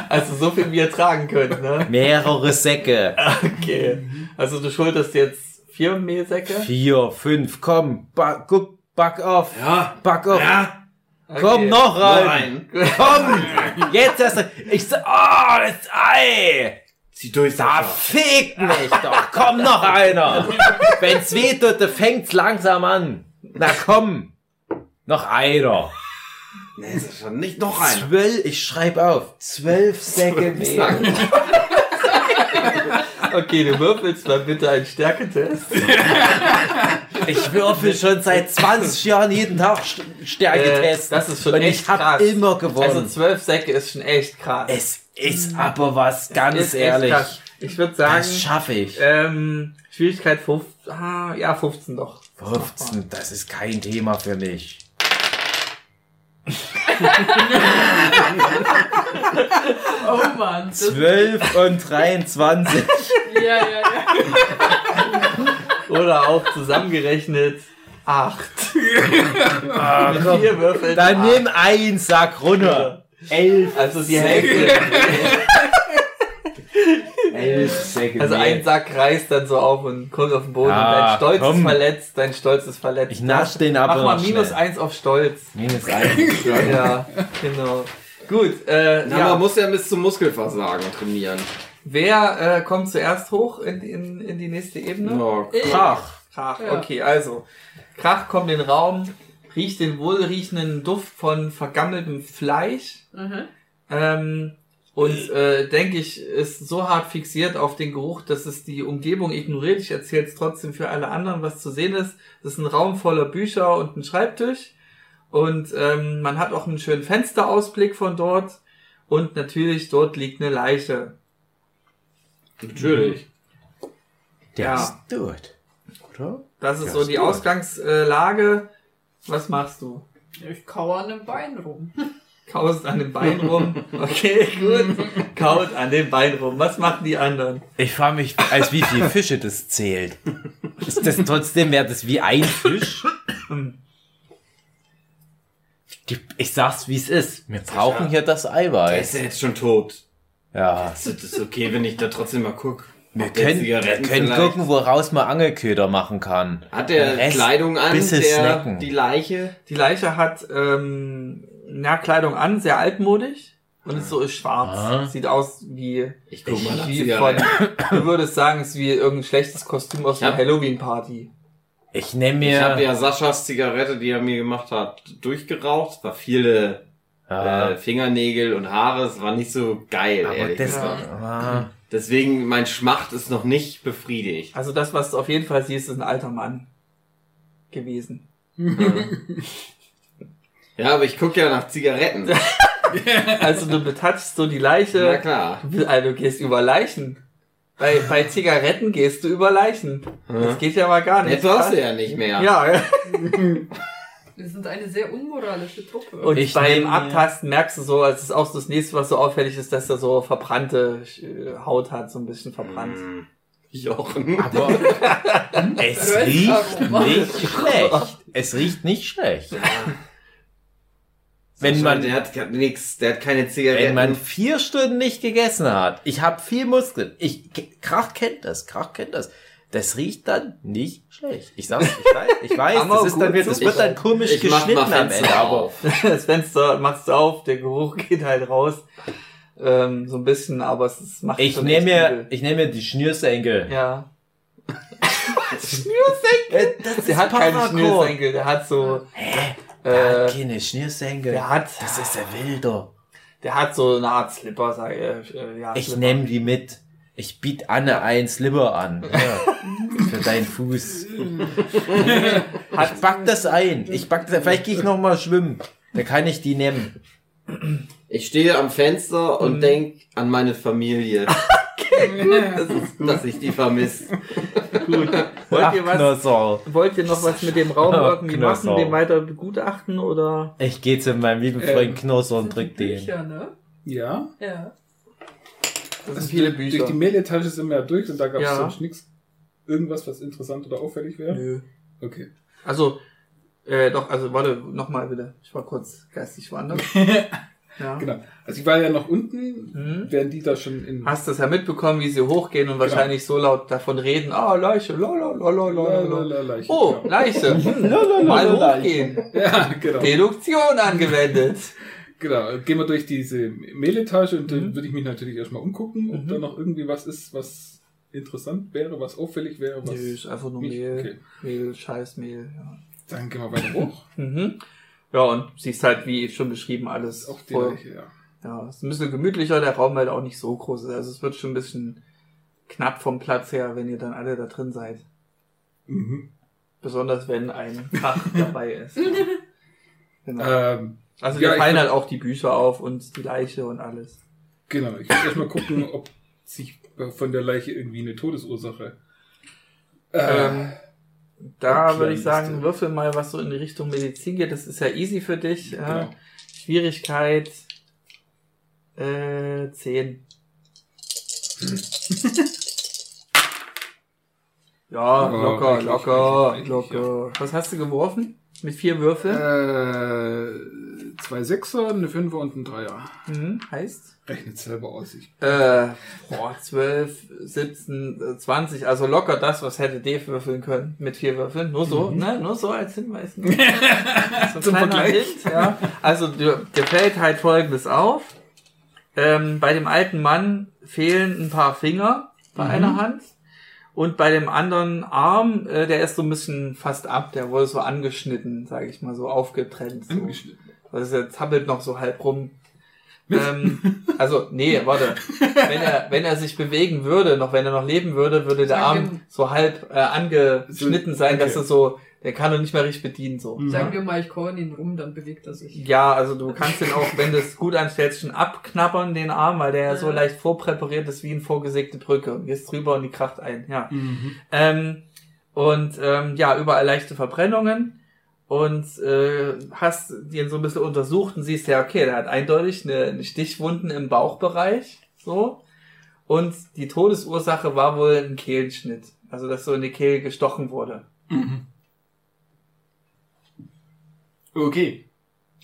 [SPEAKER 3] Also so viel wie ihr tragen könnt, ne?
[SPEAKER 2] Mehrere Säcke.
[SPEAKER 3] Okay. Also du schulterst jetzt vier Mehlsäcke.
[SPEAKER 2] Mhm. Vier, fünf, komm. Back, guck, back auf.
[SPEAKER 1] Ja.
[SPEAKER 2] Back auf.
[SPEAKER 1] Ja,
[SPEAKER 3] Okay.
[SPEAKER 2] Komm noch rein.
[SPEAKER 1] rein.
[SPEAKER 2] Komm. Jetzt erst. Ich sag, oh, das Ei.
[SPEAKER 1] Zieh durch,
[SPEAKER 2] Da
[SPEAKER 1] Sascha.
[SPEAKER 2] fickt mich doch. Komm noch einer. Wenn's weh tut, dann fängt's langsam an. Na komm. Noch einer.
[SPEAKER 1] Nee, Sascha, nicht noch ein.
[SPEAKER 2] Zwölf, ich schreibe auf. Zwölf Säcke Mehl.
[SPEAKER 3] Okay, du würfelst mal bitte einen Stärketest.
[SPEAKER 2] Ich würfel schon seit 20 Jahren jeden Tag St- Stärketest.
[SPEAKER 3] Äh, das ist schon
[SPEAKER 2] Und
[SPEAKER 3] echt
[SPEAKER 2] ich hab
[SPEAKER 3] krass.
[SPEAKER 2] immer gewonnen.
[SPEAKER 3] Also zwölf Säcke ist schon echt krass.
[SPEAKER 2] es ist aber was, ganz
[SPEAKER 3] Ist echt
[SPEAKER 2] ehrlich.
[SPEAKER 3] krass. Ich würde
[SPEAKER 2] Das
[SPEAKER 3] sagen,
[SPEAKER 2] schaffe ich.
[SPEAKER 3] ähm, Schwierigkeit 15, ah, ja 15 doch.
[SPEAKER 2] 15, das ist kein Thema für mich.
[SPEAKER 4] Oh Mann. Das,
[SPEAKER 2] 12 und 23.
[SPEAKER 4] ja, ja, ja.
[SPEAKER 3] Oder auch zusammengerechnet 8. Mit vier Würfeln.
[SPEAKER 2] Dann
[SPEAKER 3] acht.
[SPEAKER 2] nimm einen Sack runter. Elf,
[SPEAKER 3] Also die Hälfte.
[SPEAKER 2] elf Säcke
[SPEAKER 3] Also
[SPEAKER 2] Mehl.
[SPEAKER 3] ein Sack reißt dann so auf und kommt auf den Boden und dein
[SPEAKER 2] Ah,
[SPEAKER 3] Stolz ist
[SPEAKER 2] komm.
[SPEAKER 3] verletzt, dein Stolz ist verletzt.
[SPEAKER 2] Ich nasch den aber
[SPEAKER 3] Mach mal
[SPEAKER 2] noch
[SPEAKER 3] minus
[SPEAKER 2] schnell.
[SPEAKER 3] eins auf Stolz.
[SPEAKER 2] Minus eins.
[SPEAKER 3] Ja, genau. Gut, äh,
[SPEAKER 1] Na,
[SPEAKER 3] ja.
[SPEAKER 1] man muss ja bis zum Muskelversagen trainieren.
[SPEAKER 3] wer äh, kommt zuerst hoch in, in, in die nächste Ebene?
[SPEAKER 1] Oh,
[SPEAKER 2] Ach,
[SPEAKER 3] Krach,
[SPEAKER 4] Ja.
[SPEAKER 3] okay, also. Krach kommt in den Raum, riecht den wohlriechenden Duft von vergammeltem Fleisch
[SPEAKER 4] Mhm.
[SPEAKER 3] ähm, und äh, denke ich, ist so hart fixiert auf den Geruch, dass es die Umgebung ignoriert. Ich erzähle es trotzdem für alle anderen, was zu sehen ist. Das ist ein Raum voller Bücher und ein Schreibtisch und ähm, man hat auch einen schönen Fensterausblick von dort und natürlich dort liegt eine Leiche.
[SPEAKER 1] natürlich.
[SPEAKER 2] der
[SPEAKER 3] Ja.
[SPEAKER 2] ist tot. Oder?
[SPEAKER 3] Das ist
[SPEAKER 2] Ja,
[SPEAKER 3] so
[SPEAKER 2] ist
[SPEAKER 3] die
[SPEAKER 2] gut.
[SPEAKER 3] Ausgangslage. Was machst du?
[SPEAKER 4] Ich kauere an dem Bein rum.
[SPEAKER 3] Kaut an dem Bein rum. Okay, gut. Kaut an dem Bein rum. Was machen die anderen?
[SPEAKER 2] Ich frage mich, als wie viele Fische das zählt. Ist das trotzdem, wäre das wie ein Fisch? Die- Ich sag's, wie es ist. Wir brauchen hier das
[SPEAKER 1] Der ist
[SPEAKER 2] Eiweiß.
[SPEAKER 1] ja jetzt schon tot.
[SPEAKER 2] Ja.
[SPEAKER 1] Ist das ist okay, wenn ich da trotzdem mal guck?
[SPEAKER 2] Wir
[SPEAKER 1] Ob der
[SPEAKER 2] können, wir
[SPEAKER 1] Zigaretten
[SPEAKER 2] können
[SPEAKER 1] vielleicht-
[SPEAKER 2] gucken, woraus man Angelköder machen kann.
[SPEAKER 1] Hat der
[SPEAKER 2] Den Rest
[SPEAKER 1] Kleidung an,
[SPEAKER 2] Bisse
[SPEAKER 1] der,
[SPEAKER 2] snacken.
[SPEAKER 1] die Leiche?
[SPEAKER 3] Die Leiche hat ähm, na, Kleidung an, sehr altmodisch. Und ist so ist schwarz.
[SPEAKER 2] Ah.
[SPEAKER 3] Sieht aus wie,
[SPEAKER 1] Ich guck mal nach
[SPEAKER 3] wie von,
[SPEAKER 1] Zigaretten.
[SPEAKER 3] du würdest sagen, ist wie irgendein schlechtes Kostüm aus einer
[SPEAKER 1] Ja.
[SPEAKER 3] Halloween-Party.
[SPEAKER 2] Ich nehme
[SPEAKER 1] Ich
[SPEAKER 2] mir.
[SPEAKER 1] habe ja Saschas Zigarette, die er mir gemacht hat, durchgeraucht. Es war viele
[SPEAKER 2] Ah,
[SPEAKER 1] äh, Fingernägel und Haare. Es war nicht so geil,
[SPEAKER 2] aber
[SPEAKER 1] ehrlich
[SPEAKER 2] das,
[SPEAKER 1] gesagt.
[SPEAKER 2] ah,
[SPEAKER 1] Deswegen, mein Schmacht ist noch nicht befriedigt.
[SPEAKER 3] Also das, was du auf jeden Fall siehst, ist ein alter Mann gewesen.
[SPEAKER 1] Ja, aber ich guck ja nach Zigaretten.
[SPEAKER 3] Also du betatschst so die
[SPEAKER 1] Na
[SPEAKER 3] Leiche.
[SPEAKER 1] klar.
[SPEAKER 3] Also du gehst über Leichen. Bei, bei Zigaretten gehst du über Leichen. Das geht ja mal gar nicht.
[SPEAKER 1] Jetzt hast du ja nicht mehr.
[SPEAKER 3] Ja,
[SPEAKER 4] Wir sind eine sehr unmoralische Truppe.
[SPEAKER 3] und
[SPEAKER 2] Ich
[SPEAKER 3] beim
[SPEAKER 2] nehm-
[SPEAKER 3] Abtasten merkst du so, es ist auch so das nächste, was so auffällig ist, dass er so verbrannte äh, Haut hat, so ein bisschen verbrannt.
[SPEAKER 2] Mhm.
[SPEAKER 1] Hm. Jochen.
[SPEAKER 2] aber es riecht
[SPEAKER 4] Röstaroma.
[SPEAKER 2] nicht schlecht. Es riecht nicht schlecht. Wenn man
[SPEAKER 1] der hat nix, der hat keine
[SPEAKER 2] Wenn
[SPEAKER 1] Zigaretten.
[SPEAKER 2] man vier Stunden nicht gegessen hat, ich habe viel Muskeln. Ich Krach kennt das, Krach kennt das. Das riecht dann nicht schlecht. Ich sag's, ich weiß, ich weiß
[SPEAKER 3] Aber
[SPEAKER 2] das, ist dann,
[SPEAKER 3] gut
[SPEAKER 2] das
[SPEAKER 3] zu
[SPEAKER 2] wird dann komisch
[SPEAKER 1] ich mach
[SPEAKER 2] geschnitten
[SPEAKER 1] mal
[SPEAKER 2] am
[SPEAKER 1] Fenster
[SPEAKER 2] Ende, aber
[SPEAKER 1] auf.
[SPEAKER 3] Das Fenster machst du auf, der Geruch geht halt raus. Ähm, so ein bisschen, aber es ist- macht
[SPEAKER 2] ich
[SPEAKER 3] schon
[SPEAKER 2] nehme
[SPEAKER 3] echt
[SPEAKER 2] mir,
[SPEAKER 3] übel.
[SPEAKER 2] ich nehme mir die Schnürsenkel.
[SPEAKER 3] Ja.
[SPEAKER 2] Äh, Das
[SPEAKER 3] Der hat keine
[SPEAKER 2] Paracord.
[SPEAKER 3] Schnürsenkel, der hat so.
[SPEAKER 2] Der
[SPEAKER 3] Äh,
[SPEAKER 2] hat keine Schnürsenkel.
[SPEAKER 3] der hat.
[SPEAKER 2] Das ist der Wilder.
[SPEAKER 3] Der hat so eine Art Slipper, sag ich. Äh, ja,
[SPEAKER 2] Ich
[SPEAKER 3] Slipper.
[SPEAKER 2] nehme die mit. Ich biete Anne einen Slipper an. Ja. Für deinen Fuß. Ich back das ein. Ich back das ein. Vielleicht gehe ich nochmal schwimmen. Da kann ich die nehmen.
[SPEAKER 1] Ich stehe am Fenster und denk an meine Familie,
[SPEAKER 5] Ja.
[SPEAKER 1] dass ich die vermisse.
[SPEAKER 3] Wollt ihr was-
[SPEAKER 2] Knossau.
[SPEAKER 3] Wollt ihr noch was mit dem Raum
[SPEAKER 2] Ach,
[SPEAKER 3] irgendwie machen,
[SPEAKER 2] Knossau.
[SPEAKER 3] den weiter begutachten oder?
[SPEAKER 2] Ich gehe zu meinem lieben
[SPEAKER 5] Ähm,
[SPEAKER 2] Freund Knossau und drück den.
[SPEAKER 4] Bücher, ne?
[SPEAKER 5] ja.
[SPEAKER 4] Ja.
[SPEAKER 3] Das sind
[SPEAKER 5] Also
[SPEAKER 3] viele
[SPEAKER 5] durch-
[SPEAKER 3] Bücher.
[SPEAKER 5] Durch die Mail-Etage sind wir ja durch und da gab es
[SPEAKER 3] Ja.
[SPEAKER 5] sonst nichts. Irgendwas, was interessant oder auffällig wäre?
[SPEAKER 3] Nö.
[SPEAKER 5] Okay.
[SPEAKER 3] Also, äh, doch, also warte, nochmal wieder. Ich war kurz geistig woanders. ja.
[SPEAKER 5] Genau. Also ich war ja noch unten,
[SPEAKER 3] Hm?
[SPEAKER 5] während die da schon in.
[SPEAKER 3] Hast das ja mitbekommen, wie sie hochgehen und wahrscheinlich
[SPEAKER 5] Genau.
[SPEAKER 3] so laut davon reden. Ah, Leiche, lalalala.
[SPEAKER 5] Lalalala.
[SPEAKER 3] Oh, Leiche. Hm, Mal hochgehen.
[SPEAKER 5] Ja, genau.
[SPEAKER 3] Deduktion angewendet.
[SPEAKER 5] Genau, gehen wir durch diese Mailetage und dann
[SPEAKER 3] Mhm.
[SPEAKER 5] würde ich mich natürlich erstmal umgucken, ob
[SPEAKER 3] Mhm.
[SPEAKER 5] da noch irgendwie was ist, was interessant wäre, was auffällig wäre, was.
[SPEAKER 3] Nö, ist einfach nur
[SPEAKER 5] mich-
[SPEAKER 3] Mehl.
[SPEAKER 5] Okay.
[SPEAKER 3] Mehl, Scheißmehl. Ja.
[SPEAKER 5] Dann gehen wir weiter hoch.
[SPEAKER 3] Mhm. ja, und siehst halt, wie schon beschrieben, alles
[SPEAKER 5] Auf die
[SPEAKER 3] voll.
[SPEAKER 5] Leiche, ja.
[SPEAKER 3] Ja, ist ein bisschen gemütlicher, der Raum halt auch nicht so groß ist. Also es wird schon ein bisschen knapp vom Platz her, wenn ihr dann alle da drin seid.
[SPEAKER 5] Mhm.
[SPEAKER 3] Besonders wenn ein Fach dabei ist. Ja. Genau.
[SPEAKER 5] Ähm,
[SPEAKER 3] Also
[SPEAKER 5] Ja,
[SPEAKER 3] dir
[SPEAKER 5] ich
[SPEAKER 3] fallen
[SPEAKER 5] würd-
[SPEAKER 3] halt auch die Bücher auf und die Leiche und alles.
[SPEAKER 5] genau, ich muss erstmal gucken, ob sich von der Leiche irgendwie eine Todesursache. Äh,
[SPEAKER 3] Ähm, da
[SPEAKER 5] Okay,
[SPEAKER 3] würde ich sagen,
[SPEAKER 5] Liste.
[SPEAKER 3] würfel mal, was so in die Richtung Medizin geht. Das ist ja easy für dich. Ja.
[SPEAKER 5] Genau.
[SPEAKER 3] Schwierigkeit äh, 10. ja,
[SPEAKER 5] Ja,
[SPEAKER 3] locker,
[SPEAKER 5] eigentlich,
[SPEAKER 3] locker,
[SPEAKER 5] eigentlich,
[SPEAKER 3] locker. Was hast du geworfen? Mit vier Würfeln?
[SPEAKER 5] äh, zwei Sechser, eine Fünfer und ein Dreier.
[SPEAKER 3] Mhm, heißt?
[SPEAKER 5] Rechnet selber aus. Ich,
[SPEAKER 3] Äh, boah, 12, 17, äh, 20, also locker das, was hätte Dave würfeln können mit vier Würfeln. Nur so, ne? Nur so als Hinweis. ne? so ein
[SPEAKER 5] Mhm. Zum
[SPEAKER 3] kleiner
[SPEAKER 5] Vergleich.
[SPEAKER 3] Hint, ja. Also dir, dir fällt halt folgendes auf. Ähm, bei dem alten Mann fehlen ein paar Finger
[SPEAKER 5] Mhm.
[SPEAKER 3] bei einer Hand. Und bei dem anderen Arm, äh, der ist so ein bisschen fast ab, der wurde so angeschnitten, sage ich mal, so aufgetrennt. So. Also der zappelt noch so halb rum. Ähm, also, nee, warte. Wenn er, wenn er sich bewegen würde, noch wenn er noch leben würde, würde der
[SPEAKER 4] Sag
[SPEAKER 3] Arm
[SPEAKER 4] ihm.
[SPEAKER 3] so halb äh, angeschnitten sein, dass
[SPEAKER 5] Okay.
[SPEAKER 3] er so, der kann ihn nicht mehr richtig bedienen, so.
[SPEAKER 5] Mhm.
[SPEAKER 4] Sagen wir mal, ich call ihn rum, dann bewegt er sich.
[SPEAKER 3] Ja, also du kannst ihn auch, wenn du es gut anstellst, schon abknabbern, den Arm, weil der ja so
[SPEAKER 4] Ja.
[SPEAKER 3] leicht vorpräpariert ist wie eine vorgesägte Brücke. Und gehst drüber und die kracht ein, ja.
[SPEAKER 5] Mhm.
[SPEAKER 3] Ähm, und ähm, ja, überall leichte Verbrennungen. Und äh, hast den so ein bisschen untersucht und siehst ja, okay, der hat eindeutig eine, eine Stichwunden im Bauchbereich. So. Und die Todesursache war wohl ein Kehlenschnitt. Also, dass so in die Kehle gestochen wurde.
[SPEAKER 5] Okay.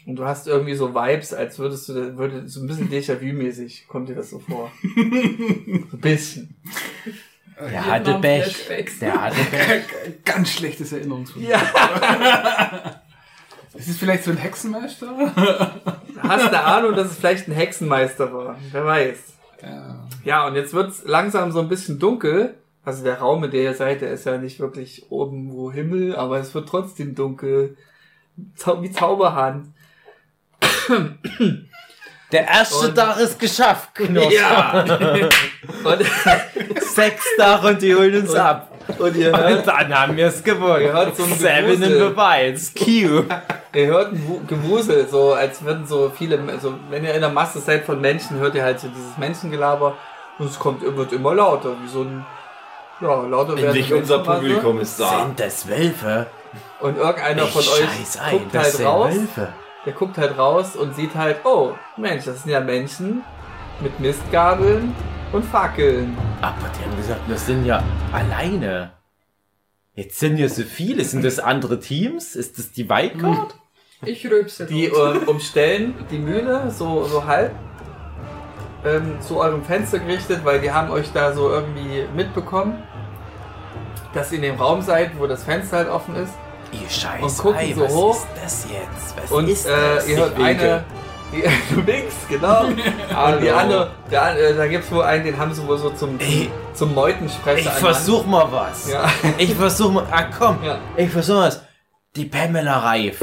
[SPEAKER 3] Und du hast irgendwie so Vibes, als würdest du, würde, so ein bisschen Déjà-vu-mäßig kommt dir das so vor. so ein bisschen.
[SPEAKER 2] Der hatte
[SPEAKER 4] Vietnam
[SPEAKER 2] Pech.
[SPEAKER 4] Flashbacks.
[SPEAKER 2] Der hatte Pech.
[SPEAKER 5] Ganz schlechtes Erinnerungsvermögen.
[SPEAKER 3] Ja.
[SPEAKER 5] Ist es vielleicht so ein Hexenmeister?
[SPEAKER 3] Hast eine Ahnung, dass es vielleicht ein Hexenmeister war. Wer weiß.
[SPEAKER 5] Ja.
[SPEAKER 3] Ja, und jetzt wird's langsam so ein bisschen dunkel. Also der Raum, in der ihr seid, der ist ja nicht wirklich oben wo Himmel, aber es wird trotzdem dunkel. Zau wie Zauberhand.
[SPEAKER 2] Der erste
[SPEAKER 3] Und-
[SPEAKER 2] Tag ist geschafft, Knossau.
[SPEAKER 3] und,
[SPEAKER 2] Sechs Tage und die holen uns
[SPEAKER 3] Und-
[SPEAKER 2] ab.
[SPEAKER 3] und ihr
[SPEAKER 2] Und
[SPEAKER 3] hört,
[SPEAKER 2] dann haben wir es gewonnen.
[SPEAKER 3] Ihr hört so ein
[SPEAKER 2] Seven in
[SPEAKER 3] Gewusel.
[SPEAKER 2] the Bites. Q.
[SPEAKER 3] ihr hört ein Wu- Gewusel, so als würden so viele, also wenn ihr in der Masse seid von Menschen, hört ihr halt so dieses Menschengelaber und es kommt, wird immer lauter, wie so ein, ja, lauter werden
[SPEAKER 1] Endlich
[SPEAKER 3] die
[SPEAKER 1] unser
[SPEAKER 3] Menschenmasse.
[SPEAKER 1] Publikum ist da.
[SPEAKER 2] Sind das Wölfe?
[SPEAKER 3] Und irgendeiner von
[SPEAKER 2] Ich
[SPEAKER 3] euch
[SPEAKER 2] scheiß ein,
[SPEAKER 3] guckt
[SPEAKER 2] das
[SPEAKER 3] halt
[SPEAKER 2] sind
[SPEAKER 3] raus.
[SPEAKER 2] Wölfe.
[SPEAKER 3] Der guckt halt raus und sieht halt, oh, Mensch, das sind ja Menschen mit Mistgabeln und Fackeln.
[SPEAKER 2] Aber die haben gesagt, wir sind ja alleine. Jetzt sind ja so viele. Sind das andere Teams? Ist das die Wildcard?
[SPEAKER 4] Ich rülpse.
[SPEAKER 3] Die
[SPEAKER 4] laut.
[SPEAKER 3] ähm, umstellen die Mühle so, so halb ähm, zu eurem Fenster gerichtet, weil die haben euch da so irgendwie mitbekommen, dass ihr in dem Raum seid, wo das Fenster halt offen ist.
[SPEAKER 2] Ihr
[SPEAKER 3] Und
[SPEAKER 2] scheiß
[SPEAKER 3] gucken
[SPEAKER 2] Ei,
[SPEAKER 3] so
[SPEAKER 2] was
[SPEAKER 3] hoch.
[SPEAKER 2] ist das jetzt? Was
[SPEAKER 3] Und
[SPEAKER 2] ist das?
[SPEAKER 3] äh, ihr hört
[SPEAKER 1] Ich winke.
[SPEAKER 3] eine. Die, du winkst, genau. Aber die
[SPEAKER 1] Hallo.
[SPEAKER 3] andere, der, an- äh, da gibt's wohl einen, den haben sie wohl so zum,
[SPEAKER 2] Ey,
[SPEAKER 3] zum Meutensprecher.
[SPEAKER 2] ich
[SPEAKER 3] ernannt.
[SPEAKER 2] versuch mal was.
[SPEAKER 3] Ja.
[SPEAKER 2] Ich versuch mal. Ah komm,
[SPEAKER 3] Ja.
[SPEAKER 2] ich versuch mal was. Die Pamela Reif.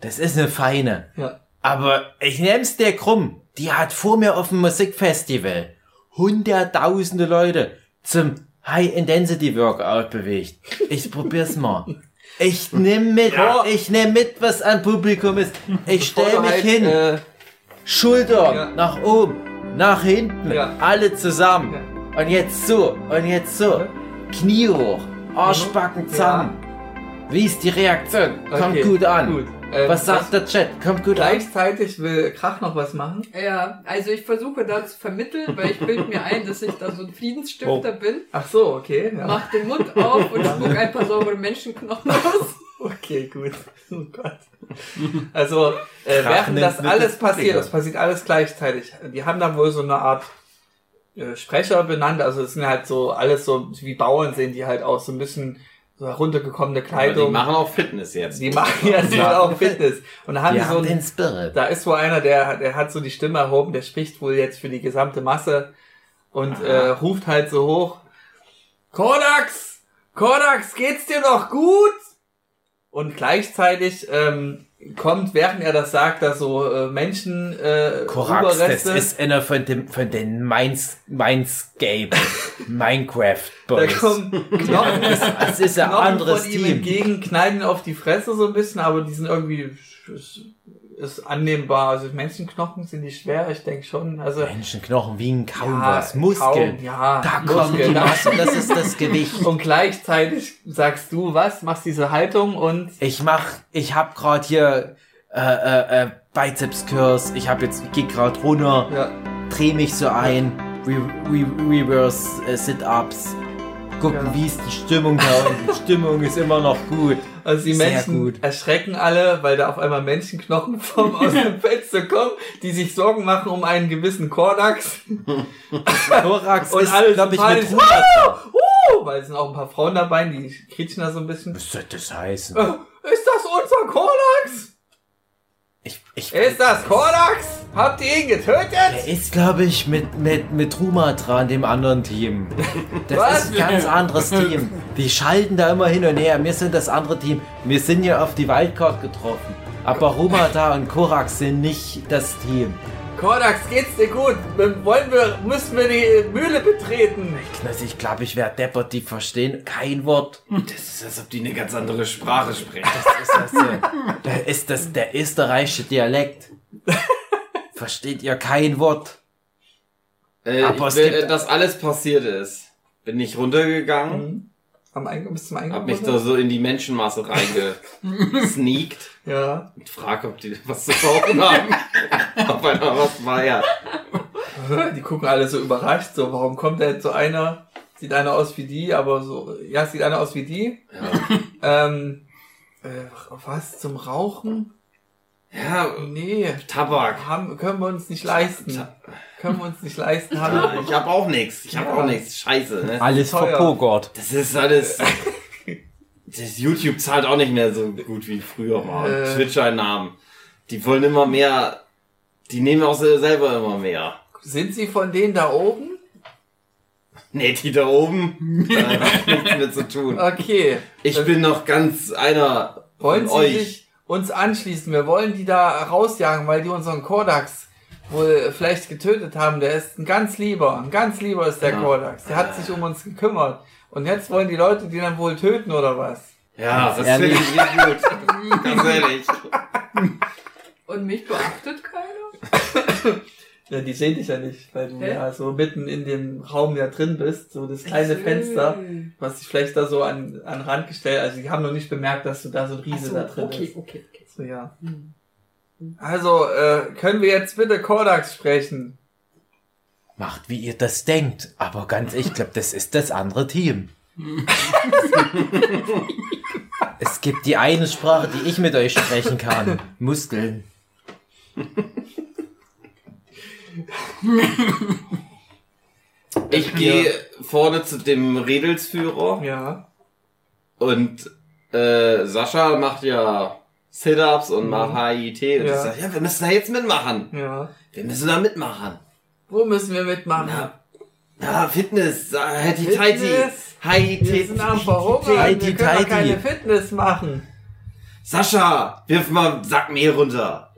[SPEAKER 2] Das ist eine feine.
[SPEAKER 3] ja.
[SPEAKER 2] Aber ich nehm's dir krumm. Die hat vor mir auf dem Musikfestival hunderttausende Leute zum High-Intensity-Workout bewegt. Ich probier's mal. Ich nehm mit,
[SPEAKER 3] Ja.
[SPEAKER 2] ich nehm mit, was an Publikum ist. Ich
[SPEAKER 3] Bevor
[SPEAKER 2] stell
[SPEAKER 3] du
[SPEAKER 2] mich
[SPEAKER 3] halt,
[SPEAKER 2] hin.
[SPEAKER 3] Äh,
[SPEAKER 2] Schultern
[SPEAKER 3] Ja.
[SPEAKER 2] nach oben, nach hinten,
[SPEAKER 3] Ja.
[SPEAKER 2] alle zusammen. Und jetzt so, und jetzt so.
[SPEAKER 3] Ja. Mhm.
[SPEAKER 2] Knie hoch, Arschbacken
[SPEAKER 3] Ja.
[SPEAKER 2] zusammen. Wie ist die Reaktion? Kommt
[SPEAKER 3] Okay,
[SPEAKER 2] gut an.
[SPEAKER 3] gut. Ähm,
[SPEAKER 2] was sagt der Chat? Kommt gut an.
[SPEAKER 3] Gleichzeitig will Krach noch was machen.
[SPEAKER 4] Ja, also ich versuche da zu vermitteln, weil ich bilde mir ein, dass ich da so ein
[SPEAKER 3] Oh.
[SPEAKER 4] Friedensstifter bin.
[SPEAKER 3] Ach so, okay. Ja.
[SPEAKER 4] Mach den Mund auf und spuck ein paar saubere Menschenknochen aus.
[SPEAKER 3] Okay, gut. Oh Gott. Also, äh,
[SPEAKER 2] Krach
[SPEAKER 3] während
[SPEAKER 2] nimmt
[SPEAKER 3] das
[SPEAKER 2] mit
[SPEAKER 3] alles
[SPEAKER 2] ins
[SPEAKER 3] passiert,
[SPEAKER 2] Digga.
[SPEAKER 3] das passiert alles gleichzeitig. Die haben da wohl so eine Art äh, Sprecher benannt, also es sind halt so alles so, wie Bauern sehen die halt aus, so ein bisschen so heruntergekommene
[SPEAKER 1] Aber die
[SPEAKER 3] Kleidung.
[SPEAKER 1] machen auch Fitness jetzt.
[SPEAKER 3] Die machen ja so auch Fitness. Und da haben
[SPEAKER 2] Wir
[SPEAKER 3] die so
[SPEAKER 2] haben
[SPEAKER 3] ein,
[SPEAKER 2] den Spirit.
[SPEAKER 3] da ist wohl einer, der, der hat so die Stimme erhoben, der spricht wohl jetzt für die gesamte Masse und äh, ruft halt so hoch. Kodax! Kodax, geht's dir noch gut? Und gleichzeitig ähm, kommt, während er das sagt, da so äh, Menschen äh,
[SPEAKER 2] Korax, das
[SPEAKER 3] Überreste.
[SPEAKER 2] ist einer von, dem, von den Mines, Minescape, Minecraft
[SPEAKER 3] Da
[SPEAKER 2] Boys.
[SPEAKER 3] kommen Knochen,
[SPEAKER 2] Das ist ein
[SPEAKER 3] Knochen
[SPEAKER 2] anderes
[SPEAKER 3] von ihm
[SPEAKER 2] Team.
[SPEAKER 3] entgegen, knallen ihn auf die Fresse so ein bisschen, aber die sind irgendwie ist, ist annehmbar. Also Menschenknochen sind die schwer, ich denke schon. Also
[SPEAKER 2] Menschenknochen wiegen kaum
[SPEAKER 3] Ja,
[SPEAKER 2] was. Muskeln.
[SPEAKER 3] kaum, ja,
[SPEAKER 2] da kommt die
[SPEAKER 3] Muskeln, da-
[SPEAKER 2] Masse, das ist das Gewicht.
[SPEAKER 3] Und gleichzeitig sagst du was, machst diese Haltung und
[SPEAKER 2] Ich mach, ich hab grad hier äh, äh, äh, Bizeps Curls, ich hab jetzt, geh grad runter,
[SPEAKER 3] ja,
[SPEAKER 2] dreh mich so ein, re, re, Reverse äh, Sit-Ups, gucken,
[SPEAKER 3] Ja.
[SPEAKER 2] wie ist die Stimmung da unten. Die Stimmung ist immer noch gut.
[SPEAKER 3] also die
[SPEAKER 2] Sehr
[SPEAKER 3] Menschen
[SPEAKER 2] gut.
[SPEAKER 3] erschrecken alle, weil da auf einmal Menschenknochen vom aus dem Fenster kommen, die sich Sorgen machen um einen gewissen Kordax.
[SPEAKER 2] Thorax
[SPEAKER 3] Und
[SPEAKER 2] ist,
[SPEAKER 3] alle
[SPEAKER 2] glaub ich,
[SPEAKER 3] sympathisch.
[SPEAKER 2] mit 100.
[SPEAKER 3] Uh, weil es sind auch ein paar Frauen dabei, die kriechen da so ein bisschen.
[SPEAKER 2] Was soll das heißen?
[SPEAKER 3] Äh, Ist das unser Kordax?
[SPEAKER 2] Ich, ich,
[SPEAKER 3] Ist das Kordax? Habt ihr ihn
[SPEAKER 2] Er
[SPEAKER 3] getötet?
[SPEAKER 2] ist, glaube ich, mit, mit, mit Ruma dran, dem anderen Team. Das
[SPEAKER 3] Was?
[SPEAKER 2] ist ein ganz anderes Team. Die schalten da immer hin und her. Wir sind das andere Team. Wir sind ja auf die Wildcard getroffen. Aber Ruma da und Korax sind nicht das Team.
[SPEAKER 3] Kordax, geht's dir gut? Wollen wir, müssen wir die Mühle betreten?
[SPEAKER 2] Also ich glaube, ich werde deppert. Die verstehen kein Wort.
[SPEAKER 1] Das ist, als ob die eine ganz andere Sprache sprechen.
[SPEAKER 2] Das ist, das, äh, da ist das der österreichische Dialekt. Versteht ihr kein Wort?
[SPEAKER 1] Äh,
[SPEAKER 2] Aber
[SPEAKER 1] ich
[SPEAKER 2] es
[SPEAKER 1] will,
[SPEAKER 2] gibt-
[SPEAKER 1] äh, dass alles passiert ist. Bin ich runtergegangen,
[SPEAKER 3] Am Eingang bis zum
[SPEAKER 1] hab
[SPEAKER 3] Eingang.
[SPEAKER 1] mich da
[SPEAKER 3] runter?
[SPEAKER 1] so in die Menschenmasse reingesneakt
[SPEAKER 3] ja.
[SPEAKER 1] und frag, ob die was zu kaufen haben. ob einer was war, ja.
[SPEAKER 3] Die gucken alle so überrascht, so, warum kommt da jetzt so einer? Sieht einer aus wie die, aber so, ja, sieht einer aus wie die.
[SPEAKER 1] Ja,
[SPEAKER 3] Ähm, äh, was zum Rauchen?
[SPEAKER 1] ja
[SPEAKER 3] Nee.
[SPEAKER 1] Tabak.
[SPEAKER 3] Haben, können wir uns nicht leisten.
[SPEAKER 1] Ta-
[SPEAKER 3] Können wir uns nicht leisten.
[SPEAKER 1] Ja,
[SPEAKER 3] Haben
[SPEAKER 1] ich hab auch nichts. Ich hab
[SPEAKER 3] Ja.
[SPEAKER 1] auch nichts. Scheiße, ne?
[SPEAKER 2] Alles
[SPEAKER 3] teuer.
[SPEAKER 2] verpokert.
[SPEAKER 1] Das ist alles. Das YouTube zahlt auch nicht mehr so gut wie früher mal.
[SPEAKER 3] Äh.
[SPEAKER 1] Twitch-Einnahmen. Die wollen immer mehr. Die nehmen auch selber immer mehr.
[SPEAKER 3] Sind sie von denen da oben?
[SPEAKER 1] Nee, die da oben, da hat nichts mit zu tun.
[SPEAKER 3] Okay.
[SPEAKER 1] Ich bin noch ganz einer
[SPEAKER 3] Wollen
[SPEAKER 1] von
[SPEAKER 3] sie
[SPEAKER 1] euch.
[SPEAKER 3] sich uns anschließen? Wir wollen die da rausjagen, weil die unseren Kordax wohl vielleicht getötet haben. Der ist ein ganz lieber, ein ganz lieber ist der
[SPEAKER 1] Ja.
[SPEAKER 3] Kordax. Der hat sich um uns gekümmert. Und jetzt wollen die Leute die dann wohl töten oder was?
[SPEAKER 1] Ja, das finde
[SPEAKER 2] Ehrlich?
[SPEAKER 1] ich nicht gut. Ganz ehrlich.
[SPEAKER 4] Und mich beachtet keiner?
[SPEAKER 3] Ja, die sehen dich ja nicht, weil du
[SPEAKER 4] Hä?
[SPEAKER 3] ja so mitten in dem Raum ja drin bist, so das kleine Fenster, was sich vielleicht da so an, an den Rand gestellt. Also die haben noch nicht bemerkt, dass du da so ein Riese
[SPEAKER 4] Achso,
[SPEAKER 3] da drin
[SPEAKER 4] okay,
[SPEAKER 3] bist.
[SPEAKER 4] okay, okay.
[SPEAKER 3] So, ja.
[SPEAKER 4] Hm.
[SPEAKER 3] Also, äh, können wir jetzt bitte Kordax sprechen?
[SPEAKER 2] Macht, wie ihr das denkt. Aber ganz ehrlich, ich glaube, das ist das andere Team. es gibt die eine Sprache, die ich mit euch sprechen kann. Muskeln.
[SPEAKER 1] Ich gehe vorne zu dem Redelsführer
[SPEAKER 3] Ja.
[SPEAKER 1] und äh, Sascha macht ja Sit-Ups und macht HIT. Und
[SPEAKER 3] Mhm. Ja.
[SPEAKER 1] ich sage, ja, wir müssen da jetzt mitmachen.
[SPEAKER 3] Ja.
[SPEAKER 1] Wir müssen da mitmachen.
[SPEAKER 3] Wo müssen wir mitmachen?
[SPEAKER 1] Na, na Fitness, Hattie
[SPEAKER 3] Fitness? wir
[SPEAKER 1] HIT.
[SPEAKER 3] sind am Verhungern, wir
[SPEAKER 2] Tighty,
[SPEAKER 3] können doch
[SPEAKER 2] tighty.
[SPEAKER 3] keine Fitness machen.
[SPEAKER 1] Sascha, wirf mal einen Sack Mehl runter.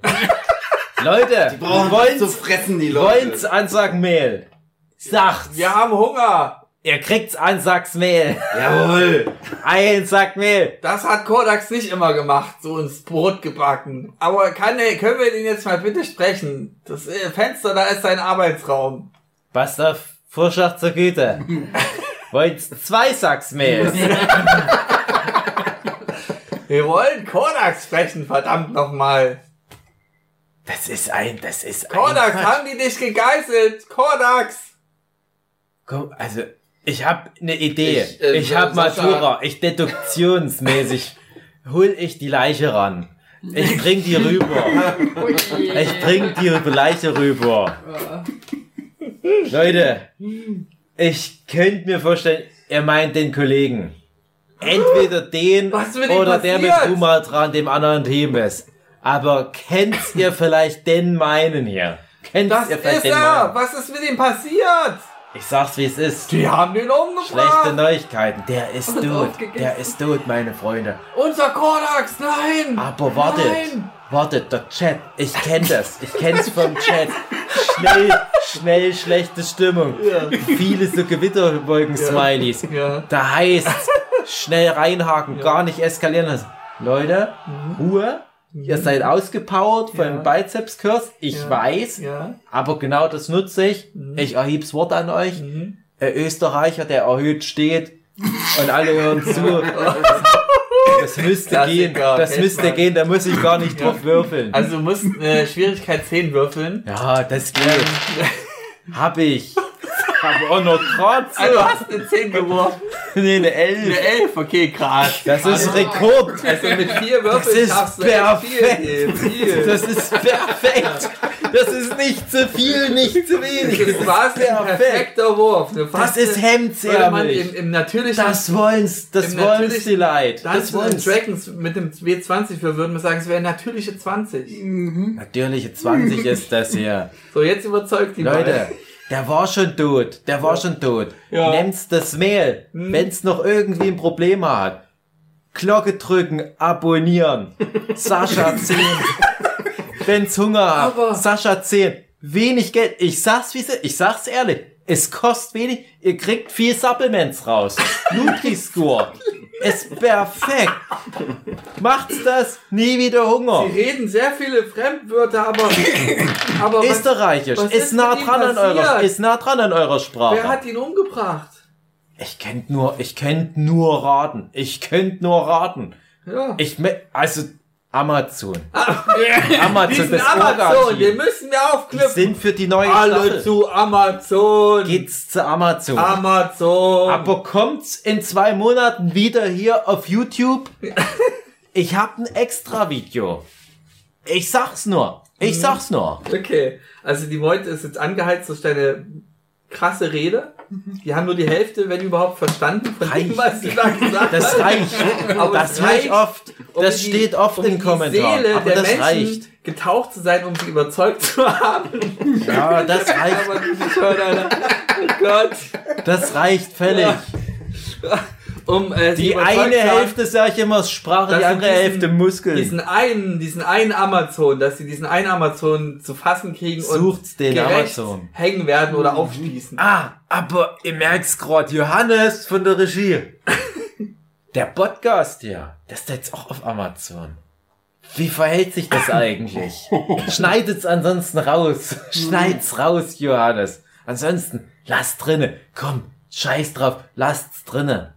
[SPEAKER 2] Leute,
[SPEAKER 1] Die
[SPEAKER 2] die
[SPEAKER 1] brauchen was zu
[SPEAKER 2] wollen's,
[SPEAKER 1] fressen, die Leute.
[SPEAKER 2] wollen's Ansagen Mehl. Sagt's.
[SPEAKER 3] Wir haben Hunger.
[SPEAKER 2] Ihr kriegt's an Sacks Mehl.
[SPEAKER 1] Jawohl.
[SPEAKER 2] Ein Sack Mehl.
[SPEAKER 3] Das hat Kodax nicht immer gemacht, so ins Brot gebacken. Aber kann, er- können wir den jetzt mal bitte sprechen? Das äh, Fenster, da ist sein Arbeitsraum.
[SPEAKER 2] Passt auf, Vorschacht zur Güte. Wollt zwei Sacks Mehl.
[SPEAKER 3] Wir wollen Kodax sprechen, verdammt nochmal.
[SPEAKER 2] Das ist ein, das ist ein.
[SPEAKER 3] Kodax,
[SPEAKER 2] Quatsch.
[SPEAKER 3] haben die dich gegeißelt? Kodax!
[SPEAKER 2] Komm, also, ich habe eine Idee. Ich,
[SPEAKER 1] Ich, äh,
[SPEAKER 2] habe
[SPEAKER 1] Sascha-
[SPEAKER 2] Matura. Ich deduktionsmäßig hol ich die Leiche ran. Ich bring die rüber. Ich bring die Leiche rüber. Leute, ich könnte mir vorstellen, er meint den Kollegen. Entweder den
[SPEAKER 3] Was mit ihm
[SPEAKER 2] oder der mit
[SPEAKER 3] passiert?
[SPEAKER 2] Puma dran, dem anderen Team ist. Aber kennt ihr vielleicht den meinen hier? Kennt
[SPEAKER 3] Das
[SPEAKER 2] ihr vielleicht
[SPEAKER 3] ist
[SPEAKER 2] den
[SPEAKER 3] er!
[SPEAKER 2] meinen?
[SPEAKER 3] Was ist mit ihm passiert?
[SPEAKER 2] Ich sag's wie es ist.
[SPEAKER 3] Die haben ihn
[SPEAKER 2] Schlechte
[SPEAKER 3] umgebracht!
[SPEAKER 2] Neuigkeiten. Der ist
[SPEAKER 4] Und
[SPEAKER 2] tot.
[SPEAKER 4] aufgegessen.
[SPEAKER 2] Der ist tot, meine Freunde.
[SPEAKER 3] Unser Kodax, nein!
[SPEAKER 2] Aber wartet.
[SPEAKER 3] Nein!
[SPEAKER 2] Wartet, der Chat. Ich kenn das. Ich kenn's vom Chat. Schnell, schnell schlechte Stimmung. Viele so Gewitterwolken-Smileys.
[SPEAKER 3] Ja.
[SPEAKER 2] Da heißt's, schnell reinhaken, gar nicht eskalieren lassen. Leute, Ruhe. Ihr seid ausgepowert von
[SPEAKER 3] Mhm. Ja.
[SPEAKER 2] dem Bizeps-Curse. Ich
[SPEAKER 3] Ja.
[SPEAKER 2] weiß.
[SPEAKER 3] Ja.
[SPEAKER 2] Aber genau das nutze ich. Ich erheb's Wort an euch.
[SPEAKER 3] Mhm.
[SPEAKER 2] Ein Österreicher, der erhöht steht und alle hören zu. Das müsste
[SPEAKER 3] Klassiker,
[SPEAKER 2] gehen, das
[SPEAKER 3] kennt
[SPEAKER 2] müsste
[SPEAKER 3] man.
[SPEAKER 2] gehen, da muss ich gar nicht drauf würfeln.
[SPEAKER 3] Also du musst eine Schwierigkeit 10 würfeln.
[SPEAKER 2] ja, das geht.
[SPEAKER 3] ähm,
[SPEAKER 2] Hab ich. Hab auch noch Kratz.
[SPEAKER 3] Also du hast eine 10 geworfen.
[SPEAKER 2] Nee, eine
[SPEAKER 3] Eine
[SPEAKER 2] Elf.
[SPEAKER 3] 11, okay, krass.
[SPEAKER 2] Das ist Rekord.
[SPEAKER 3] Also mit vier
[SPEAKER 2] Das
[SPEAKER 3] Würfeln
[SPEAKER 2] ist
[SPEAKER 3] schaffst du echt viel,
[SPEAKER 2] perfekt.
[SPEAKER 3] viel.
[SPEAKER 2] Das ist perfekt. Das ist nicht zu viel, nicht zu wenig. Das
[SPEAKER 3] Das war ein
[SPEAKER 2] ist perfekt.
[SPEAKER 3] perfekter Wurf. Eine
[SPEAKER 2] Das
[SPEAKER 3] fast-
[SPEAKER 2] ist
[SPEAKER 3] äh, würde man
[SPEAKER 2] hemdsärmlich.
[SPEAKER 3] im, im natürlichen
[SPEAKER 2] Das wollen's, das
[SPEAKER 3] Im
[SPEAKER 2] wollen's
[SPEAKER 3] natürlichen
[SPEAKER 2] die Leute. Das
[SPEAKER 3] Dungeons and
[SPEAKER 2] wollen's.
[SPEAKER 3] Dragons mit dem W20 für würden wir sagen, es wäre natürliche 20.
[SPEAKER 2] Natürliche 20 ist das hier.
[SPEAKER 3] So, jetzt überzeugt die
[SPEAKER 2] Leute,
[SPEAKER 3] mal.
[SPEAKER 2] der war schon tot. Der war schon tot.
[SPEAKER 3] Ja. Mhm.
[SPEAKER 2] Nehmt's das Mail, wenn's noch irgendwie ein Problem hat. Glocke drücken, abonnieren. Sascha 10. wenn's Hunger hat.
[SPEAKER 3] Aber-
[SPEAKER 2] Sascha 10. Wenig Geld. Ich sag's wie es ist. ich sag's ehrlich. Es kostet wenig. Ihr kriegt viel Supplements raus. Nutri-Score. ist perfekt. Macht's das. Nie wieder Hunger.
[SPEAKER 3] Die reden sehr viele Fremdwörter, aber, aber was-
[SPEAKER 2] Österreichisch.
[SPEAKER 3] was
[SPEAKER 2] Ist,
[SPEAKER 3] ist
[SPEAKER 2] nah
[SPEAKER 3] mit ihm
[SPEAKER 2] dran an eurer,
[SPEAKER 3] passiert?
[SPEAKER 2] ist nah dran an eurer Sprache.
[SPEAKER 3] wer hat ihn umgebracht?
[SPEAKER 2] ich könnt nur, ich könnt nur raten. Ich könnt nur raten.
[SPEAKER 3] Ja.
[SPEAKER 2] Ich, me- also, Amazon. Amazon,
[SPEAKER 3] Diesen
[SPEAKER 2] das
[SPEAKER 3] Amazon, den
[SPEAKER 2] Orga-Team.
[SPEAKER 3] müssen wir
[SPEAKER 2] Die
[SPEAKER 3] aufklippen.
[SPEAKER 2] sind für die neue
[SPEAKER 3] Alle
[SPEAKER 2] Staffel.
[SPEAKER 3] zu Amazon.
[SPEAKER 2] Geht's zu Amazon.
[SPEAKER 3] Amazon.
[SPEAKER 2] Aber kommt's in zwei Monaten wieder hier auf YouTube? Ich hab ein extra Video. Ich sag's nur. Ich sag's nur.
[SPEAKER 3] Okay, also die Meute ist jetzt angeheizt durch deine krasse Rede. Die haben nur die Hälfte, wenn überhaupt, verstanden von dem,
[SPEAKER 2] Reicht.
[SPEAKER 3] was du da gesagt hast.
[SPEAKER 2] Das reicht.
[SPEAKER 3] Aber es
[SPEAKER 2] das reicht
[SPEAKER 3] reicht,
[SPEAKER 2] oft.
[SPEAKER 3] um
[SPEAKER 2] Das
[SPEAKER 3] in die-
[SPEAKER 2] steht oft
[SPEAKER 3] um
[SPEAKER 2] in
[SPEAKER 3] die
[SPEAKER 2] Kommentaren.
[SPEAKER 3] Seele
[SPEAKER 2] aber
[SPEAKER 3] der
[SPEAKER 2] das
[SPEAKER 3] Menschen
[SPEAKER 2] reicht.
[SPEAKER 3] getaucht zu sein, um sie überzeugt zu haben.
[SPEAKER 2] Ja, das reicht.
[SPEAKER 3] Aber die nicht hören, Alter. Oh Gott.
[SPEAKER 2] Das reicht völlig.
[SPEAKER 3] Um, äh, sie
[SPEAKER 2] Die
[SPEAKER 3] überzeugt
[SPEAKER 2] eine
[SPEAKER 3] zu haben,
[SPEAKER 2] Hälfte, sag ich immer, ist Sprache,
[SPEAKER 3] dass sie
[SPEAKER 2] die andere
[SPEAKER 3] diesen-
[SPEAKER 2] Hälfte Muskeln.
[SPEAKER 3] Diesen einen, diesen einen Amazon, dass sie diesen einen Amazon zu fassen kriegen
[SPEAKER 2] Sucht's
[SPEAKER 3] und
[SPEAKER 2] den
[SPEAKER 3] gerecht
[SPEAKER 2] Amazon.
[SPEAKER 3] hängen werden oder aufspießen.
[SPEAKER 2] ah, aber ihr merkt's grad, Johannes von der Regie. der Podcast hier, der ist jetzt auch auf Amazon. Wie verhält sich das eigentlich? Schneidet's ansonsten raus. Schneid's raus, Johannes. Ansonsten, lasst drinne. Komm, scheiß drauf, lasst's drinne.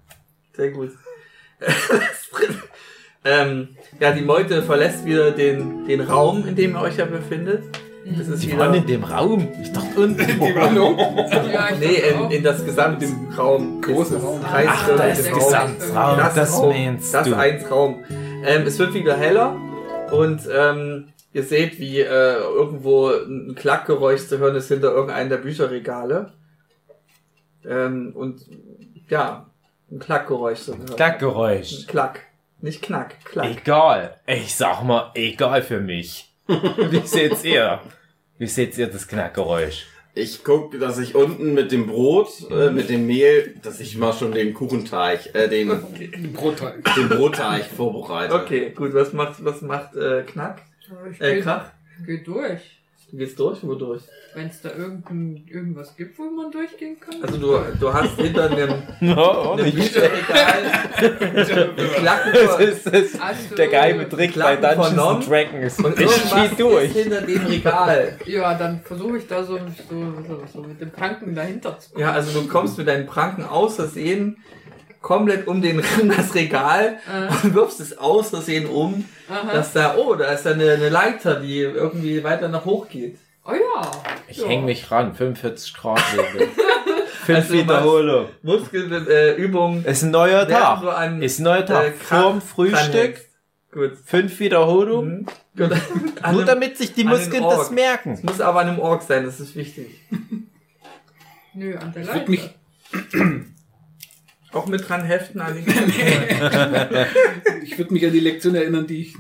[SPEAKER 3] Sehr gut. Das dritte- ähm, ja, die Meute verlässt wieder den, den Raum, in dem ihr euch ja befindet. Das ist
[SPEAKER 2] Die
[SPEAKER 3] wieder,
[SPEAKER 2] waren in dem Raum. Ich dachte unten.
[SPEAKER 5] Die waren noch.
[SPEAKER 4] Ja, ich
[SPEAKER 3] nee, in,
[SPEAKER 4] glaub
[SPEAKER 3] in das gesamte Raum.
[SPEAKER 5] großen
[SPEAKER 3] Ist das
[SPEAKER 5] Raum.
[SPEAKER 3] Kreis-
[SPEAKER 2] Ach, da ist
[SPEAKER 3] Raum.
[SPEAKER 2] Gesamtraum. Das,
[SPEAKER 3] Raum,
[SPEAKER 2] meinst
[SPEAKER 3] das
[SPEAKER 2] du.
[SPEAKER 3] eins Raum. Ähm, es wird wieder heller und ähm, ihr seht, wie äh, irgendwo ein Klackgeräusch zu hören ist hinter irgendeinem der Bücherregale. Ähm, und ja, ein Klackgeräusch zu hören.
[SPEAKER 2] Klackgeräusch.
[SPEAKER 3] Klack. Nicht Knack, Klack.
[SPEAKER 2] Egal. Ich sag mal, egal für mich. Wie seht's ihr? Wie seht's ihr das Knackgeräusch?
[SPEAKER 1] Ich gucke, dass ich unten mit dem Brot, äh, mit dem Mehl, dass ich mal schon den Kuchenteig, äh, den,
[SPEAKER 5] Brotteil.
[SPEAKER 1] den Brotteig vorbereite.
[SPEAKER 3] Okay, gut, was macht, was macht äh, Knack?
[SPEAKER 4] ich- ich
[SPEAKER 3] Äh,
[SPEAKER 4] geh-
[SPEAKER 3] Krach?
[SPEAKER 4] Geh durch.
[SPEAKER 3] Du gehst durch, wo durch?
[SPEAKER 4] Wenn es da irgend, irgendwas gibt, wo man durchgehen kann.
[SPEAKER 3] Also du, du hast hinter einem,
[SPEAKER 2] No,
[SPEAKER 3] einem Bücherregal einen Klacken
[SPEAKER 2] Das
[SPEAKER 3] von,
[SPEAKER 2] ist, das ist
[SPEAKER 4] Hast du-
[SPEAKER 2] der
[SPEAKER 4] äh,
[SPEAKER 2] geheime Trick bei
[SPEAKER 3] Klappen
[SPEAKER 2] Dungeons
[SPEAKER 3] vernommen?
[SPEAKER 2] and Dragons.
[SPEAKER 3] und
[SPEAKER 2] Ich schieß
[SPEAKER 3] irgendwas ist
[SPEAKER 2] durch.
[SPEAKER 3] hinter dem Regal.
[SPEAKER 4] Ja, dann versuche ich da so, so, so, so mit dem Pranken dahinter zu
[SPEAKER 3] Ja, also du kommst mit deinen Pranken aus Versehen komplett um den das Regal
[SPEAKER 4] Äh,
[SPEAKER 3] und wirfst es aus Versehen um,
[SPEAKER 4] aha.
[SPEAKER 3] dass da, oh, da ist da eine, eine Leiter, die irgendwie weiter nach hoch geht.
[SPEAKER 4] oh ja.
[SPEAKER 2] Ich
[SPEAKER 4] ja.
[SPEAKER 2] häng mich ran, 45 Grad Segel. Fünf
[SPEAKER 3] Also,
[SPEAKER 2] Wiederholung.
[SPEAKER 3] Muskelübung äh, Übung
[SPEAKER 2] Ist ein neuer
[SPEAKER 3] werden
[SPEAKER 2] Tag.
[SPEAKER 3] so an
[SPEAKER 2] Ist ein neuer
[SPEAKER 3] äh,
[SPEAKER 2] Tag.
[SPEAKER 3] Kraft
[SPEAKER 2] Vorm Frühstück,
[SPEAKER 3] dranhängst. Gut.
[SPEAKER 2] fünf Wiederholungen.
[SPEAKER 3] Mhm. Gut. An
[SPEAKER 2] Nur
[SPEAKER 3] einem-
[SPEAKER 2] damit sich die
[SPEAKER 3] an einem
[SPEAKER 2] Muskeln
[SPEAKER 3] Org.
[SPEAKER 2] das merken.
[SPEAKER 3] Muss aber an einem Org sein, das ist wichtig.
[SPEAKER 4] Nö, an der
[SPEAKER 5] Ich
[SPEAKER 4] Leiter.
[SPEAKER 5] würde mich
[SPEAKER 3] Auch mit dran heften an den
[SPEAKER 5] Ich würde mich an die Lektion erinnern, die ich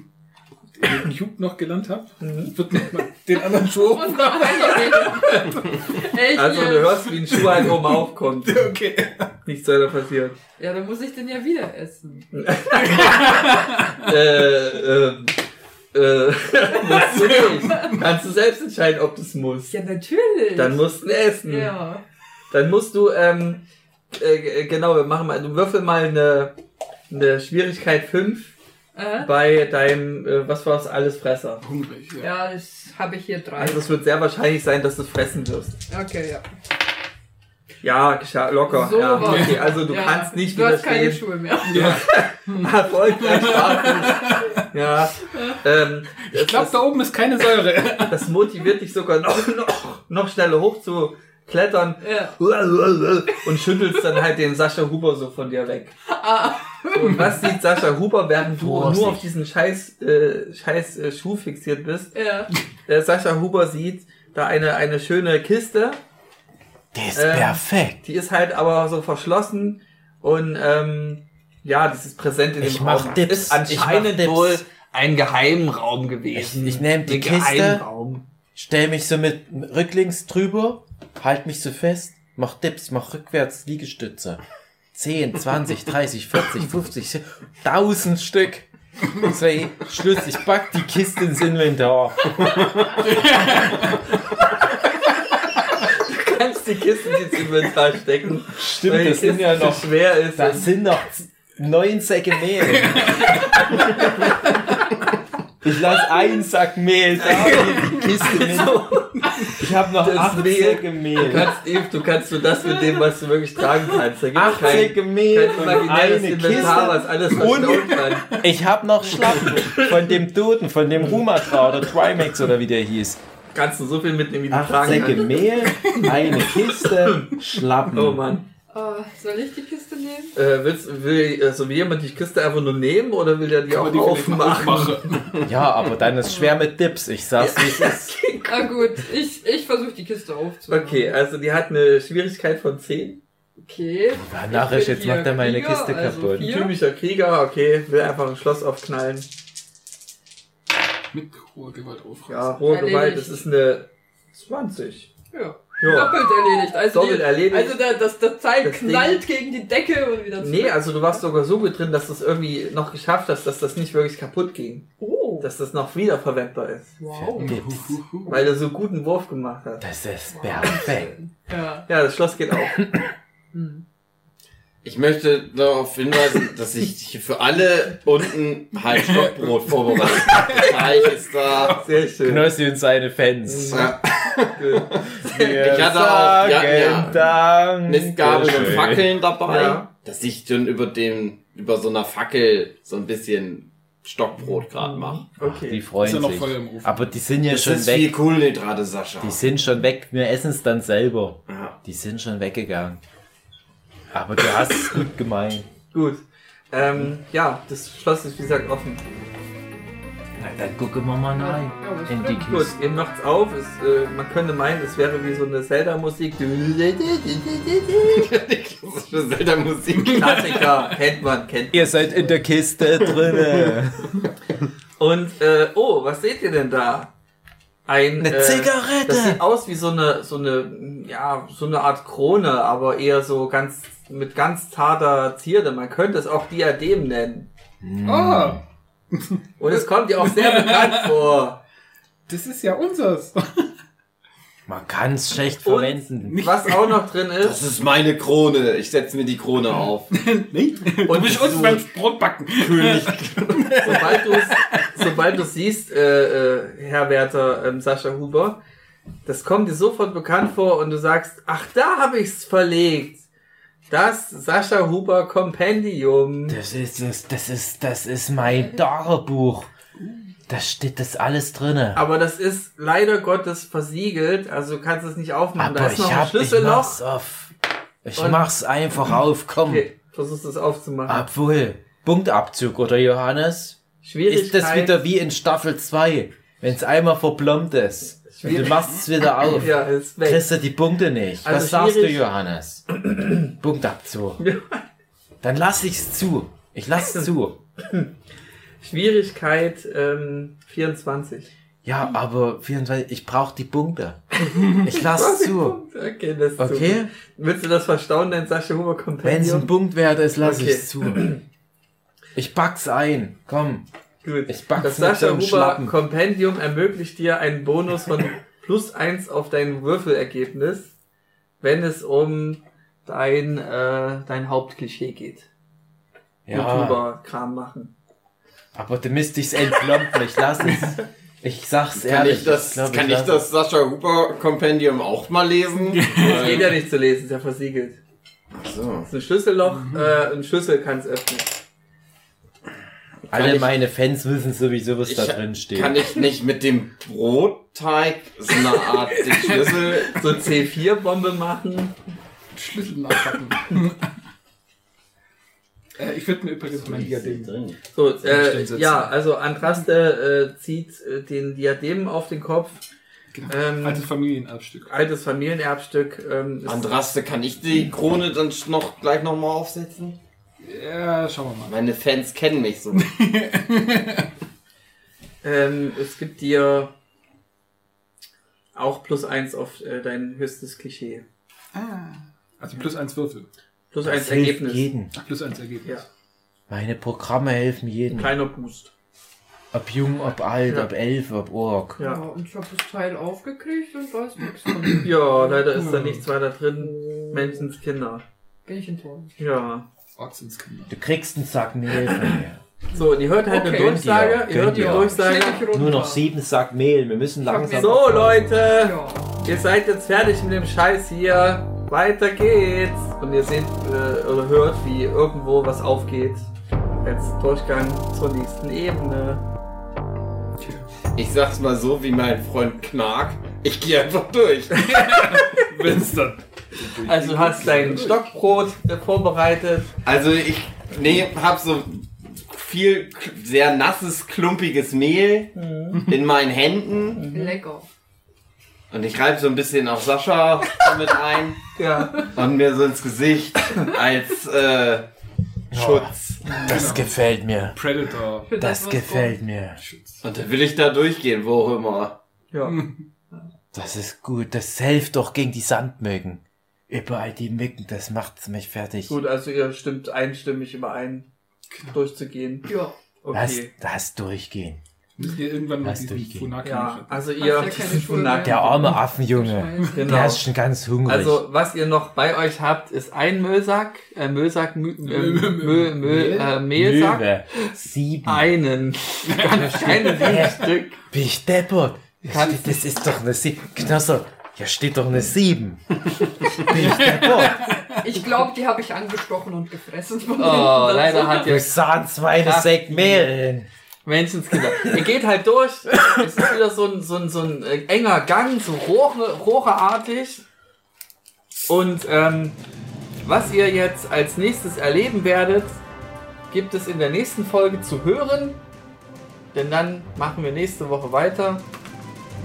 [SPEAKER 5] in Cube noch gelernt habe.
[SPEAKER 3] Mhm.
[SPEAKER 5] Ich würde noch mal den anderen Schuh
[SPEAKER 4] Und
[SPEAKER 5] aufmachen.
[SPEAKER 4] nach Hause. Oh Echt
[SPEAKER 3] Also du
[SPEAKER 4] jetzt?
[SPEAKER 3] hörst, wie ein Schuh halt oben aufkommt.
[SPEAKER 5] Okay.
[SPEAKER 3] Nichts soll da passieren.
[SPEAKER 4] Ja, dann muss ich den ja wieder essen.
[SPEAKER 3] Äh, ähm, äh, musst du nicht. Kannst du selbst entscheiden, ob du es musst.
[SPEAKER 4] Ja, natürlich.
[SPEAKER 3] Dann musst du essen.
[SPEAKER 4] ja.
[SPEAKER 3] Dann musst du, ähm, äh, g- genau, wir machen mal, du würfel mal eine, eine Schwierigkeit 5
[SPEAKER 4] Äh?
[SPEAKER 3] bei deinem, äh, was war's, alles Fresser.
[SPEAKER 5] Hungrig, ja.
[SPEAKER 4] Ja, das habe ich hier drei.
[SPEAKER 3] Also es wird sehr wahrscheinlich sein, dass du fressen wirst.
[SPEAKER 4] Okay, ja.
[SPEAKER 3] Ja, geschah- locker.
[SPEAKER 4] So
[SPEAKER 3] ja.
[SPEAKER 4] war-
[SPEAKER 3] Okay, also du
[SPEAKER 4] ja.
[SPEAKER 3] kannst nicht
[SPEAKER 4] Du hast keine
[SPEAKER 3] widerstehen.
[SPEAKER 4] Schuhe mehr.
[SPEAKER 3] Erfolgreich warten. Ja. Ähm, das,
[SPEAKER 5] Ich glaube,
[SPEAKER 3] das,
[SPEAKER 5] da oben ist keine Säure.
[SPEAKER 3] das motiviert dich sogar noch, noch, noch schneller hoch zu klettern
[SPEAKER 4] Ja.
[SPEAKER 3] und schüttelst dann halt den Sascha Huber so von dir weg.
[SPEAKER 4] Ah.
[SPEAKER 3] So, und was sieht Sascha Huber, während du
[SPEAKER 2] Vorsicht.
[SPEAKER 3] nur auf diesen scheiß, äh, scheiß äh, Schuh fixiert bist?
[SPEAKER 4] Ja.
[SPEAKER 3] Äh, Sascha Huber sieht da eine, eine schöne Kiste
[SPEAKER 2] Der ist
[SPEAKER 3] Ähm,
[SPEAKER 2] perfekt.
[SPEAKER 3] Die ist halt aber so verschlossen und ähm, ja, das ist präsent in dem
[SPEAKER 2] Ich mach
[SPEAKER 3] Raum.
[SPEAKER 2] Dips.
[SPEAKER 3] Es ist anscheinend
[SPEAKER 2] Ich mach
[SPEAKER 3] wohl
[SPEAKER 2] Dips.
[SPEAKER 3] ein Geheimraum gewesen.
[SPEAKER 2] Ich- ich nehm die
[SPEAKER 3] Ein
[SPEAKER 2] Kiste.
[SPEAKER 3] Geheimraum.
[SPEAKER 2] Stell mich so mit rücklings drüber, halt mich so fest, mach Dips, mach rückwärts Liegestütze. 10, 20, 30, 40, 50, 1000 Stück. Zwei Schluss, ich pack die Kiste ins Inventar.
[SPEAKER 3] Du kannst die Kiste jetzt im Inventar stecken. weil
[SPEAKER 2] Stimmt,
[SPEAKER 3] die
[SPEAKER 2] das sind
[SPEAKER 3] Kiste
[SPEAKER 2] ja
[SPEAKER 3] zu
[SPEAKER 2] noch,
[SPEAKER 3] schwer ist.
[SPEAKER 2] das sind noch neun Säcke Mehl. Ich lass einen Sack Mehl da, die Kiste mit.
[SPEAKER 3] so, du
[SPEAKER 2] Ich habe noch
[SPEAKER 3] Das
[SPEAKER 2] acht
[SPEAKER 3] Mehl.
[SPEAKER 2] Säcke Mehl.
[SPEAKER 3] kannst, Eve, du kannst nur das mit dem, was du wirklich tragen kannst. Da gibt's
[SPEAKER 2] Acht
[SPEAKER 3] kein,
[SPEAKER 2] Säcke Mehl
[SPEAKER 3] kein
[SPEAKER 2] und
[SPEAKER 3] imaginäres
[SPEAKER 2] eine
[SPEAKER 3] Inventar,
[SPEAKER 2] Kiste.
[SPEAKER 3] was alles
[SPEAKER 2] Und-
[SPEAKER 3] verstauen kann.
[SPEAKER 2] Ich hab noch Schlappen von dem Duden, von dem Rumatra oder Trimax oder wie der hieß.
[SPEAKER 3] Kannst du so viel mitnehmen, wie du
[SPEAKER 2] Acht
[SPEAKER 3] tragen
[SPEAKER 2] Säcke
[SPEAKER 3] kannst.
[SPEAKER 2] Mehl, eine Kiste, Schlappen.
[SPEAKER 3] Oh Mann.
[SPEAKER 4] Äh, soll ich die Kiste nehmen?
[SPEAKER 3] Äh, willst, will, also will jemand die Kiste einfach nur nehmen oder will der die auch
[SPEAKER 5] Aber die will ich mal
[SPEAKER 3] aufmachen?
[SPEAKER 5] aufmachen.
[SPEAKER 2] Ja, aber dann ist schwer mit Dips. Ich sag's, wie es ist.
[SPEAKER 4] Na Ah, gut, ich, ich versuche die Kiste aufzumachen.
[SPEAKER 3] Okay, also die hat eine Schwierigkeit von 10.
[SPEAKER 4] Okay.
[SPEAKER 2] Danach ist jetzt
[SPEAKER 4] hier
[SPEAKER 2] macht er meine
[SPEAKER 4] Krieger,
[SPEAKER 2] Kiste
[SPEAKER 4] also
[SPEAKER 2] kaputt.
[SPEAKER 4] vier. Ja.
[SPEAKER 3] Typischer Krieger, okay, will einfach ein Schloss aufknallen.
[SPEAKER 5] Mit hoher Gewalt aufreißen.
[SPEAKER 3] Ja, hohe
[SPEAKER 4] Erledigt.
[SPEAKER 3] Gewalt, das ist eine 20.
[SPEAKER 4] Ja.
[SPEAKER 3] Ja.
[SPEAKER 4] Doppelt erledigt. Also
[SPEAKER 3] Doppelt
[SPEAKER 4] die,
[SPEAKER 3] erledigt.
[SPEAKER 4] Also da, das, das Teil
[SPEAKER 3] Das Ding-
[SPEAKER 4] knallt gegen die Decke und wieder zurück.
[SPEAKER 3] Nee, also du warst sogar so gut drin, dass du es irgendwie noch geschafft hast, dass das nicht wirklich kaputt ging.
[SPEAKER 4] oh.
[SPEAKER 3] Dass das noch wiederverwendbar ist.
[SPEAKER 4] wow.
[SPEAKER 2] Dips.
[SPEAKER 3] Weil du so guten Wurf gemacht hast.
[SPEAKER 2] Das ist perfekt.
[SPEAKER 4] Ja.
[SPEAKER 3] Ja, das Schloss geht auf.
[SPEAKER 4] Hm.
[SPEAKER 1] Ich möchte darauf hinweisen, dass ich hier für alle unten halt Stockbrot vorbereitet habe. Teig ist da.
[SPEAKER 3] Sehr schön.
[SPEAKER 2] Knossi und seine Fans.
[SPEAKER 1] Ja,
[SPEAKER 3] Gut.
[SPEAKER 2] Wir
[SPEAKER 1] Ich hatte auch- ja, ja.
[SPEAKER 2] sagen Dank.
[SPEAKER 1] Mistgabeln und Fackeln dabei.
[SPEAKER 3] Ja.
[SPEAKER 1] Dass ich dann über dem, über so einer Fackel so ein bisschen Stockbrot gerade mache.
[SPEAKER 2] Okay.
[SPEAKER 3] Okay.
[SPEAKER 2] Die
[SPEAKER 5] Ist ja
[SPEAKER 2] freuen
[SPEAKER 5] noch Feuer im
[SPEAKER 2] sich.
[SPEAKER 5] Ofen.
[SPEAKER 2] Aber die sind ja
[SPEAKER 1] Das
[SPEAKER 2] schon
[SPEAKER 1] ist viel
[SPEAKER 2] weg.
[SPEAKER 1] Kohlenhydrate, Sascha.
[SPEAKER 2] Die sind schon weg. Wir essen es dann selber.
[SPEAKER 1] Ja.
[SPEAKER 2] Die sind schon weggegangen. Aber du hast es gut gemeint.
[SPEAKER 3] Gut. Ähm, ja, das Schloss ist wie gesagt offen.
[SPEAKER 2] Na, dann gucken wir mal rein.
[SPEAKER 4] Ja, das
[SPEAKER 2] in die
[SPEAKER 4] stimmt.
[SPEAKER 3] Gut,
[SPEAKER 2] Kiste.
[SPEAKER 3] ihr macht's auf. Es, äh, man könnte meinen, es wäre wie so eine Zelda-Musik.
[SPEAKER 1] Die klassische Zelda-Musik.
[SPEAKER 3] Klassiker, kennt man, kennt man.
[SPEAKER 2] Ihr seid in der Kiste drinne.
[SPEAKER 3] Und, äh, oh, was seht ihr denn da? Ein,
[SPEAKER 2] Eine
[SPEAKER 3] äh,
[SPEAKER 2] Zigarette.
[SPEAKER 3] Das sieht aus wie so eine, so eine, ja, so eine Art Krone, aber eher so ganz, mit ganz zarter Zierde. Man könnte es auch Diadem nennen.
[SPEAKER 5] Ah,
[SPEAKER 3] Und es kommt dir auch sehr bekannt vor.
[SPEAKER 5] das ist ja unseres.
[SPEAKER 2] Man kann es schlecht verwenden.
[SPEAKER 3] Was auch noch drin ist,
[SPEAKER 1] Das ist meine Krone. Ich setze mir die Krone auf.
[SPEAKER 5] Nee? Du
[SPEAKER 3] Und
[SPEAKER 5] bist uns
[SPEAKER 3] so-
[SPEAKER 5] beim Brotbacken.
[SPEAKER 3] sobald du sobald du siehst, äh, äh, Herr Werther ähm, Sascha Huber, das kommt dir sofort bekannt vor und du sagst, ach, da habe ich's verlegt. Das Sascha Huber Kompendium.
[SPEAKER 2] Das ist das, das ist das ist mein Tagebuch. Da steht das alles drinne.
[SPEAKER 3] Aber das ist leider Gottes versiegelt, also du kannst es nicht aufmachen. da
[SPEAKER 2] Aber
[SPEAKER 3] ist
[SPEAKER 2] ich
[SPEAKER 3] noch ein
[SPEAKER 2] hab, ich mach's
[SPEAKER 3] Schlüsselloch.
[SPEAKER 2] auf. Ich
[SPEAKER 3] Und-
[SPEAKER 2] mach's einfach auf. Komm,
[SPEAKER 3] Okay, versuchst es aufzumachen.
[SPEAKER 2] obwohl Punktabzug oder Johannes? Ist
[SPEAKER 3] Schwierigkeit.
[SPEAKER 2] das wieder wie in Staffel 2, wenn's einmal verplombt ist. Und du
[SPEAKER 3] Schwierig.
[SPEAKER 2] machst's wieder auf.
[SPEAKER 3] Ja, ist weg.
[SPEAKER 2] kriegst du die Punkte nicht.
[SPEAKER 3] Also
[SPEAKER 2] Was sagst du,
[SPEAKER 3] schwierig.
[SPEAKER 2] Johannes? Punktabzug. Dann lass ich's zu. Ich lass
[SPEAKER 3] Also
[SPEAKER 2] zu.
[SPEAKER 3] Schwierigkeit ähm, 24.
[SPEAKER 2] Ja, aber 24, ich brauch die Punkte. Ich lass zu.
[SPEAKER 3] Okay, das ist
[SPEAKER 2] Okay?
[SPEAKER 3] super. Willst du das verstauen, dein Sascha Huber
[SPEAKER 2] Wenn's ein
[SPEAKER 3] Kompendium?
[SPEAKER 2] Punktwert ist, lass
[SPEAKER 3] Okay.
[SPEAKER 2] ich's zu. Ich pack's ein. Komm.
[SPEAKER 3] Gut.
[SPEAKER 2] Ich
[SPEAKER 3] Das
[SPEAKER 2] back's mit so
[SPEAKER 3] Sascha
[SPEAKER 2] einem
[SPEAKER 3] Huber
[SPEAKER 2] Schlappen.
[SPEAKER 3] Kompendium ermöglicht dir einen Bonus von plus eins auf dein Würfelergebnis, wenn es um dein, äh, dein Hauptklischee geht.
[SPEAKER 2] Ja,
[SPEAKER 3] YouTuber-Kram machen.
[SPEAKER 2] aber du müsst ich's entklompen. Ich lass es. Ich sag's
[SPEAKER 1] Kann
[SPEAKER 2] ehrlich.
[SPEAKER 1] ich das,
[SPEAKER 2] glaub,
[SPEAKER 1] kann ich
[SPEAKER 2] lass
[SPEAKER 1] das Sascha Huber Kompendium auch mal lesen?
[SPEAKER 3] Das geht ja nicht zu lesen, ist ja versiegelt.
[SPEAKER 1] So.
[SPEAKER 3] Das ist ein Schlüsselloch,
[SPEAKER 5] Mhm.
[SPEAKER 3] äh, ein Schlüssel kann es öffnen.
[SPEAKER 2] es. Alle
[SPEAKER 1] ich-
[SPEAKER 2] meine Fans wissen sowieso, was da
[SPEAKER 1] Ich-
[SPEAKER 2] drin steht.
[SPEAKER 1] Kann ich nicht mit dem Brotteig so eine Art den Schlüssel?
[SPEAKER 3] So C4-Bombe machen.
[SPEAKER 5] Schlüssel nachpacken. äh, ich würde mir übrigens mein Diadem.
[SPEAKER 3] So, äh,
[SPEAKER 5] Stimmt, sitzen.
[SPEAKER 3] ja, also Andraste äh, zieht äh, den Diadem auf den Kopf.
[SPEAKER 5] Genau.
[SPEAKER 3] Ähm,
[SPEAKER 5] Altes Familienerbstück.
[SPEAKER 3] Altes Familienerbstück. Ähm, ist-
[SPEAKER 1] Andraste, kann ich die Krone dann noch gleich nochmal aufsetzen?
[SPEAKER 5] Ja, äh, schauen wir mal.
[SPEAKER 1] Meine Fans kennen mich so.
[SPEAKER 3] Ähm, es gibt dir auch plus eins auf äh, dein höchstes Klischee.
[SPEAKER 5] Also plus eins Würfel.
[SPEAKER 3] Plus
[SPEAKER 2] Das
[SPEAKER 3] eins
[SPEAKER 2] hilft
[SPEAKER 3] Ergebnis.
[SPEAKER 2] Jeden.
[SPEAKER 5] Ach, plus eins Ergebnis.
[SPEAKER 3] Ja.
[SPEAKER 2] Meine Programme helfen jedem.
[SPEAKER 3] Kleiner Boost.
[SPEAKER 2] Ob jung, ob alt,
[SPEAKER 3] Ja.
[SPEAKER 2] ob elf, ob org.
[SPEAKER 4] Ja,
[SPEAKER 3] Ja.
[SPEAKER 4] und ich hab das Teil aufgekriegt und weiß nichts von.
[SPEAKER 3] ja, leider ist da nichts weiter drin. Menschenskinder.
[SPEAKER 4] Bin ich enttäuscht.
[SPEAKER 3] Ja.
[SPEAKER 5] Ortsinskinder.
[SPEAKER 2] Du kriegst einen Sack Mehl von mir.
[SPEAKER 3] So, und ihr hört halt eine
[SPEAKER 4] Okay.
[SPEAKER 3] Durchsage.
[SPEAKER 2] Könnt
[SPEAKER 3] Ihr,
[SPEAKER 2] ihr.
[SPEAKER 3] hört die
[SPEAKER 2] Könnt ihr.
[SPEAKER 3] Durchsage.
[SPEAKER 4] Stell dich runter.
[SPEAKER 2] Nur noch sieben Sack Mehl. Wir müssen
[SPEAKER 4] Sack
[SPEAKER 2] langsam.
[SPEAKER 4] Mehl.
[SPEAKER 3] So, Leute,
[SPEAKER 4] Ja.
[SPEAKER 3] ihr seid jetzt fertig mit dem Scheiß hier. Weiter geht's. Und ihr seht äh, oder hört, wie irgendwo was aufgeht. Als Durchgang zur nächsten Ebene.
[SPEAKER 1] Ich sag's mal so wie mein Freund Knark. Ich gehe einfach durch.
[SPEAKER 5] Winston.
[SPEAKER 3] Also du hast dein Stockbrot äh, vorbereitet.
[SPEAKER 1] Also ich nee, hab so viel k- sehr nasses, klumpiges Mehl in meinen Händen
[SPEAKER 4] Lecker.
[SPEAKER 1] und ich reibe so ein bisschen auf Sascha damit ein
[SPEAKER 3] Ja.
[SPEAKER 1] und mir so ins Gesicht als äh, Schutz.
[SPEAKER 5] Genau.
[SPEAKER 2] Das gefällt mir.
[SPEAKER 5] Predator.
[SPEAKER 4] Für
[SPEAKER 2] Das
[SPEAKER 4] was
[SPEAKER 2] gefällt mir.
[SPEAKER 5] Schutz.
[SPEAKER 1] Und dann will ich da durchgehen, wo auch immer.
[SPEAKER 3] Ja.
[SPEAKER 2] Das ist gut. Das hilft doch gegen die Sandmücken. Überall die Mücken, das macht's mich fertig.
[SPEAKER 3] Gut, also ihr stimmt einstimmig überein, durchzugehen.
[SPEAKER 4] kommt. Ja.
[SPEAKER 2] Lass
[SPEAKER 3] Okay.
[SPEAKER 2] das durchgehen.
[SPEAKER 5] Wir müssen hier irgendwann mal
[SPEAKER 2] Lass
[SPEAKER 5] diesen
[SPEAKER 2] durchgehen.
[SPEAKER 5] Funaki
[SPEAKER 3] Ja,
[SPEAKER 5] machen.
[SPEAKER 3] also
[SPEAKER 4] ja
[SPEAKER 3] ihr
[SPEAKER 4] keine
[SPEAKER 3] diesen
[SPEAKER 4] Schule mehr.
[SPEAKER 3] Funaki.
[SPEAKER 2] Der arme Affenjunge.
[SPEAKER 4] Scheiße.
[SPEAKER 3] Genau.
[SPEAKER 2] Der ist schon ganz hungrig.
[SPEAKER 3] Also was ihr noch bei euch habt, ist ein Müllsack, äh, Müllsack, Mü äh,
[SPEAKER 5] Mö-
[SPEAKER 3] Müll, Müll,
[SPEAKER 5] Mehl?
[SPEAKER 3] äh, Mehlsack,
[SPEAKER 2] Sieben.
[SPEAKER 3] einen, ganz kleine sieben Stück.
[SPEAKER 2] Bin ich deppert?
[SPEAKER 3] Kann-
[SPEAKER 2] Steht- Das ist doch eine Sieben. Knosser, hier steht doch eine Sieben. Bin ich deppert?
[SPEAKER 4] Ich glaube, die habe ich angestochen und gefressen.
[SPEAKER 3] Oh, leider hat ihr
[SPEAKER 2] Wir sahen zwei das Sack Mehl hin.
[SPEAKER 3] Menschenskinder. Ihr geht halt durch. Es ist wieder so ein, so ein, so ein äh, enger Gang, so Rohre, Rohreartig. Und ähm, was ihr jetzt als nächstes erleben werdet, gibt es in der nächsten Folge zu hören. Denn dann machen wir nächste Woche weiter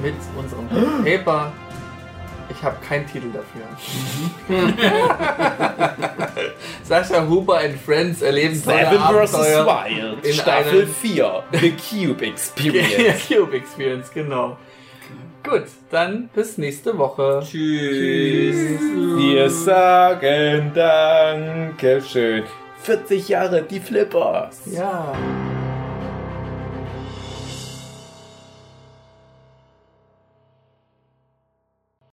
[SPEAKER 3] mit unserem Paper. Ich habe keinen Titel dafür. Sascha Huber and Friends erleben tolle Abenteuer.
[SPEAKER 2] Wild,
[SPEAKER 3] in Staffel einem-
[SPEAKER 2] 4, The Cube
[SPEAKER 3] Ja, Cube Experience, genau. Gut, dann bis nächste Woche.
[SPEAKER 1] Tschüss.
[SPEAKER 2] Wir sagen Dankeschön. 40 Jahre die Flippers.
[SPEAKER 3] Ja.